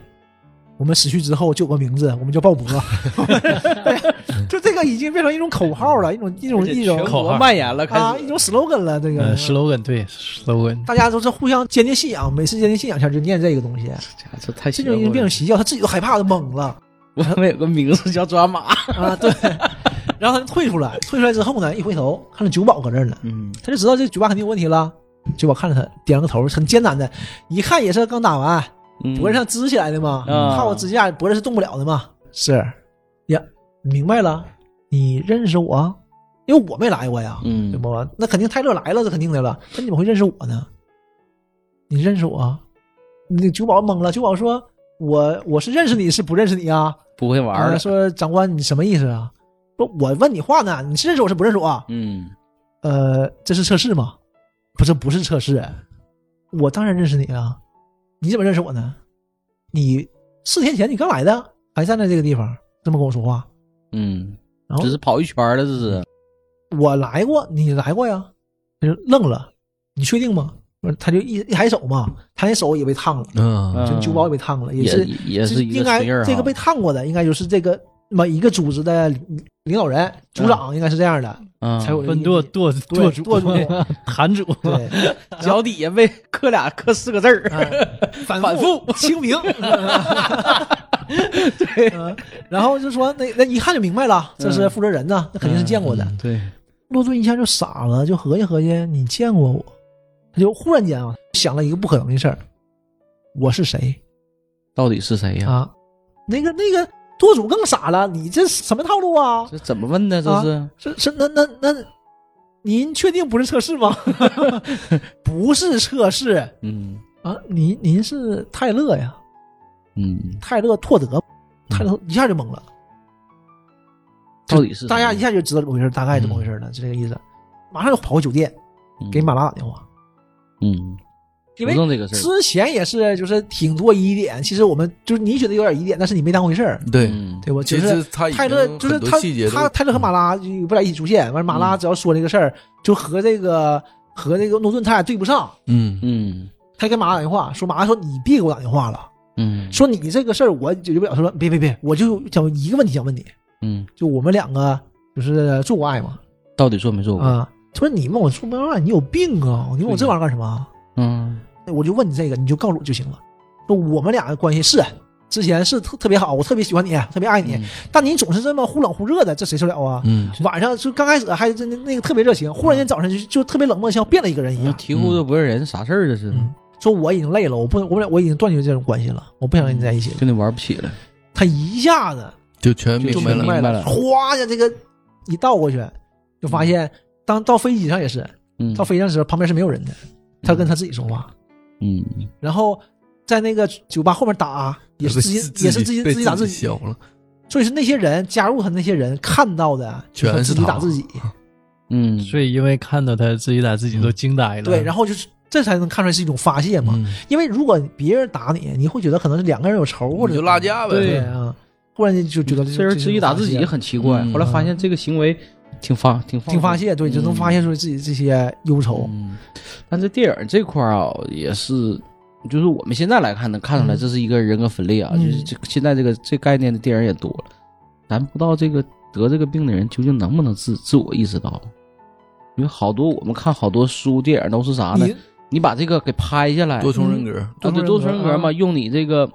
Speaker 4: 我们死去之后就有个名字，我们叫鲍勃。 对，就这个已经变成一种口号了，一种一种一种
Speaker 3: 口号
Speaker 2: 蔓延了，开
Speaker 4: 啊，
Speaker 2: 始
Speaker 4: 一种 slogan 了。这个、
Speaker 3: 呃，slogan 对 slogan，
Speaker 4: 大家都是互相坚定信仰，每次坚定信仰前就念这个东西，
Speaker 2: 这家这太邪
Speaker 4: 这就已经
Speaker 2: 乎
Speaker 4: 变成
Speaker 2: 了。
Speaker 4: 邪教，他自己都害怕的懵了
Speaker 2: 我们有个名字叫抓马，
Speaker 4: 啊！对，然后他就退出来，退出来之后呢，一回头看到酒保搁这儿呢，
Speaker 2: 嗯
Speaker 4: 他就知道这酒吧肯定有问题了。酒保看着他，点了个头，很艰难的，一看也是刚打完，脖子上支起来的嘛，
Speaker 2: 嗯啊
Speaker 4: 靠个支架，脖子是动不了的嘛。是，呀，明白了，你认识我？因为我没来过呀，
Speaker 2: 嗯
Speaker 4: 对不？那肯定泰勒来了，这肯定的了。那你怎么会认识我呢？你认识我？那酒保懵了，酒保说：“我我是认识你，是不认识你啊
Speaker 2: 不会？”玩儿
Speaker 4: 啊
Speaker 2: 了，
Speaker 4: 说长官，你什么意思啊？不，我问你话呢，你是认识我是不认识我啊？
Speaker 2: 嗯
Speaker 4: 呃，这是测试吗？不是，不是测试。哎我当然认识你了，你怎么认识我呢？你四天前你刚来的，还站在这个地方这么跟我说话，
Speaker 2: 嗯，
Speaker 4: 然后
Speaker 2: 这是跑一圈儿了，这是
Speaker 4: 我来过，你来过呀？他就愣了，你确定吗？完他就一一抬手嘛，他那手也被烫了，
Speaker 5: 嗯，
Speaker 4: 就酒保也被烫了，
Speaker 2: 也
Speaker 4: 是
Speaker 2: 也是一
Speaker 4: 应
Speaker 2: 个
Speaker 4: 该
Speaker 2: 水印儿哈，
Speaker 4: 这个被烫过的，应该就是这个某一个组织的领领导人、组长，应该是这样的，
Speaker 2: 嗯
Speaker 4: 才有这个
Speaker 3: 分舵舵 舵
Speaker 4: 对
Speaker 3: 主
Speaker 4: 舵主
Speaker 3: 坛主，
Speaker 4: 对。
Speaker 2: 脚底下被刻俩刻四个字儿，
Speaker 4: 哎反
Speaker 2: 反
Speaker 4: 复 清明。对、然后就说那那一看就明白了，这
Speaker 2: 嗯
Speaker 4: 是负责人呐，那肯定是见过的。
Speaker 2: 对，
Speaker 4: 洛顿一下就傻了，就合计合计，你见过我？他就忽然间啊想了一个不可能的事儿，我是谁
Speaker 2: 到底是谁呀？
Speaker 4: 啊？那个那个舵主更傻了，你这什么套路啊？
Speaker 2: 这怎么问呢？这是
Speaker 4: 是是那那那，您确定不是测试吗？ 不是测试
Speaker 2: 嗯
Speaker 4: 啊，您您是泰勒呀？
Speaker 2: 嗯，
Speaker 4: 泰勒·托德，泰勒一下就懵了，
Speaker 2: 到底是嗯
Speaker 4: 大家
Speaker 2: 谁
Speaker 4: 一下就知道怎么回事，大概怎么回事了，就这个意思。马上就跑回酒店给马拉打电话，
Speaker 2: 嗯，纠
Speaker 4: 因为
Speaker 2: 正这个事儿，
Speaker 4: 之前也是就是挺多疑点，其实我们就是你觉得有点疑点，但是你没当回事儿，
Speaker 5: 对，
Speaker 2: 嗯
Speaker 4: 对吧？就
Speaker 5: 其
Speaker 4: 是
Speaker 5: 实他已经
Speaker 4: 泰勒就是
Speaker 5: 很多
Speaker 4: 他
Speaker 5: 细节都嗯
Speaker 4: 他泰勒和马拉就不在一起出现，完马拉只要说这个事儿，就和这个和这个诺顿他俩对不上，
Speaker 5: 嗯
Speaker 2: 嗯
Speaker 4: 他给马拉打电话说马拉说你别给我打电话了，
Speaker 2: 嗯
Speaker 4: 说你这个事儿我解决不了，他说别别别，我就想一个问题想问你，
Speaker 2: 嗯，
Speaker 4: 就我们两个就是做过爱吗？
Speaker 2: 到底做没做
Speaker 5: 嗯
Speaker 2: 过？
Speaker 4: 啊，他说你问我说不要，你有病啊！你问我这玩意儿干什么？
Speaker 2: 嗯
Speaker 4: 我就问你这个，你就告诉我就行了。说我们俩的关系是啊之前是特特别好，我特别喜欢你，啊特别爱你，
Speaker 2: 嗯
Speaker 4: 但你总是这么忽冷忽热的，这谁受了啊？
Speaker 5: 嗯
Speaker 4: 晚上就刚开始还真嗯的那个特别热情，忽然间早上就就特别冷漠，像变了一个人一
Speaker 2: 嗯
Speaker 4: 样。
Speaker 2: 醍醐都不是人，啥事儿这是？
Speaker 4: 嗯说我已经累了，我不能，我我已经断绝这种关系了，我不想跟你在一起了。
Speaker 2: 跟你玩不起了，
Speaker 4: 他一下子
Speaker 5: 就全
Speaker 2: 就
Speaker 5: 明白
Speaker 2: 明
Speaker 5: 了。
Speaker 2: 白
Speaker 4: 嗯
Speaker 2: 了，
Speaker 4: 哗一下这个一倒过去，就发现当到飞机上也是，
Speaker 2: 嗯
Speaker 4: 到飞机上的时候旁边是没有人的，他跟他自己说话，
Speaker 2: 嗯，
Speaker 4: 然后在那个酒吧后面打啊也是自己也是自己
Speaker 5: 被
Speaker 4: 自己打自
Speaker 5: 自
Speaker 4: 己，
Speaker 5: 消了，
Speaker 4: 所以是那些人加入他那些人看到的啊
Speaker 5: 全
Speaker 4: 就是自己
Speaker 5: 他
Speaker 4: 打自己，
Speaker 2: 嗯，
Speaker 3: 所以因为看到他自己打自己都惊呆了。
Speaker 4: 对，然后就是这才能看出来是一种发泄嘛，
Speaker 5: 嗯
Speaker 4: 因为如果别人打你，你会觉得可能是两个人有仇或者
Speaker 5: 你就拉架呗。
Speaker 4: 对啊，忽然间就觉得
Speaker 2: 这人自己打自己也很奇怪。
Speaker 5: 嗯
Speaker 2: 后来发现这个行为挺发挺放
Speaker 4: 挺发泄，对，就能发泄出自己这些忧愁。
Speaker 2: 嗯，但这电影这块儿啊，也是，就是我们现在来看能看出来，
Speaker 4: 嗯
Speaker 2: 这是一个人格分裂啊，
Speaker 4: 嗯
Speaker 2: 就是这现在这个这概念的电影也多了，咱不知道这个得这个病的人究竟能不能自自我意识到，因为好多我们看好多书电影都是啥呢？
Speaker 4: 你
Speaker 2: 你把这个给拍下来，
Speaker 5: 多重
Speaker 4: 嗯
Speaker 5: 人格，
Speaker 2: 啊对，
Speaker 4: 多
Speaker 2: 多
Speaker 4: 重
Speaker 2: 重
Speaker 4: 人
Speaker 2: 人
Speaker 4: 格
Speaker 2: 格嘛，
Speaker 4: 啊
Speaker 2: 用你这个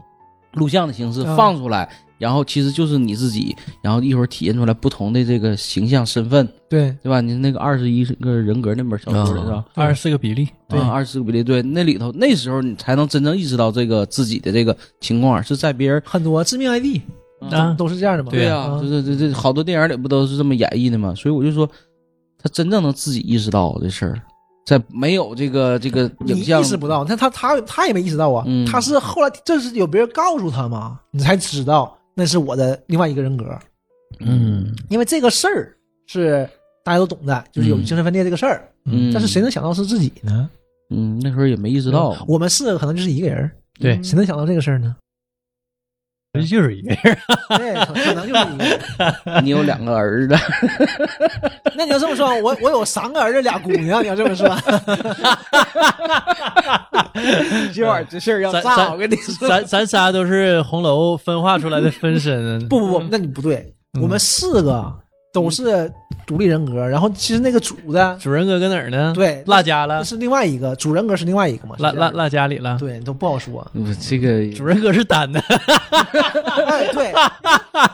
Speaker 2: 录像的形式
Speaker 4: 啊
Speaker 2: 放出来。然后其实就是你自己，然后一会儿体现出来不同的这个形象身份，
Speaker 4: 对
Speaker 2: 对吧？你那个二十一个人格那本小说
Speaker 5: 啊
Speaker 2: 是吧？
Speaker 3: 二十四个比例，
Speaker 4: 对
Speaker 2: 啊，二十四个比例，对，那里头那时候你才能真正意识到这个自己的这个情况是在别人
Speaker 4: 很多致命 ID
Speaker 3: 啊
Speaker 4: 都是这样的嘛。
Speaker 3: 对
Speaker 2: 呀、
Speaker 4: 啊
Speaker 2: 这这这这好多电影里不都是这么演绎的吗？所以我就说，他真正能自己意识到这事儿，在没有这个这个
Speaker 4: 你
Speaker 2: 影像
Speaker 4: 意识不到，但他他他也没意识到啊，
Speaker 2: 嗯
Speaker 4: 他是后来这是有别人告诉他嘛，你才知道那是我的另外一个人格，
Speaker 2: 嗯
Speaker 4: 因为这个事儿是大家都懂的，就是有
Speaker 2: 嗯
Speaker 4: 精神分裂这个事儿，
Speaker 2: 嗯，
Speaker 4: 但是谁能想到是自己呢？
Speaker 2: 嗯那时候也没意识到，
Speaker 4: 我们四个可能就是一个人儿，
Speaker 3: 对，
Speaker 4: 谁能想到这个事儿呢？
Speaker 3: 就是一个人。
Speaker 4: 对，可能就是一个人。
Speaker 2: 你有两个儿子，
Speaker 4: 那你要这么说，我我有三个儿子俩姑娘，你要这么说，
Speaker 2: 今晚这事儿要
Speaker 3: 咱
Speaker 2: 炸，
Speaker 3: 咱
Speaker 2: 我跟你说，。
Speaker 3: 咱咱仨都是红楼分化出来的分身。
Speaker 4: 不不不，那你不对，我们四个都是独立人格，然后其实那个主的
Speaker 3: 主人哥搁哪儿呢？，
Speaker 4: 对
Speaker 3: 落家了
Speaker 4: 那，是另外一个主人格是另外一个嘛？
Speaker 3: 落
Speaker 4: 是这
Speaker 3: 落
Speaker 4: 样的
Speaker 3: 落家里了。
Speaker 4: 对，都不好说
Speaker 2: 我这个
Speaker 3: 主人哥是单的，
Speaker 4: 哎，对，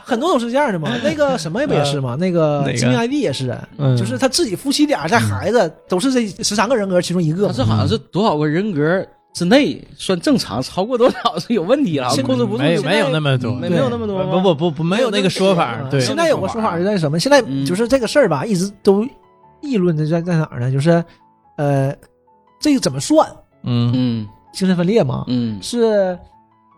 Speaker 4: 很多都是这样的嘛。那个什么不也是嘛？那个
Speaker 3: 哪个
Speaker 4: 致命 ID 也是，啊
Speaker 3: 嗯
Speaker 4: 就是他自己夫妻俩带孩子都是这十三个人格其中一
Speaker 2: 嗯他
Speaker 4: 个嘛。
Speaker 2: 是好像是多少个人格之内算正常，超过多少是有问题了，控制不住。
Speaker 3: 嗯没有
Speaker 2: 现在
Speaker 3: 没有那么多，
Speaker 2: 没
Speaker 4: 对
Speaker 2: 没有那么多吗，
Speaker 3: 不不不不，没有那个说法
Speaker 4: 啊。
Speaker 3: 对，
Speaker 4: 现在有个说法是在什么？现在
Speaker 2: 嗯
Speaker 4: 就是这个事儿吧，一直都议论的在在哪儿呢？就是，呃，这个怎么算
Speaker 3: 嗯
Speaker 2: 嗯
Speaker 4: 精神分裂嘛？
Speaker 2: 嗯
Speaker 4: 是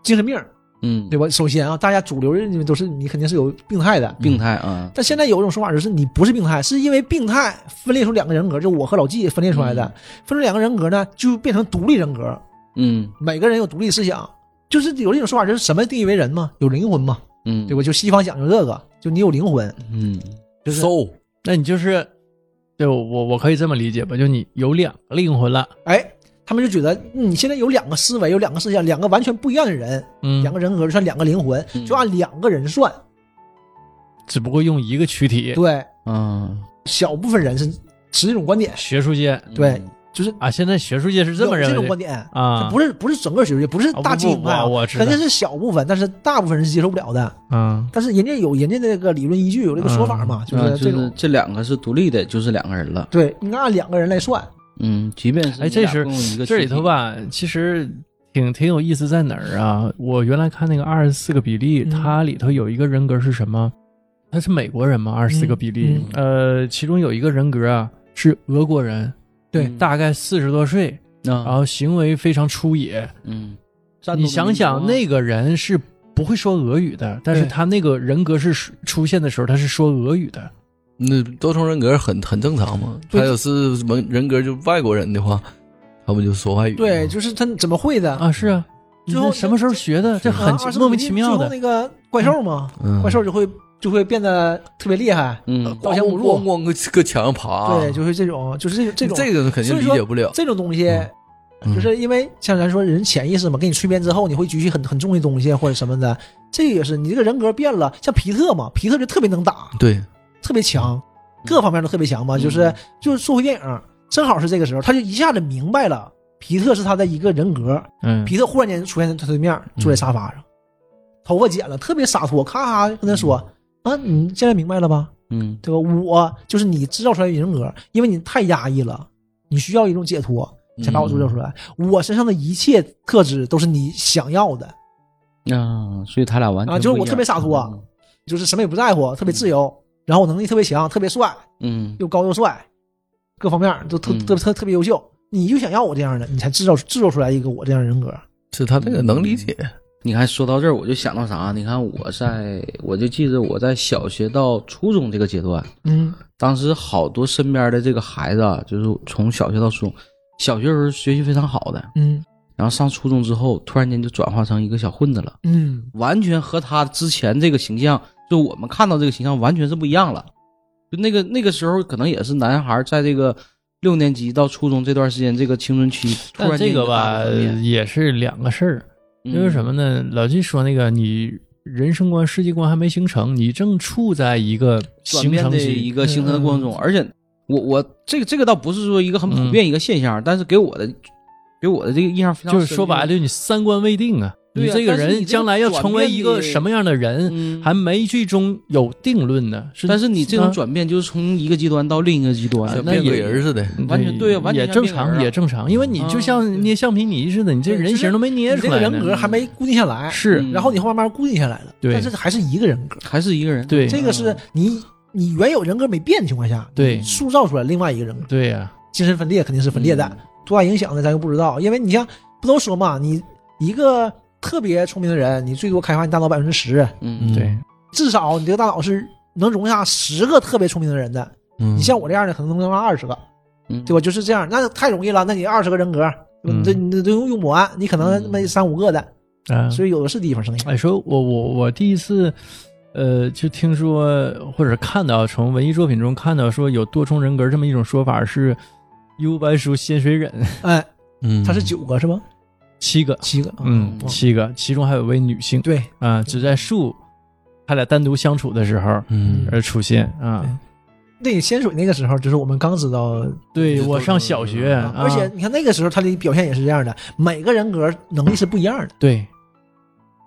Speaker 4: 精神病，
Speaker 2: 嗯，
Speaker 4: 对吧？首先啊，大家主流认为都是你肯定是有病态的，
Speaker 2: 病态啊，
Speaker 4: 但现在有一种说法就是你不是病态，是因为病态分裂出两个人格，就我和老纪分裂出来的，
Speaker 2: 嗯
Speaker 4: 分出两个人格呢，就变成独立人格，
Speaker 2: 嗯
Speaker 4: 每个人有独立思想。就是有这种说法，就是什么定义为人嘛？有灵魂嘛，
Speaker 2: 嗯，
Speaker 4: 对吧？就西方讲究这个，就你有灵魂，
Speaker 2: 嗯
Speaker 4: 就是
Speaker 5: 收
Speaker 3: 那你就是，就我我可以这么理解吧？就你有两个灵魂了，
Speaker 4: 哎，他们就觉得嗯你现在有两个思维，有两个思想，两个完全不一样的人，
Speaker 3: 嗯，
Speaker 4: 两个人格就算两个灵魂，
Speaker 2: 嗯
Speaker 4: 就按两个人算。
Speaker 3: 只不过用一个躯体。
Speaker 4: 对，
Speaker 2: 啊，
Speaker 4: 小部分人是持这种观点，
Speaker 3: 学术界
Speaker 4: 对就是
Speaker 3: 啊，现在学术界是这么
Speaker 4: 有这
Speaker 3: 认
Speaker 4: 种
Speaker 3: 为的
Speaker 4: 观点。
Speaker 3: 啊，
Speaker 4: 这不是不是整个学术界，不是
Speaker 3: 哦
Speaker 4: 大
Speaker 3: 不
Speaker 4: 精英派啊，
Speaker 3: 我我知道
Speaker 4: 肯定是小部分，但是大部分人是接受不了的。
Speaker 3: 啊，
Speaker 4: 但是人家有人家那个理论依据，有这个说法
Speaker 3: 嗯
Speaker 4: 嘛，
Speaker 2: 啊
Speaker 4: 是
Speaker 2: 就
Speaker 4: 这种、
Speaker 2: 是这两个是独立的，就是两个人了。
Speaker 4: 对，应该按两个人来算。
Speaker 2: 嗯，即便是
Speaker 3: 哎
Speaker 2: 你
Speaker 3: 这
Speaker 2: 俩
Speaker 3: 是
Speaker 2: 共用一个
Speaker 3: 这里头
Speaker 2: 躯体，
Speaker 3: 吧，其实挺挺有意思在哪儿啊？我原来看那个二十四个比例，
Speaker 4: 嗯
Speaker 3: 它里头有一个人格是什么？他是美国人嘛？二十
Speaker 4: 嗯
Speaker 3: 四个比例，呃，其中有一个人格啊是俄国人，
Speaker 4: 对嗯
Speaker 2: 嗯
Speaker 3: 大概四十多岁，然
Speaker 2: 啊，
Speaker 3: 后行为非常出野。
Speaker 2: 嗯，
Speaker 3: 你想想，
Speaker 2: 啊
Speaker 3: 那个人是不会说俄语的，但是
Speaker 4: 对
Speaker 3: 他那个人格是出现的时候，他是说俄语的。
Speaker 5: 那多重人格很很正常嘛。
Speaker 4: 对
Speaker 5: 还有是文人格就外国人的话，他不就说外语吗？
Speaker 4: 对，就是他怎么会的？
Speaker 3: 啊，是啊，
Speaker 4: 最后
Speaker 3: 你什么时候学的？这很
Speaker 4: 啊
Speaker 3: 奇莫名其妙
Speaker 4: 最后
Speaker 3: 的。
Speaker 4: 那个怪兽嘛，
Speaker 5: 嗯
Speaker 4: 怪兽就会就会变得特别厉害，
Speaker 2: 嗯
Speaker 4: 刀枪不入
Speaker 5: 咣咣咣搁墙上爬，
Speaker 4: 对，就是这种，就是这种这种
Speaker 5: 啊这个肯定理解不了。
Speaker 4: 这种东西。
Speaker 5: 嗯
Speaker 4: 就是因为像咱说人潜意识嘛，给你催眠之后，你会举起很很重的东西或者什么的，这个也是你这个人格变了。像皮特嘛，皮特就特别能打，
Speaker 5: 对，
Speaker 4: 特别强，各方面都特别强嘛。就是
Speaker 2: 嗯
Speaker 4: 就是说回电影，正好是这个时候，他就一下子明白了，皮特是他的一个人格。
Speaker 3: 嗯，
Speaker 4: 皮特忽然间出现在他对面，坐在沙发上，头发剪了，特别洒脱，咔咔跟他说：“啊，你现在明白了吧？
Speaker 2: 嗯
Speaker 4: 对吧？我就是你制造出来的人格，因为你太压抑了，你需要一种解脱。才把我铸造出来。
Speaker 3: 嗯
Speaker 4: 我身上的一切特质都是你想要的，
Speaker 2: 啊，所以他俩完全
Speaker 4: 啊就是
Speaker 2: 不一
Speaker 4: 我
Speaker 2: 样嗯
Speaker 4: 特别洒脱啊就是什么也不在乎，特别自
Speaker 3: 嗯
Speaker 4: 由，然后我能力特别强，特别帅，
Speaker 2: 嗯，
Speaker 4: 又高又帅，各方面儿都特
Speaker 2: 嗯
Speaker 4: 特特特别优秀。你就想要我这样的，你才制造制作出来一个我这样的人格。
Speaker 5: 是他这个能理解，
Speaker 2: 你看说到这儿，我就想到啥？你看我在，我就记着我在小学到初中这个阶段，
Speaker 4: 嗯
Speaker 2: 当时好多身边的这个孩子啊，就是从小学到初中，小学时候学习非常好的，
Speaker 4: 嗯
Speaker 2: 然后上初中之后，突然间就转化成一个小混子了，
Speaker 4: 嗯，
Speaker 2: 完全和他之前这个形象，就我们看到这个形象完全是不一样了。就那个那个时候，可能也是男孩在这个六年级到初中这段时间，这个青春期突
Speaker 3: 但
Speaker 2: 然间
Speaker 3: 这
Speaker 2: 有
Speaker 3: 个
Speaker 2: 大
Speaker 3: 吧
Speaker 2: 的转变
Speaker 3: 也是两个事儿，因为什么？
Speaker 2: 嗯
Speaker 3: 呢？老季说那个你人生观、世界观还没形成，你正处在一个
Speaker 2: 转
Speaker 3: 形
Speaker 2: 变
Speaker 3: 成
Speaker 2: 的
Speaker 3: 期
Speaker 2: 一个形成
Speaker 3: 嗯
Speaker 2: 的过程中，而且我我这个这个倒不是说一个很普遍一个现象，但是给我的给我的这个印象非常
Speaker 3: 嗯就是
Speaker 2: 深
Speaker 3: 说白了，就你三观未定啊。
Speaker 2: 对
Speaker 3: 你
Speaker 2: 啊
Speaker 3: 这个
Speaker 2: 但是你
Speaker 3: 人
Speaker 2: 这个
Speaker 3: 将来要成为一
Speaker 2: 转
Speaker 3: 个
Speaker 2: 变得
Speaker 3: 什么样的人，
Speaker 2: 嗯
Speaker 3: 还没最终有定论呢。是
Speaker 2: 但是你这种
Speaker 3: 啊
Speaker 2: 转变就是从一个极端到另一个极端，
Speaker 3: 啊
Speaker 5: 像
Speaker 3: 那
Speaker 5: 变
Speaker 3: 也
Speaker 5: 个人似的。
Speaker 2: 完全对啊完全
Speaker 3: 也
Speaker 2: 像
Speaker 3: 正
Speaker 2: 变个人
Speaker 3: 常，
Speaker 2: 啊
Speaker 3: 也正常，因为你就像捏橡皮泥似的，你这
Speaker 4: 对
Speaker 3: 人
Speaker 4: 就是
Speaker 3: 形都没捏
Speaker 4: 你
Speaker 3: 出
Speaker 4: 这个
Speaker 3: 来呢。
Speaker 4: 人格还没固定下来，
Speaker 3: 是
Speaker 2: 嗯
Speaker 4: 然后你会慢慢固定下来了，
Speaker 3: 对
Speaker 4: 但是还是一个人格。
Speaker 2: 还是一个人。嗯
Speaker 3: 对啊
Speaker 4: 这个是你你原有人格没变的情况下，
Speaker 3: 对
Speaker 4: 塑造出来另外一个人格，
Speaker 3: 对呀，
Speaker 4: 精神分裂肯定是
Speaker 2: 嗯
Speaker 4: 分裂的，多大影响呢？咱又不知道，因为你像不都说嘛，你一个特别聪明的人，你最多开发你大脑百分之十，
Speaker 2: 嗯，
Speaker 5: 嗯
Speaker 2: 嗯，
Speaker 3: 对，
Speaker 4: 至少你这个大脑是能容下十个特别聪明的人的。
Speaker 5: 嗯
Speaker 4: 你像我这样的，可能能容下二十个，
Speaker 2: 嗯
Speaker 4: 对吧？就是这样，那太容易了。那你二十个人格，对吧
Speaker 3: 嗯
Speaker 4: 你这你都用用不完，你可能
Speaker 2: 嗯
Speaker 4: 那三五个的，
Speaker 3: 啊，
Speaker 4: 所以有的是地方生意。
Speaker 3: 哎，说我我我第一次，呃，就听说或者看到从文艺作品中看到说有多重人格这么一种说法是，幽白书仙水忍
Speaker 4: 哎，
Speaker 5: 嗯
Speaker 4: 他是九个是吗？
Speaker 3: 七个，
Speaker 4: 七个，
Speaker 3: 嗯，
Speaker 4: 哦哇
Speaker 3: 七个，其中还有位女性
Speaker 4: 对，
Speaker 3: 啊，只在树，他俩单独相处的时候
Speaker 5: 嗯
Speaker 3: 而出现啊。
Speaker 4: 那个仙水那个时候，就是我们刚知道
Speaker 3: 对我上小学，
Speaker 5: 啊
Speaker 3: 啊
Speaker 4: 而且你看那个时候他的表现也是这样的，每个人格能力是不一样的。
Speaker 3: 对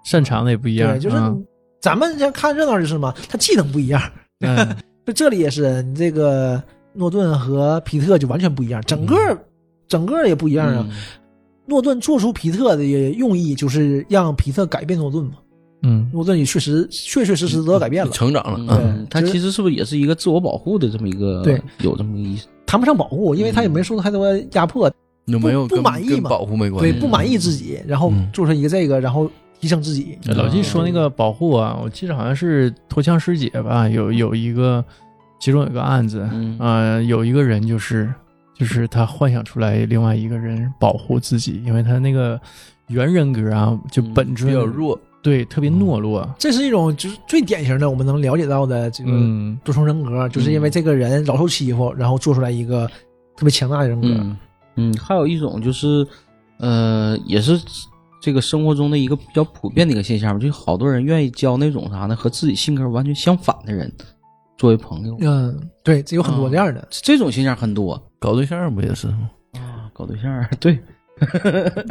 Speaker 3: 擅长的也不一样，
Speaker 4: 对，就是
Speaker 3: 啊
Speaker 4: 咱们像看热闹就是嘛，他技能不一样。
Speaker 3: 嗯，
Speaker 4: 就这里也是，你这个诺顿和皮特就完全不一样，整个、
Speaker 3: 嗯
Speaker 4: 整个也不一样啊。诺顿做出皮特的用意就是让皮特改变诺顿嘛，
Speaker 3: 嗯，
Speaker 4: 诺顿也确实确确实实得到改变了，
Speaker 5: 成长了，
Speaker 4: 对
Speaker 2: 嗯，他
Speaker 4: 就是
Speaker 2: 其实是不是也是一个自我保护的这么一个，
Speaker 4: 对，
Speaker 2: 有这么个意思。
Speaker 4: 谈不上保护，因为他
Speaker 3: 嗯
Speaker 4: 也没受到太多压迫，
Speaker 5: 有嗯没有
Speaker 4: 不
Speaker 5: 跟
Speaker 4: 满意嘛
Speaker 5: 跟保护没关
Speaker 4: 对，
Speaker 5: 系？
Speaker 4: 不满意自己，然后
Speaker 5: 嗯
Speaker 4: 做成一个这个，然后提升自己。
Speaker 3: 呃 老季说那个保护啊，嗯我记得好像是脱缰师姐吧，有有一个，其中有个案子，
Speaker 2: 嗯
Speaker 3: 啊，有一个人就是就是他幻想出来另外一个人保护自己，因为他那个原人格啊，就
Speaker 2: 嗯
Speaker 3: 本质
Speaker 5: 比较，弱，
Speaker 3: 对，特别懦弱，
Speaker 4: 这是一种就是最典型的我们能了解到的这个
Speaker 3: 嗯，
Speaker 4: 多重人格，就是
Speaker 2: 嗯
Speaker 4: 因为这个人老受欺负，然后做出来一个特别强大的人格。
Speaker 2: 嗯嗯，还有一种就是，呃，也是这个生活中的一个比较普遍的一个现象吧，就是好多人愿意交那种啥呢，和自己性格完全相反的人作为朋友，
Speaker 4: 嗯，对，这有很多
Speaker 2: 嗯
Speaker 4: 这样的。
Speaker 2: 这种现象很多
Speaker 5: 搞对象不也是吗？
Speaker 2: 啊。搞对象 儿，对，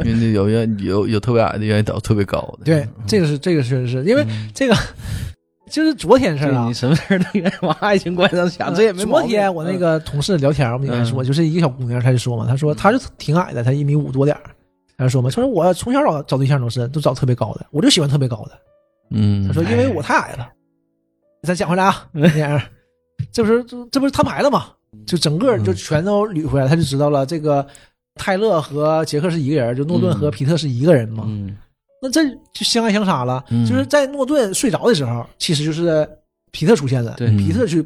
Speaker 5: 因为有愿有有特别矮的愿意找特别高的，
Speaker 4: 对，这个是这个确实是因为这个，就是昨天的事儿
Speaker 2: 嗯对
Speaker 4: 啊呃
Speaker 2: 你。什么事儿都愿意往爱情观上 想，这也没毛
Speaker 4: 昨
Speaker 2: 病嗯
Speaker 4: 天我那，个同事聊天，我们也在说，就是一个小姑娘，她就说嘛，她
Speaker 2: 嗯
Speaker 4: 说她就挺矮的，她一米五多点儿，她就说嘛，她说我从小找找对象都是都找特别高的，我就喜欢特别高的。
Speaker 5: 嗯，
Speaker 4: 她说因
Speaker 2: 哎
Speaker 4: 为我太矮了。咱讲回来啊，那样，这不是这不是摊牌了吗？就整
Speaker 2: 嗯
Speaker 4: 个就全都捋回来，她就知道了这个泰勒和杰克是一个人，就诺顿和皮特是一个人嘛。
Speaker 2: 嗯
Speaker 4: 那这就相爱相杀了。
Speaker 5: 嗯
Speaker 4: 就是在诺顿睡着的时候，其实就是皮特出现了，
Speaker 2: 对
Speaker 4: 皮特去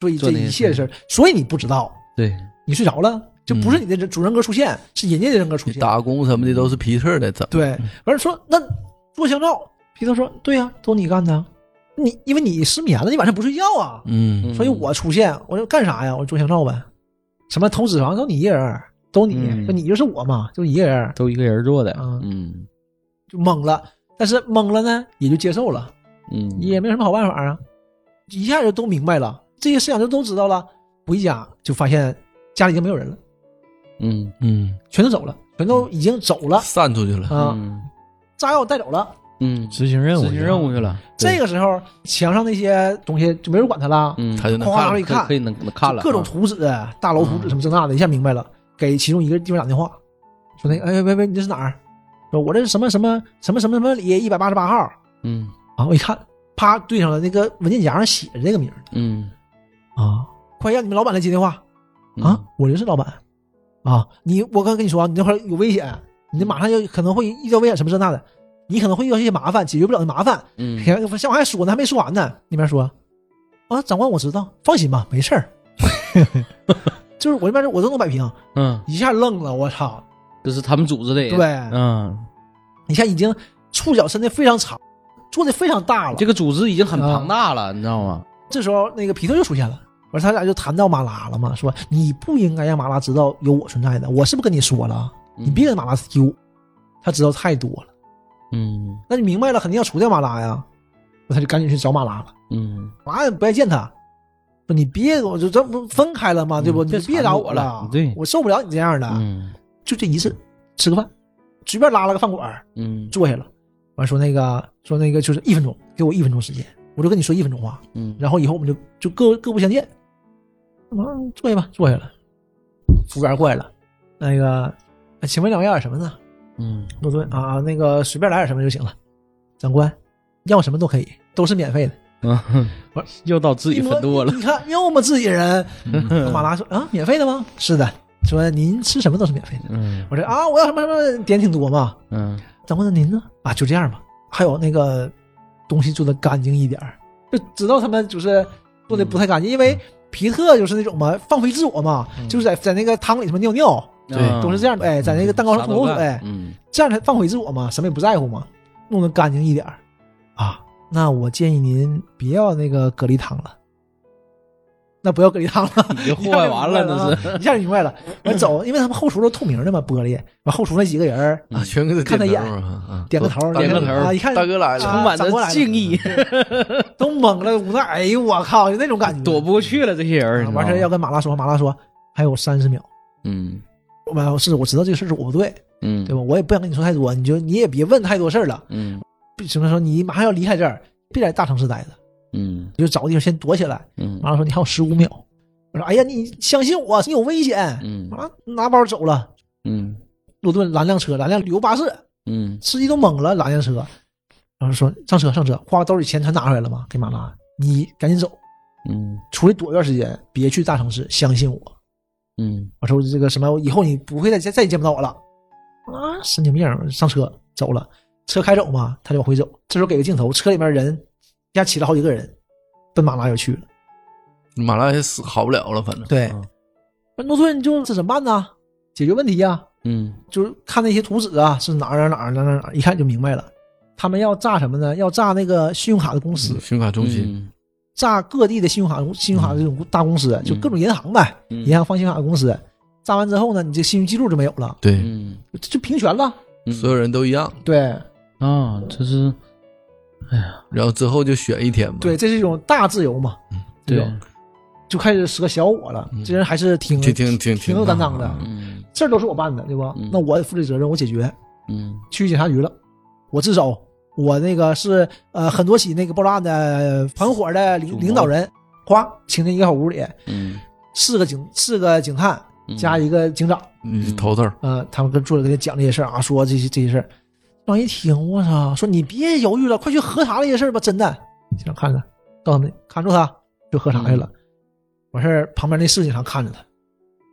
Speaker 4: 做这
Speaker 2: 做那些
Speaker 4: 一切的事儿，所以你不知道，
Speaker 2: 对，
Speaker 4: 你睡着了，就不
Speaker 2: 嗯
Speaker 4: 是你的人主人格出现，是人家的人格出
Speaker 5: 你
Speaker 4: 现。
Speaker 5: 打工什么的都是皮特的，怎
Speaker 4: 对，完了说那做香皂，皮特说对呀、都你干的啊，你因为你失眠了，你晚上不睡觉啊，
Speaker 5: 嗯
Speaker 4: 所以我出现，我说干啥呀？我做香皂呗，什么偷脂肪都你一人儿，都你，
Speaker 2: 嗯
Speaker 4: 就你就是我嘛，就一个人儿，
Speaker 2: 都一个人做的，
Speaker 4: 啊
Speaker 2: 嗯
Speaker 4: 就懵了。但是懵了呢，也就接受了。
Speaker 2: 嗯，
Speaker 4: 也没有什么好办法啊，一下就都明白了，这些思想就都知道了。回家就发现家里已经没有人了，
Speaker 2: 嗯
Speaker 5: 嗯
Speaker 4: 全都走了，全都已经走了
Speaker 5: 散出去了，
Speaker 4: 啊，
Speaker 2: 嗯
Speaker 4: 炸药带走了。
Speaker 2: 嗯，
Speaker 3: 执行任务，
Speaker 2: 执行任务去，了，
Speaker 5: 对
Speaker 4: 这个时候墙上那些东西就没人管他了，
Speaker 2: 嗯，
Speaker 5: 他就能
Speaker 4: 哗
Speaker 5: 看
Speaker 4: 哗
Speaker 5: 了
Speaker 4: 一看
Speaker 2: 可以能能看了嗯
Speaker 4: 各种
Speaker 2: 啊
Speaker 4: 图纸、大楼图纸什么这那的，一下明白了。给其中一个地方打电话，说那个哎喂喂，你这是哪儿？说我这是什么什么什么什么什么里一百八十八号
Speaker 2: 嗯
Speaker 4: 啊！我一看，啪对上了，那个文件夹上写着这个名儿
Speaker 2: 嗯
Speaker 4: 啊！快让你们老板来接电话
Speaker 2: 嗯
Speaker 4: 啊！我就是老板啊！你我刚跟你说啊，你那块儿有危险，你这马上要可能会遇到危险什么这那的，你可能会遇到一些麻烦，解决不了的麻烦。
Speaker 2: 嗯
Speaker 4: 前我还说呢，还没说完呢。那边说啊，长官我知道，放心吧，没事儿。 就是我这边我都能摆平，
Speaker 2: 嗯，
Speaker 4: 一下愣了，我操！
Speaker 2: 这是他们组织的人，
Speaker 4: 对，
Speaker 2: 嗯，
Speaker 4: 你看已经触角伸的非常长，做的非常大了。
Speaker 2: 这
Speaker 4: 这
Speaker 2: 个组织已经很庞大
Speaker 4: 啊
Speaker 2: 了，你知道吗？
Speaker 4: 这时候那个皮特又出现了，完他俩就谈到马拉了嘛，说你不应该让马拉知道有我存在的，我是不是跟你说了？你别跟马拉提我，他知道太多了，
Speaker 2: 嗯
Speaker 4: 那你明白了，肯定要除掉马拉呀。那他就赶紧去找马拉了，
Speaker 2: 嗯，
Speaker 4: 马拉也不爱见他，说你别，我就这不分开了吗？对不？
Speaker 2: 嗯
Speaker 4: 你
Speaker 2: 别
Speaker 4: 就别
Speaker 2: 缠
Speaker 4: 找
Speaker 2: 我
Speaker 4: 我
Speaker 2: 了
Speaker 4: 了，
Speaker 2: 对
Speaker 4: 我受不了你这样的。
Speaker 2: 嗯
Speaker 4: 就这一次，吃个饭，随便拉了个饭馆儿，
Speaker 2: 嗯
Speaker 4: 坐下了，完说那个说那个就是一分钟，给我一分钟时间，我就跟你说一分钟话，
Speaker 2: 嗯，
Speaker 4: 然后以后我们就就各各不相见。嗯，坐下吧，坐下了。服务员过来了，那个，哎请问两位要点什么呢？
Speaker 2: 嗯
Speaker 4: 诺顿啊，那个随便来点什么就行了。长官，要什么都可以，都是免费的。
Speaker 2: 嗯
Speaker 4: 不是，
Speaker 2: 又到自己分舵了嗯
Speaker 4: 你，看，要么自己人。马拉说啊，免费的吗？是的。说您吃什么都是免费的。
Speaker 2: 嗯
Speaker 4: 我说啊，我要什么什么点挺多嘛。
Speaker 2: 嗯
Speaker 4: 长官，那您呢？啊，就这样吧。还有那个东西做的干净一点儿，就知道他们就是做的不太
Speaker 2: 嗯
Speaker 4: 干净，因为皮特就是那种嘛，放飞自我嘛，就是在在那个汤里什么尿尿，
Speaker 2: 啊
Speaker 3: 对
Speaker 4: 都是这样的。哎，在那个蛋糕上吐口水，哎
Speaker 2: 嗯
Speaker 4: 这样才放飞自我嘛，什么也不在乎嘛，弄得干净一点儿啊。那我建议您别要那个蛤蜊汤了，那不要蛤蜊汤 了。
Speaker 2: 已经祸害完 了，这是，
Speaker 4: 是一下就明白了。完走，因为他们后厨都透明的嘛，玻璃。完后厨那几个 人儿
Speaker 5: 啊，全给他
Speaker 4: 看他
Speaker 5: 点
Speaker 4: 眼
Speaker 5: 头啊，
Speaker 4: 点个头儿，
Speaker 5: 大
Speaker 2: 点
Speaker 5: 哥
Speaker 2: 个头儿
Speaker 4: 啊，一看
Speaker 5: 大哥来了，
Speaker 4: 啊
Speaker 2: 充满
Speaker 4: 长过
Speaker 2: 着
Speaker 4: 来了
Speaker 2: 敬意，
Speaker 4: 都懵了，无奈，哎呦我靠，就那种感觉。
Speaker 2: 躲不过去了这些人
Speaker 4: 啊，完事儿要跟马拉说，马拉说还有三十秒。
Speaker 2: 嗯
Speaker 4: 完是我知道这个事儿是我不对，
Speaker 2: 嗯
Speaker 4: 对吧？我也不想跟你说太多，你就你也别问太多事儿了。
Speaker 2: 嗯
Speaker 4: 什么说你马上要离开这儿，别在大城市待着，
Speaker 2: 嗯
Speaker 4: 你就找个地方先躲起来。
Speaker 2: 嗯
Speaker 4: 马拉说你还有十五秒。我说哎呀，你相信我，你有危险。
Speaker 2: 嗯
Speaker 4: 马拉拿包走了。
Speaker 2: 嗯
Speaker 4: 罗顿拦辆车，拦辆旅游巴士，
Speaker 2: 嗯
Speaker 4: 司机都懵了，拦下车，然后说上车上车，花兜里钱全拿出来了吗？给马拉，你赶紧走，
Speaker 2: 嗯
Speaker 4: 出去躲一段时间，别去大城市，相信我。
Speaker 2: 嗯
Speaker 4: 我说这个什么，以后你不会再再再也见不到我了。啊，神经病！上车走了，车开走嘛，他就往回走。这时候给个镜头，车里面人一下起了好几个人，奔马拉就去了。
Speaker 5: 马拉也死好不了了，反正
Speaker 4: 对
Speaker 5: 嗯，
Speaker 4: 那诺顿就这怎么办呢？解决问题呀、
Speaker 2: 嗯
Speaker 4: 就是看那些图纸啊，是哪儿哪儿哪儿哪儿哪儿，一看就明白了。他们要炸什么呢？要炸那个信用卡的公司，
Speaker 2: 嗯
Speaker 5: 信用卡中心，
Speaker 4: 炸各地的信用卡信用卡这种大公司，就各种银行呗，
Speaker 2: 嗯
Speaker 4: 银行放信用卡公司。炸完之后呢，你这信用记录就没有了，
Speaker 5: 对，
Speaker 2: 嗯
Speaker 4: 就就平权了。
Speaker 2: 嗯
Speaker 5: 所有人都一样。
Speaker 4: 对
Speaker 2: 啊，这是
Speaker 5: 然后之后就选一天嘛，
Speaker 4: 对，，这是一种大自由嘛，这
Speaker 2: 对
Speaker 4: 种，就开始折小我了。这人还是挺
Speaker 5: 挺挺挺
Speaker 4: 挺有担当的
Speaker 5: 好
Speaker 2: 嗯
Speaker 4: 事儿都是我办的，对吧
Speaker 2: 嗯？
Speaker 4: 那我负这责任，我解决。
Speaker 2: 嗯
Speaker 4: 去警察局了，我自首，我那个是呃很多起那个爆炸案的团伙的领
Speaker 2: 主谋
Speaker 4: 领导人，哗，请进一个小屋里，
Speaker 2: 嗯
Speaker 4: 四个警四个警探
Speaker 2: 嗯
Speaker 4: 加一个警长，
Speaker 5: 你头头儿
Speaker 4: 呃，他们跟坐着跟他讲这些事儿啊，说这些这些事儿。警长一听，我操，说你别犹豫了，快去核查这些事儿吧，真的。警长看着，告诉他们看住他，就核查去了。完事儿，旁边那四警察看着他，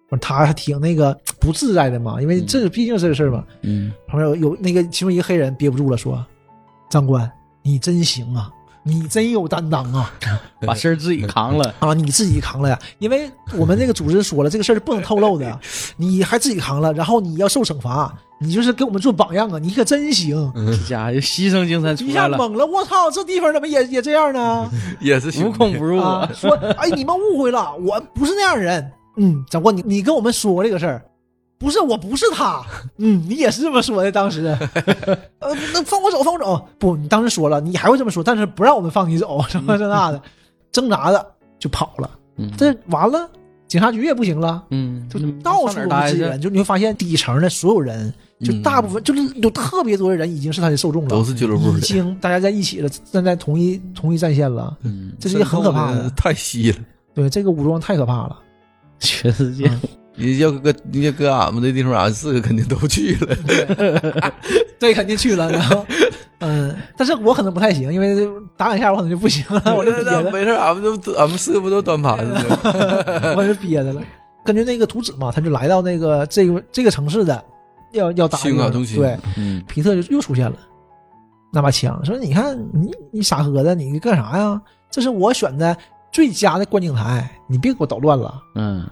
Speaker 4: 完他还挺那个不自在的嘛，因为这毕竟是个事儿嘛。
Speaker 2: 嗯
Speaker 4: 旁边有有那个其中一个黑人憋不住了，说：“长官，你真行啊，你真有担当啊
Speaker 2: 把事儿自己扛 了，
Speaker 4: 啊，你自己扛了呀！因为我们那个组织说了，这个事儿不能透露的，你还自己扛了，然后你要受惩罚，你就是给我们做榜样啊！你可真行！”
Speaker 2: 这家伙牺牲精神出
Speaker 4: 一
Speaker 2: 来
Speaker 4: 下
Speaker 2: 了，
Speaker 4: 懵了，我操，这地方怎么也也这样呢？
Speaker 5: 也是
Speaker 2: 无
Speaker 5: 兄弟
Speaker 2: 孔不入
Speaker 4: 啊
Speaker 2: 啊，，
Speaker 4: 说，哎，你们误会了，我不是那样人。嗯，长官，你你跟我们说过这个事儿，不是，我不是他。嗯，你也是这么说的，当时。呃，那放我走，放我走。不，你当时说了，你还会这么说，但是不让我们放你走，什么这那的，挣扎的就跑了。这完了，警察局也不行了。
Speaker 2: 嗯，
Speaker 4: 就到处
Speaker 2: 上哪儿
Speaker 4: 都
Speaker 2: 待
Speaker 4: 是资
Speaker 2: 着
Speaker 4: 源，，就你会发现底层的所有人，就
Speaker 5: 嗯
Speaker 4: 大部分就是有特别多的人已经是他的受众了，
Speaker 5: 都是俱乐部
Speaker 4: 已
Speaker 5: 的，
Speaker 4: 经大家在一起了，站在同一同一战线了，
Speaker 2: 嗯，
Speaker 5: 啊
Speaker 4: 这是一个很可怕的。
Speaker 5: 太稀了。
Speaker 4: 对，这个武装太可怕了。啊
Speaker 2: 全世界
Speaker 5: 你要搁你要搁俺们这地方，俺四个肯定都去了。
Speaker 4: 对，肯定去了。然 后，嗯，但是我可能不太行，因为打两下我可能就不行了，我就憋
Speaker 5: 那
Speaker 4: 着，
Speaker 5: 没事，俺们都俺们四个不都端盘子吗？
Speaker 4: 我就憋着了。根据那个图纸嘛，他就来到那个这个这个城市的要要打
Speaker 5: 信用卡
Speaker 4: 一个
Speaker 5: 中心
Speaker 4: 对，
Speaker 2: 嗯，
Speaker 4: 皮特就又出现了，那把枪说：“你看你你傻呵的，你干啥呀？这是我选的最佳的观景台，你别给我捣乱了。”
Speaker 2: 嗯，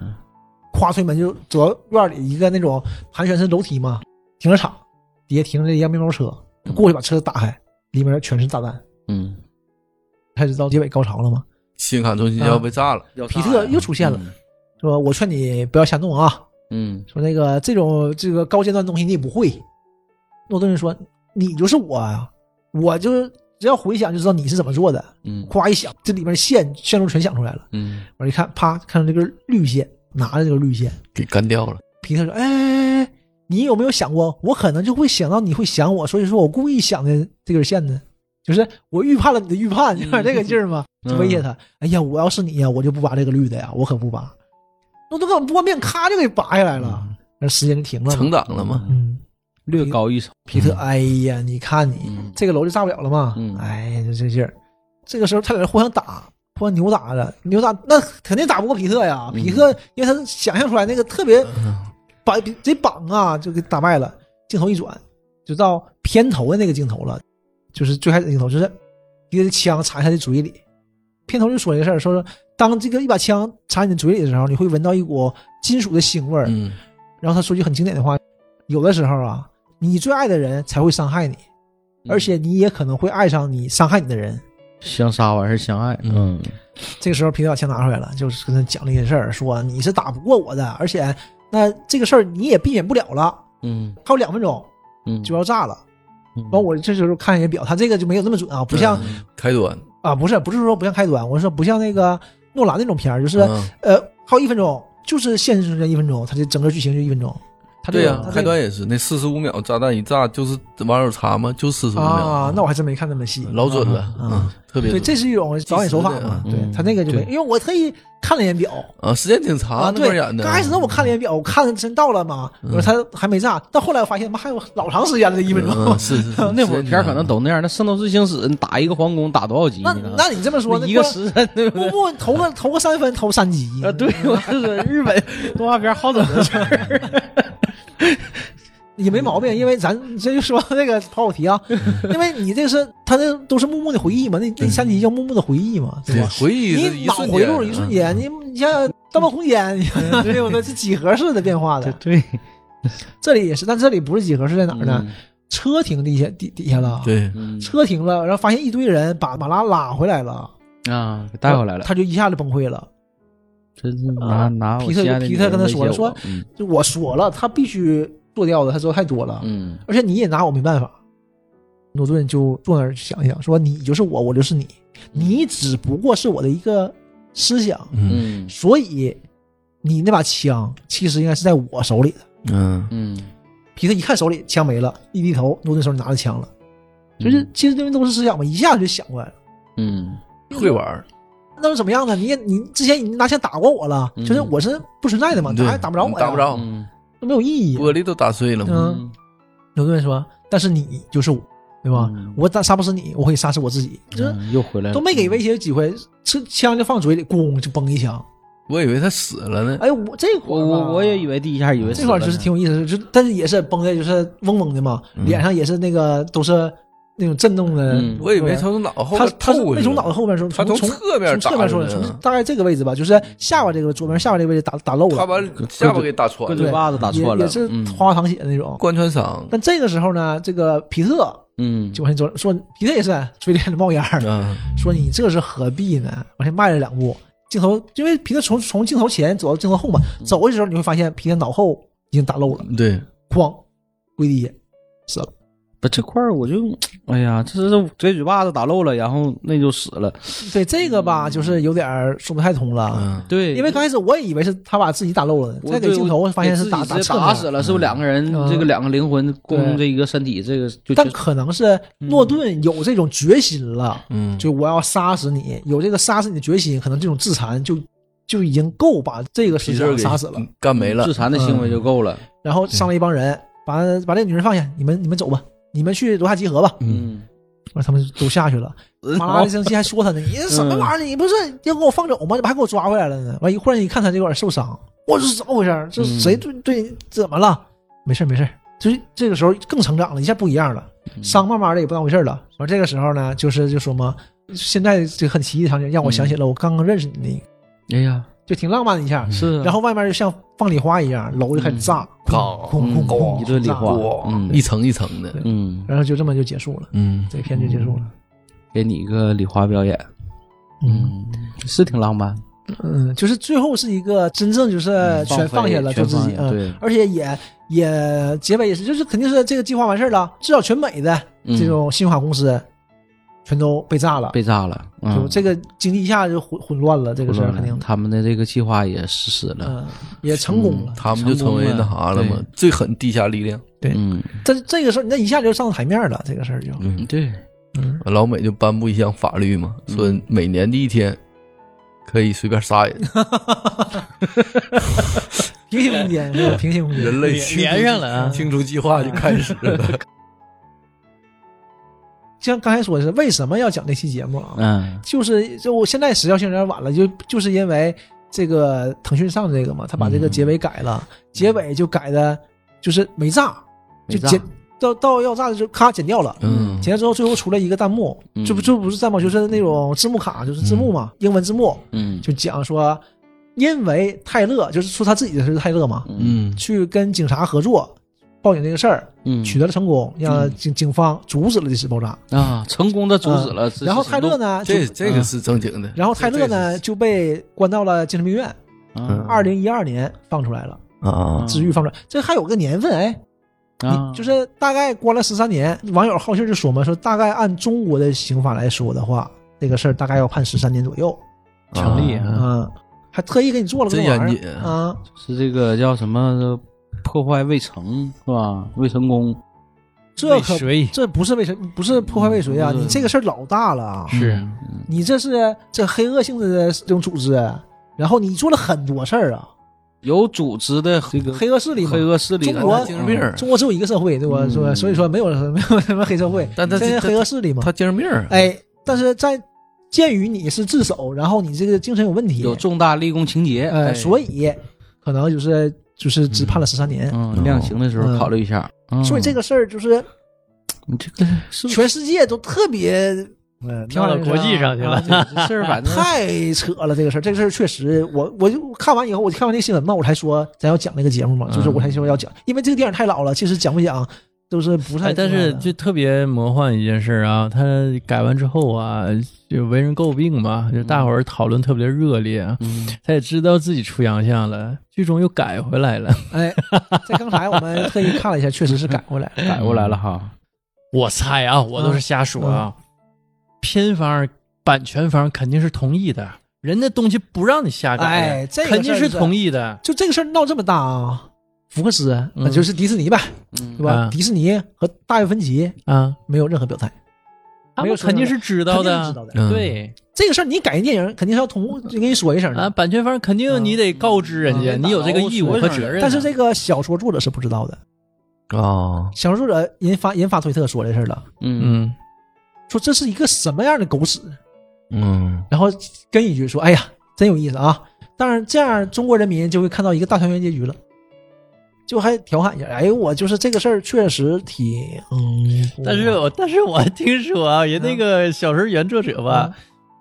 Speaker 4: 咵推门就走到院里一个那种盘旋式楼梯嘛，停车场底下停着一辆面包车，他过去把车打开，里面全是炸弹，
Speaker 2: 嗯，
Speaker 4: 开始到结尾高潮了吗？
Speaker 5: 信用卡中心要被炸了，
Speaker 4: 皮特又出现了，说：“我劝你不要瞎弄啊，
Speaker 2: 嗯，
Speaker 4: 说那个这种这个高阶段东西你也不会。”诺顿说：“你就是我啊，我就只要回想就知道你是怎么做的。”
Speaker 2: 嗯
Speaker 4: 夸一响，这里面线线路全响出来了。
Speaker 2: 嗯
Speaker 4: 我一看，啪，看到这根绿线，拿着这个绿线，
Speaker 5: 给干掉了。
Speaker 4: 皮特说：“哎哎，哎你有没有想过，我可能就会想到你会想我，所以说我故意想的这根线呢，就是我预判了你的预判，有点这个劲儿嘛，就威胁他。哎呀，我要是你呀，我就不拔这个绿的呀，我可不拔。那都给我们拨面，咔就给拔下来了，那时间就停了
Speaker 5: 成
Speaker 4: 嘛。
Speaker 5: 长了吗？
Speaker 4: 嗯，
Speaker 2: 略高一筹，
Speaker 4: 皮特，哎呀，你看你、
Speaker 2: 嗯
Speaker 4: 这个楼就炸不了了嘛，
Speaker 2: 嗯
Speaker 4: 哎呀，就这劲儿。这个时候他俩人互相打，互相扭打着，扭打那肯定打不过皮特呀。皮特因为他想象出来那个特别把这绑啊，就给打败了。镜头一转，就到片头的那个镜头了，就是最开始的镜头，就是皮特的枪插在他的嘴里。片头就说这个事儿，说说当这个一把枪插你的嘴里的时候，你会闻到一股金属的腥味儿。
Speaker 5: 嗯，
Speaker 4: 然后他说句很经典的话：“有的时候啊，你最爱的人才会伤害你，
Speaker 5: 嗯
Speaker 2: 嗯
Speaker 4: 而且你也可能会爱上你伤害你的人。
Speaker 2: 相杀完事相爱，嗯
Speaker 4: 这个时候，皮特把枪拿出来了，就是跟他讲了一件事儿，说你是打不过我的，而且那这个事儿你也避免不了了，
Speaker 2: 嗯
Speaker 4: 还有两分钟
Speaker 2: 嗯，
Speaker 4: 就要炸了。完，我这时候看一眼表，他这个就没有那么准啊，不像
Speaker 5: 开端
Speaker 4: 啊，不是不是说不像开端，我是说不像那个诺兰那种片儿，就是、
Speaker 5: 嗯
Speaker 4: 呃，还有一分钟，就是现实时间一分钟，他这整个剧情就一分钟。他这
Speaker 5: 对
Speaker 4: 个啊
Speaker 5: 呀
Speaker 4: 他，这
Speaker 5: 开
Speaker 4: 个
Speaker 5: 端也是那四十五秒炸弹一炸，就是网友查嘛，就四十五秒
Speaker 4: 啊，那我还真没看那么细。
Speaker 5: 老准了，
Speaker 4: 嗯
Speaker 5: 嗯，特别
Speaker 4: 对，
Speaker 5: 准。
Speaker 4: 这是一种导演手法嘛。
Speaker 2: 嗯
Speaker 4: 对他那个就没，
Speaker 2: 对
Speaker 4: 因为我特意看了一眼表
Speaker 5: 啊，时间挺长，
Speaker 4: 啊，
Speaker 5: 那边
Speaker 4: 对，
Speaker 5: 演
Speaker 2: 嗯
Speaker 5: 的。
Speaker 4: 刚开始我看了一眼表，我看真到了嘛，我说他还没炸，但后来我发现妈还有老长时间了，一分钟。
Speaker 5: 嗯是是是
Speaker 2: 那会儿片儿可能都那样，那《圣斗士星矢》你打一个皇宫打多少集？
Speaker 4: 那
Speaker 2: 你看
Speaker 4: 那你这么说，那
Speaker 2: 嗯一个
Speaker 4: 光
Speaker 2: 时辰，对不
Speaker 4: 不
Speaker 2: 对？
Speaker 4: 不投个投个三分，投三级。
Speaker 2: 啊，对，我是说日 本动画片好整的事儿。
Speaker 4: 也没毛病，因为咱这就说那个跑跑题 啊，因为你这是他这都是木木的回忆嘛，那那三集叫木木的回忆嘛，对
Speaker 5: 对
Speaker 4: 吧？
Speaker 5: 回忆是
Speaker 4: 你
Speaker 5: 一
Speaker 4: 脑
Speaker 5: 瞬
Speaker 4: 回
Speaker 5: 间
Speaker 4: 路一瞬间，你你像《盗梦空间》，对不对？是几何式的变化的，
Speaker 2: 对，
Speaker 4: 这里也是，但这里不是几何，是在哪儿呢？车停地下底底下了，，
Speaker 5: 对，
Speaker 2: 嗯？
Speaker 4: 车停了，然后发现一堆人把马拉拉回来了，
Speaker 2: 对啊，给带回来了。
Speaker 4: 他就一下就崩溃了。
Speaker 2: 真是拿
Speaker 4: 啊
Speaker 2: 拿我
Speaker 4: 皮特
Speaker 2: 西安的
Speaker 4: 皮特
Speaker 2: 女人
Speaker 4: 跟他
Speaker 2: 威
Speaker 4: 说
Speaker 2: 胁
Speaker 4: 说
Speaker 2: 我嗯
Speaker 4: 就我说了，他必须做掉的，他做太多了，
Speaker 2: 嗯
Speaker 4: 而且你也拿我没办法。诺顿就坐那儿想一想，说你就是我，我就是你，你只不过是我的一个思想，
Speaker 5: 嗯
Speaker 2: 嗯
Speaker 4: 所以你那把枪其实应该是在我手里的。
Speaker 5: 嗯，
Speaker 2: 嗯，
Speaker 4: 皮特一看手里枪没了，一低头，诺顿手里拿着枪了，就是其实因为都是思想嘛，一下子就想过来了。
Speaker 2: 嗯
Speaker 5: 会玩儿，
Speaker 4: 那是怎么样呢？你也你之前你拿枪打过我了，
Speaker 2: 嗯
Speaker 4: 就是我是不存在的嘛，
Speaker 5: 对
Speaker 4: 打也打不着我呀，
Speaker 5: 打不着
Speaker 2: 嗯
Speaker 4: 都没有意义。
Speaker 5: 玻璃都打碎了嘛。
Speaker 4: 嗯，牛顿说：“但是你就是我，对吧？
Speaker 2: 嗯
Speaker 4: 我打杀不死你，我可以杀死我自己。”就是
Speaker 2: 嗯又回来了，
Speaker 4: 都没给威胁机会，这枪就放嘴里，咣就崩一枪。
Speaker 5: 我以为他死了呢。
Speaker 4: 哎，我这会
Speaker 2: 我
Speaker 4: 儿吧
Speaker 2: 我我也以为第一下以为
Speaker 4: 这块儿
Speaker 2: 死
Speaker 4: 就是
Speaker 2: 了呢
Speaker 4: 挺有意思，就但是也是崩的，就是嗡嗡的嘛，
Speaker 5: 嗯
Speaker 4: 脸上也是那个都是那种震动的
Speaker 2: 嗯。
Speaker 5: 我以为他从脑后
Speaker 4: 啊他他
Speaker 5: 边
Speaker 4: 是
Speaker 5: 透过
Speaker 4: 没
Speaker 5: 去
Speaker 4: 从脑袋后面说，
Speaker 5: 他
Speaker 4: 从
Speaker 5: 从
Speaker 4: 从
Speaker 5: 侧面
Speaker 4: 从侧
Speaker 5: 打
Speaker 4: 面说的，
Speaker 5: 人
Speaker 4: 从大概这个位置吧，就是下巴这个左边下巴这个位置打打漏了。
Speaker 5: 他把下巴给打穿
Speaker 2: 跟
Speaker 5: 了，
Speaker 2: 嘴巴子打错了，
Speaker 4: 也也是
Speaker 2: 嗯
Speaker 4: 花花淌血的那种。
Speaker 5: 贯穿伤。
Speaker 4: 但这个时候呢，这个皮特
Speaker 2: 嗯
Speaker 4: 就往前走，说皮特也是嘴里还冒烟儿，
Speaker 5: 嗯，
Speaker 4: 说你这是何必呢？往前迈了两步，镜头因为皮特从从镜头前走到镜头后嘛，走过去的时候你会发现皮特脑后已经打漏了，
Speaker 5: 对，
Speaker 4: 哐，跪地下死了。
Speaker 2: 不这块儿我就哎呀，这是嘴嘴巴子打漏了，然后那就死了，
Speaker 4: 对这个吧，就是有点儿说不太通了。
Speaker 5: 嗯，
Speaker 2: 对，
Speaker 4: 因为刚开始我也以为是他把自己打漏了呢，
Speaker 2: 我
Speaker 4: 再给
Speaker 2: 对
Speaker 4: 镜
Speaker 2: 我
Speaker 4: 头发现是
Speaker 2: 给自己
Speaker 4: 打
Speaker 2: 直
Speaker 4: 打
Speaker 2: 接
Speaker 4: 侧
Speaker 2: 打
Speaker 4: 面
Speaker 2: 死了，是不是两个人
Speaker 4: 嗯
Speaker 2: 这个两个灵魂
Speaker 4: 对
Speaker 2: 攻这一个身体，这个就
Speaker 4: 但
Speaker 2: 就
Speaker 4: 可能是诺顿有这种决心了，
Speaker 5: 嗯，
Speaker 4: 就我要杀死你，有这个杀死你的决心，可能这种自残就就已经够把这个死
Speaker 5: 皮
Speaker 4: 者
Speaker 5: 事儿
Speaker 4: 给
Speaker 5: 给嗯
Speaker 4: 杀死了。
Speaker 5: 干没了
Speaker 2: 自。残的行为就够了。
Speaker 4: 然后上来一帮人，把把这女人放下，你们你们走吧，你们去楼下集合吧。
Speaker 5: 嗯，
Speaker 4: 完，他们都下去了。
Speaker 2: 嗯
Speaker 4: 麻拉的生气还说他呢，你什么玩意儿？你不是要给我放走吗？怎么还给我抓回来了呢？完一忽然一看他这块儿受伤，我这是怎么回事儿？这
Speaker 2: 嗯
Speaker 4: 谁对对你怎么了？没事儿没事儿，就是这个时候更成长了，一下不一样了，
Speaker 2: 嗯
Speaker 4: 伤慢慢的也不当回事儿了。完这个时候呢，就是就说嘛，现在这个很奇异的场景让我想
Speaker 2: 嗯
Speaker 4: 起了我刚刚认识你那个，
Speaker 2: 哎呀，
Speaker 4: 就挺浪漫的一下。
Speaker 2: 是啊
Speaker 4: 然后外面就像放礼花一样，楼就开始炸，
Speaker 5: 嗯
Speaker 4: 轰轰
Speaker 5: 嗯
Speaker 4: 轰轰，
Speaker 2: 一顿礼
Speaker 4: 炸
Speaker 2: 花
Speaker 5: 哇，
Speaker 2: 嗯
Speaker 5: 一层一层的，
Speaker 2: 嗯，
Speaker 4: 然后就这么就结束了，
Speaker 5: 嗯，
Speaker 4: 这片就结束了。
Speaker 2: 给你一个礼花表演，嗯，是挺浪漫，
Speaker 4: 嗯，就是最后是一个真正就是全放下了，
Speaker 2: 呃全
Speaker 4: 就自
Speaker 2: 嗯放
Speaker 4: 己，
Speaker 2: 下
Speaker 4: 嗯，
Speaker 2: 对，
Speaker 4: 而且也也结尾也是，就是肯定是这个计划完事儿了，至少全美的
Speaker 2: 嗯
Speaker 4: 这种信用卡公司全都被炸了，
Speaker 2: 被炸了，
Speaker 4: 就
Speaker 2: 嗯，
Speaker 4: 这个经济一下就混混乱了，这个事儿
Speaker 2: 混乱了
Speaker 4: 肯定，
Speaker 2: 他们的这个计划也实施了，
Speaker 4: 嗯，也成功了。
Speaker 5: 他们就成为那啥了嘛
Speaker 2: 对，
Speaker 5: 最狠地下力量，
Speaker 4: 对
Speaker 2: 嗯
Speaker 4: 但是这个事儿，那一下就上台面了，这个事儿就，
Speaker 2: 嗯，对，
Speaker 4: 嗯，
Speaker 5: 老美就颁布一项法律嘛，
Speaker 2: 嗯
Speaker 5: 说每年的一天可以随便杀人，
Speaker 4: 平行空间，是吧平行空间，
Speaker 5: 人类清除
Speaker 3: 连连上了啊
Speaker 5: 清除计划就开始了。
Speaker 4: 像刚才说的是，为什么要讲这期节目啊？
Speaker 2: 嗯
Speaker 4: 就是就我现在时效性有点晚了，就就是因为这个腾讯上这个嘛，他把这
Speaker 2: 嗯
Speaker 4: 个结尾改了，结尾就改的，就是没炸，
Speaker 2: 没
Speaker 4: 就
Speaker 2: 炸
Speaker 4: 剪到到要炸的就咔剪掉了。
Speaker 5: 嗯，
Speaker 4: 剪掉之后，最后出来一个弹幕，
Speaker 2: 嗯
Speaker 4: 这不这不是弹幕，就是那种字幕卡，就是字幕嘛，英文字幕，
Speaker 2: 嗯
Speaker 4: 就讲说，因为泰勒就是说他自己的是泰勒嘛，
Speaker 5: 嗯
Speaker 4: 去跟警察合作报警这个事儿，
Speaker 2: 嗯，
Speaker 4: 取得了成功，让
Speaker 2: 嗯
Speaker 4: 警警方阻止了这次爆炸。
Speaker 2: 啊，成功的阻止了，这是
Speaker 4: 嗯然后泰勒
Speaker 2: 行
Speaker 4: 呢，就
Speaker 5: 这这个是正经的。
Speaker 4: 然后泰勒呢
Speaker 5: 这，
Speaker 4: 就被关到了精神病院，
Speaker 2: 动
Speaker 5: 嗯
Speaker 4: 二零一二年放出来了，
Speaker 5: 啊
Speaker 2: 嗯
Speaker 4: 治愈放出来，这还有个年份哎，
Speaker 2: 啊，
Speaker 4: 你就是大概关了十三年。网友好信儿就说嘛，说大概按中国的刑法来说的话，这个事儿大概要判十三年左右，
Speaker 3: 成立
Speaker 5: 啊
Speaker 3: 啊，
Speaker 4: 嗯，还特意给你做了个
Speaker 5: 真
Speaker 4: 这玩
Speaker 5: 严
Speaker 4: 意
Speaker 5: 谨
Speaker 4: 儿啊，
Speaker 2: 是这个叫什么破坏未成是吧？未成功，
Speaker 4: 这
Speaker 3: 为
Speaker 4: 可
Speaker 3: 谁
Speaker 4: 这不是为谁，不是破坏未遂啊，
Speaker 2: 嗯
Speaker 4: 你这个事儿老大了啊，
Speaker 3: 是
Speaker 4: 你这是这黑恶性质的这种组织，然后你做了很多事儿啊，
Speaker 2: 有组织的这个
Speaker 4: 黑恶势力嘛
Speaker 2: 黑。恶势力的，
Speaker 4: 中国
Speaker 5: 精神病儿，
Speaker 4: 中国只有一个社会，对吧？
Speaker 2: 嗯
Speaker 4: 是吧？所以说没有没有什么黑社会，
Speaker 5: 但他
Speaker 4: 这是黑恶势力嘛。
Speaker 5: 他精神病儿啊，
Speaker 4: 哎，但是在鉴于你是自首，然后你这个精神有问题，
Speaker 2: 有重大立功情节，
Speaker 4: 呃，
Speaker 2: 哎
Speaker 4: 所以可能就是就是只判了十三年。
Speaker 2: 嗯，量刑的时候
Speaker 4: 嗯
Speaker 2: 考虑一下。嗯
Speaker 4: 所以这个事儿就是
Speaker 2: 你这个是
Speaker 4: 全世界都特别，嗯，
Speaker 3: 跳到国际上去了
Speaker 4: 啊这个
Speaker 2: 事儿，反正
Speaker 4: 太扯了，这个事儿，这个事儿确实，我我就看完以后，我就看完这个新闻嘛，我才说咱要讲这个节目嘛，就是我才说要讲，因为这个电影太老了，其实讲不讲都是不是
Speaker 3: 哎，
Speaker 4: 很重
Speaker 3: 但
Speaker 4: 要的。
Speaker 3: 是就特别魔幻一件事儿啊，他改完之后啊，就为人诟病嘛，就大伙儿讨论特别热烈啊。
Speaker 2: 嗯
Speaker 3: 他也知道自己出洋相了，剧中又改回来了。
Speaker 4: 哎，在刚才我们特意看了一下，确实是改过来了。
Speaker 2: 改过来了哈。
Speaker 3: 我猜啊，我都是瞎说啊。片方、版权方肯定是同意的，人家东西不让你瞎改，
Speaker 4: 哎这个
Speaker 3: 肯定
Speaker 4: 事儿
Speaker 3: 是
Speaker 4: 是
Speaker 3: 同意的。
Speaker 4: 就这个事儿闹这么大啊，福克斯、那就是迪士尼呗，
Speaker 2: 嗯
Speaker 4: 对吧？
Speaker 3: 嗯
Speaker 4: 迪士尼和大卫芬奇
Speaker 3: 啊，
Speaker 4: 没有任何表态，
Speaker 3: 他
Speaker 4: 没有
Speaker 3: 们
Speaker 4: 说什
Speaker 3: 肯
Speaker 4: 么
Speaker 3: 定是知道
Speaker 4: 肯定是
Speaker 3: 的
Speaker 4: 知，道的。
Speaker 5: 嗯
Speaker 3: 对
Speaker 4: 这个事儿你改电影肯定是要同就跟你说一声
Speaker 3: 啊，
Speaker 4: 的，
Speaker 3: 版权方肯
Speaker 4: 嗯
Speaker 3: 定你得告知人家，
Speaker 2: 嗯
Speaker 3: 你有这个义务和责任啊。
Speaker 4: 但是这个小说作者是不知道的。
Speaker 5: 啊，
Speaker 4: 小说作者人发人发推特说这事儿了，
Speaker 2: 嗯
Speaker 3: 嗯，
Speaker 4: 说这是一个什么样的狗屎，
Speaker 5: 嗯，
Speaker 4: 然后跟一句说，哎呀，真有意思啊！当然这样中国人民就会看到一个大团圆结局了。就还调侃一下，哎，我就是这个事儿确实挺，嗯，
Speaker 3: 但是我但是我听说啊，人那个小说原作者吧，
Speaker 4: 嗯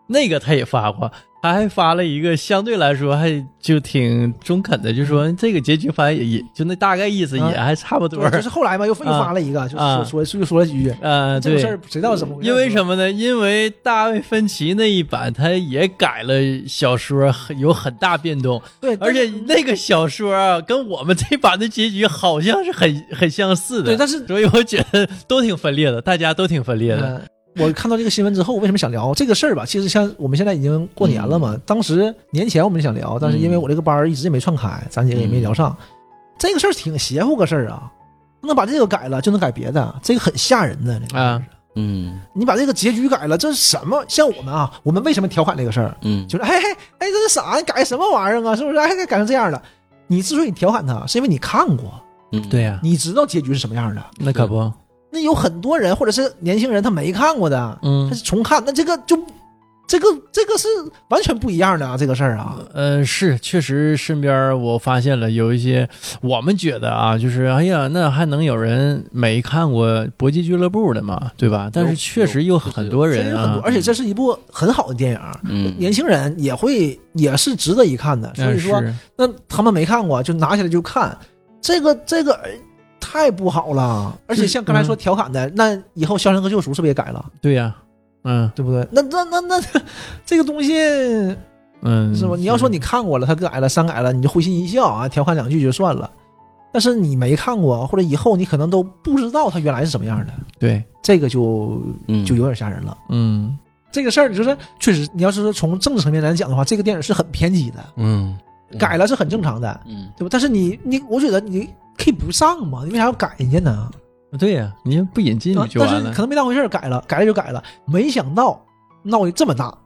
Speaker 3: 那个他也发过，他还发了一个相对来说还就挺中肯的，就说这个结局反正也也就那大概意思也
Speaker 4: 啊
Speaker 3: 还差不多
Speaker 4: 对，。就是后来嘛，又又发了一个，就是
Speaker 3: 啊
Speaker 4: 说说就说了几句，
Speaker 3: 呃，
Speaker 4: 这个事
Speaker 3: 对
Speaker 4: 儿，谁知道怎么回事？
Speaker 3: 因为什么呢？因为大卫芬奇那一版他也改了小说，很有很大变动，
Speaker 4: 对，
Speaker 3: 而且
Speaker 4: 但是
Speaker 3: 那个小说啊，跟我们这版的结局好像是很 很相似的。
Speaker 4: 对，但是
Speaker 3: 所以我觉得都挺分裂的，大家都挺分裂的。
Speaker 4: 嗯，我看到这个新闻之后，为什么想聊这个事儿吧？其实像我们现在已经过年了嘛，当时年前我们想聊，但是因为我这个班儿一直也没串开，咱几个也没聊上。这个事儿挺邪乎个事儿啊，能把这个改了就能改别的，这个很吓人的。这个
Speaker 3: 啊，
Speaker 2: 嗯
Speaker 4: 你把这个结局改了，这是什么？像我们啊，我们为什么调侃这个事儿？
Speaker 2: 嗯
Speaker 4: 就是哎哎哎，这是啥？你改什么玩意儿啊？是不是？哎，改成这样了。你之所以调侃他，是因为你看过，
Speaker 2: 嗯，
Speaker 3: 对呀、
Speaker 4: 你知道结局是什么样的。
Speaker 3: 那可不，
Speaker 4: 那有很多人或者是年轻人他没看过的，
Speaker 3: 嗯
Speaker 4: 他是重看，那这个就这个这个是完全不一样的啊，这个事儿啊，
Speaker 3: 呃，是，确实，身边儿我发现了有一些，我们觉得啊，就是哎呀，那还能有人没看过《搏击俱乐部》的嘛，对吧？但是
Speaker 5: 有
Speaker 3: 确实有很多
Speaker 4: 真
Speaker 3: 人
Speaker 4: 是很多，
Speaker 3: 啊，
Speaker 4: 而且这是一部很好的电影，
Speaker 2: 嗯，
Speaker 4: 年轻人也会也是值得一看的，所以
Speaker 3: 嗯
Speaker 4: 说
Speaker 3: 是
Speaker 4: 那他们没看过就拿起来就看，这个这个。哎太不好了，而且像
Speaker 3: 嗯
Speaker 4: 刚才说调侃的，那以后《肖申克救赎》是不是也改了，
Speaker 3: 对呀、嗯
Speaker 4: 对不对？那那那那，这个东西
Speaker 3: 嗯，
Speaker 4: 是吧？你要说你看过了，他改了删改了，你就会心一笑啊，调侃两句就算了。但是你没看过，或者以后你可能都不知道他原来是什么样的，
Speaker 3: 对，
Speaker 4: 这个就
Speaker 2: 嗯
Speaker 4: 就有点吓人了。
Speaker 3: 嗯
Speaker 4: 这个事儿就是确实，你要是说从政治层面来讲的话，这个电影是很偏激的，
Speaker 5: 嗯，
Speaker 4: 改了是很正常的，
Speaker 2: 嗯
Speaker 4: 对吧？但是你你，我觉得你可以不上嘛，你为啥要改人家呢？
Speaker 3: 对呀、你不引进
Speaker 4: 啊
Speaker 3: 你就
Speaker 4: 但
Speaker 3: 完
Speaker 4: 是
Speaker 3: 了
Speaker 4: 可，能没当回事儿，改了改了就改了，没想到闹得这么大，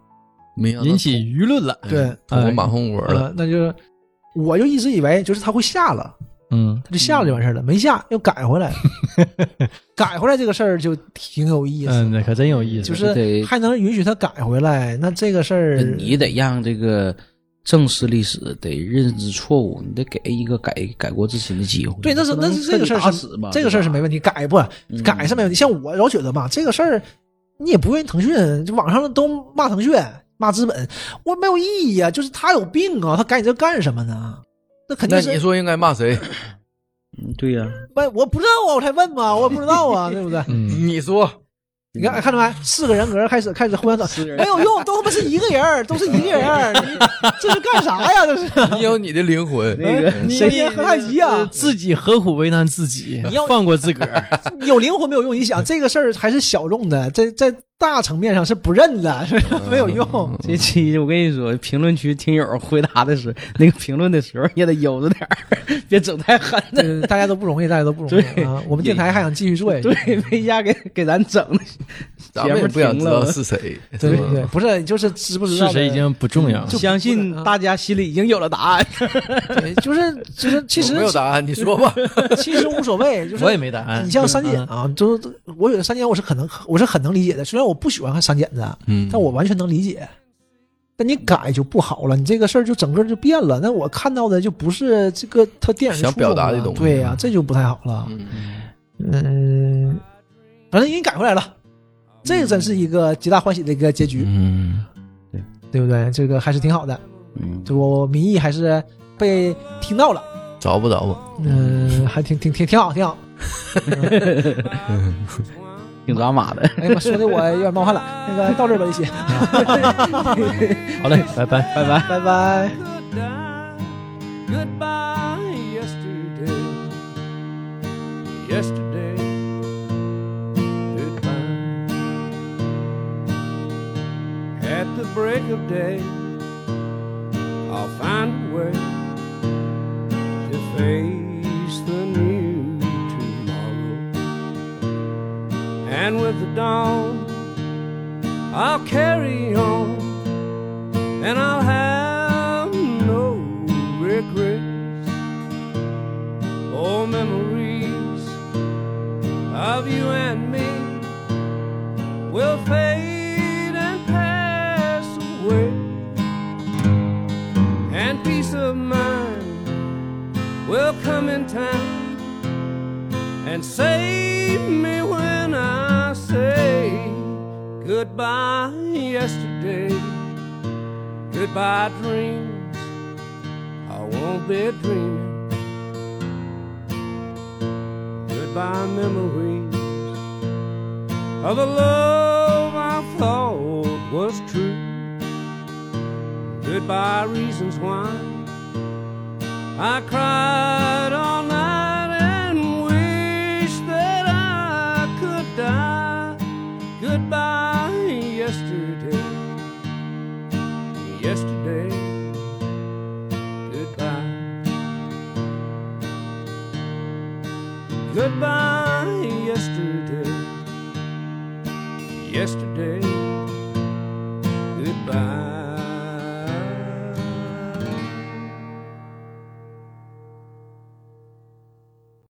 Speaker 5: 没想到
Speaker 3: 引起舆论了，
Speaker 5: 捅
Speaker 4: 对
Speaker 5: 捅个马蜂窝了，
Speaker 4: 呃，那就是我就一直以为就是他会下了。
Speaker 3: 嗯
Speaker 4: 他就下了就完事儿了，没下又改回来，改回来这个事儿就挺有意思的，
Speaker 3: 嗯，那可真有意思，
Speaker 4: 就是
Speaker 2: 得
Speaker 4: 还能允许他改回来，那这个事儿
Speaker 2: 你得让这个正视历史，得认知错误，你得给一个改改过自新的机会。
Speaker 4: 对，那是
Speaker 2: 不
Speaker 4: 那
Speaker 2: 能
Speaker 4: 是这个
Speaker 2: 彻
Speaker 4: 事儿
Speaker 2: 底打
Speaker 4: 是
Speaker 2: 死吧
Speaker 4: 这个事儿是没问题，改不
Speaker 2: 嗯
Speaker 4: 改是没问题。像我老觉得吧，这个事儿你也不愿意腾讯，就网上都骂腾讯骂资本，我没有意义啊，就是他有病啊，他改你这干什么呢？那肯
Speaker 5: 那
Speaker 4: 定
Speaker 5: 你
Speaker 4: 是，
Speaker 5: 说应该骂谁？
Speaker 2: 嗯对呀，
Speaker 4: 我我不知道啊，我才问嘛，我不知道啊，对不对？
Speaker 3: 嗯，
Speaker 5: 你说
Speaker 4: 你看，看到没？四个人格开始开始互相找，没有用，都他妈是一个人儿，都是一个人儿，你这是干啥呀？这是
Speaker 5: 你有你的灵魂，
Speaker 4: 你有点和他一样，
Speaker 3: 自己何苦为难自己
Speaker 4: 你要？
Speaker 3: 放过自个儿，
Speaker 4: 你有灵魂没有用？你想这个事儿还是小众的，在在大层面上是不认的，是吧没有 用。
Speaker 2: 这期我跟你说，评论区听友回答的是 那个评论的时候也得悠着点儿， 别整太狠了。
Speaker 4: 呃大家都不容易，大家都不容易
Speaker 2: 对
Speaker 4: 啊！我们电台还想继续做下去，
Speaker 2: 对，没家给给咱整的，
Speaker 5: 咱们也不想知道是谁，
Speaker 4: 对对
Speaker 5: 是吧
Speaker 4: 对，不是就是知 不知道
Speaker 3: 是
Speaker 4: 的
Speaker 3: 谁已经不重要了，
Speaker 2: 相信大家心里已经有了答案。
Speaker 4: 对就是就是其
Speaker 5: 我
Speaker 4: 实
Speaker 5: 没有答案，你说吧。
Speaker 4: 其实无所谓，就是
Speaker 3: 我也没答案
Speaker 4: 你。像删减啊，就是我觉得删减我是很能我是很能理解的，虽然我不喜欢看删减的，
Speaker 5: 嗯
Speaker 4: 但我完全能理解。但你改就不好了，你这个事儿就整个就变了。那我看到的就不是这个他电影
Speaker 5: 想
Speaker 4: 初衷
Speaker 5: 表达的
Speaker 4: 了
Speaker 5: 东西
Speaker 4: 啊对呀、这就不太好了。
Speaker 5: 嗯
Speaker 4: 嗯，反正人改回来了，这个真是一个皆大欢喜的一个结局，
Speaker 5: 嗯，
Speaker 4: 对不对？这个还是挺好的，
Speaker 2: 嗯，
Speaker 4: 就我民意还是被听到了，
Speaker 5: 着不着吧？
Speaker 4: 嗯，还挺挺挺挺好，挺好。
Speaker 2: 挺抓马的。
Speaker 4: 哎呀妈，说的我有点冒汗了。那个到这儿吧，一起，
Speaker 3: 好嘞，拜拜。
Speaker 2: 拜拜。
Speaker 4: 拜拜。
Speaker 1: Goodbye, goodbye, yesterday. Yesterday, goodbye. At the break of day, I'll find a way to face the new tomorrow. And with the dawn, I'll carry on and I'll have no regrets or memories of you and me will fade and pass away and peace of mind will come in time and save me when I say goodbye yesterday Goodbye dreams, I won't be dreaming. Goodbye memories of the love I thought was true. Goodbye reasons why I cried all night and wished that I could die. Goodbye yesterday yesterday. Goodbye. Goodbye, yesterday. yesterday. Goodbye.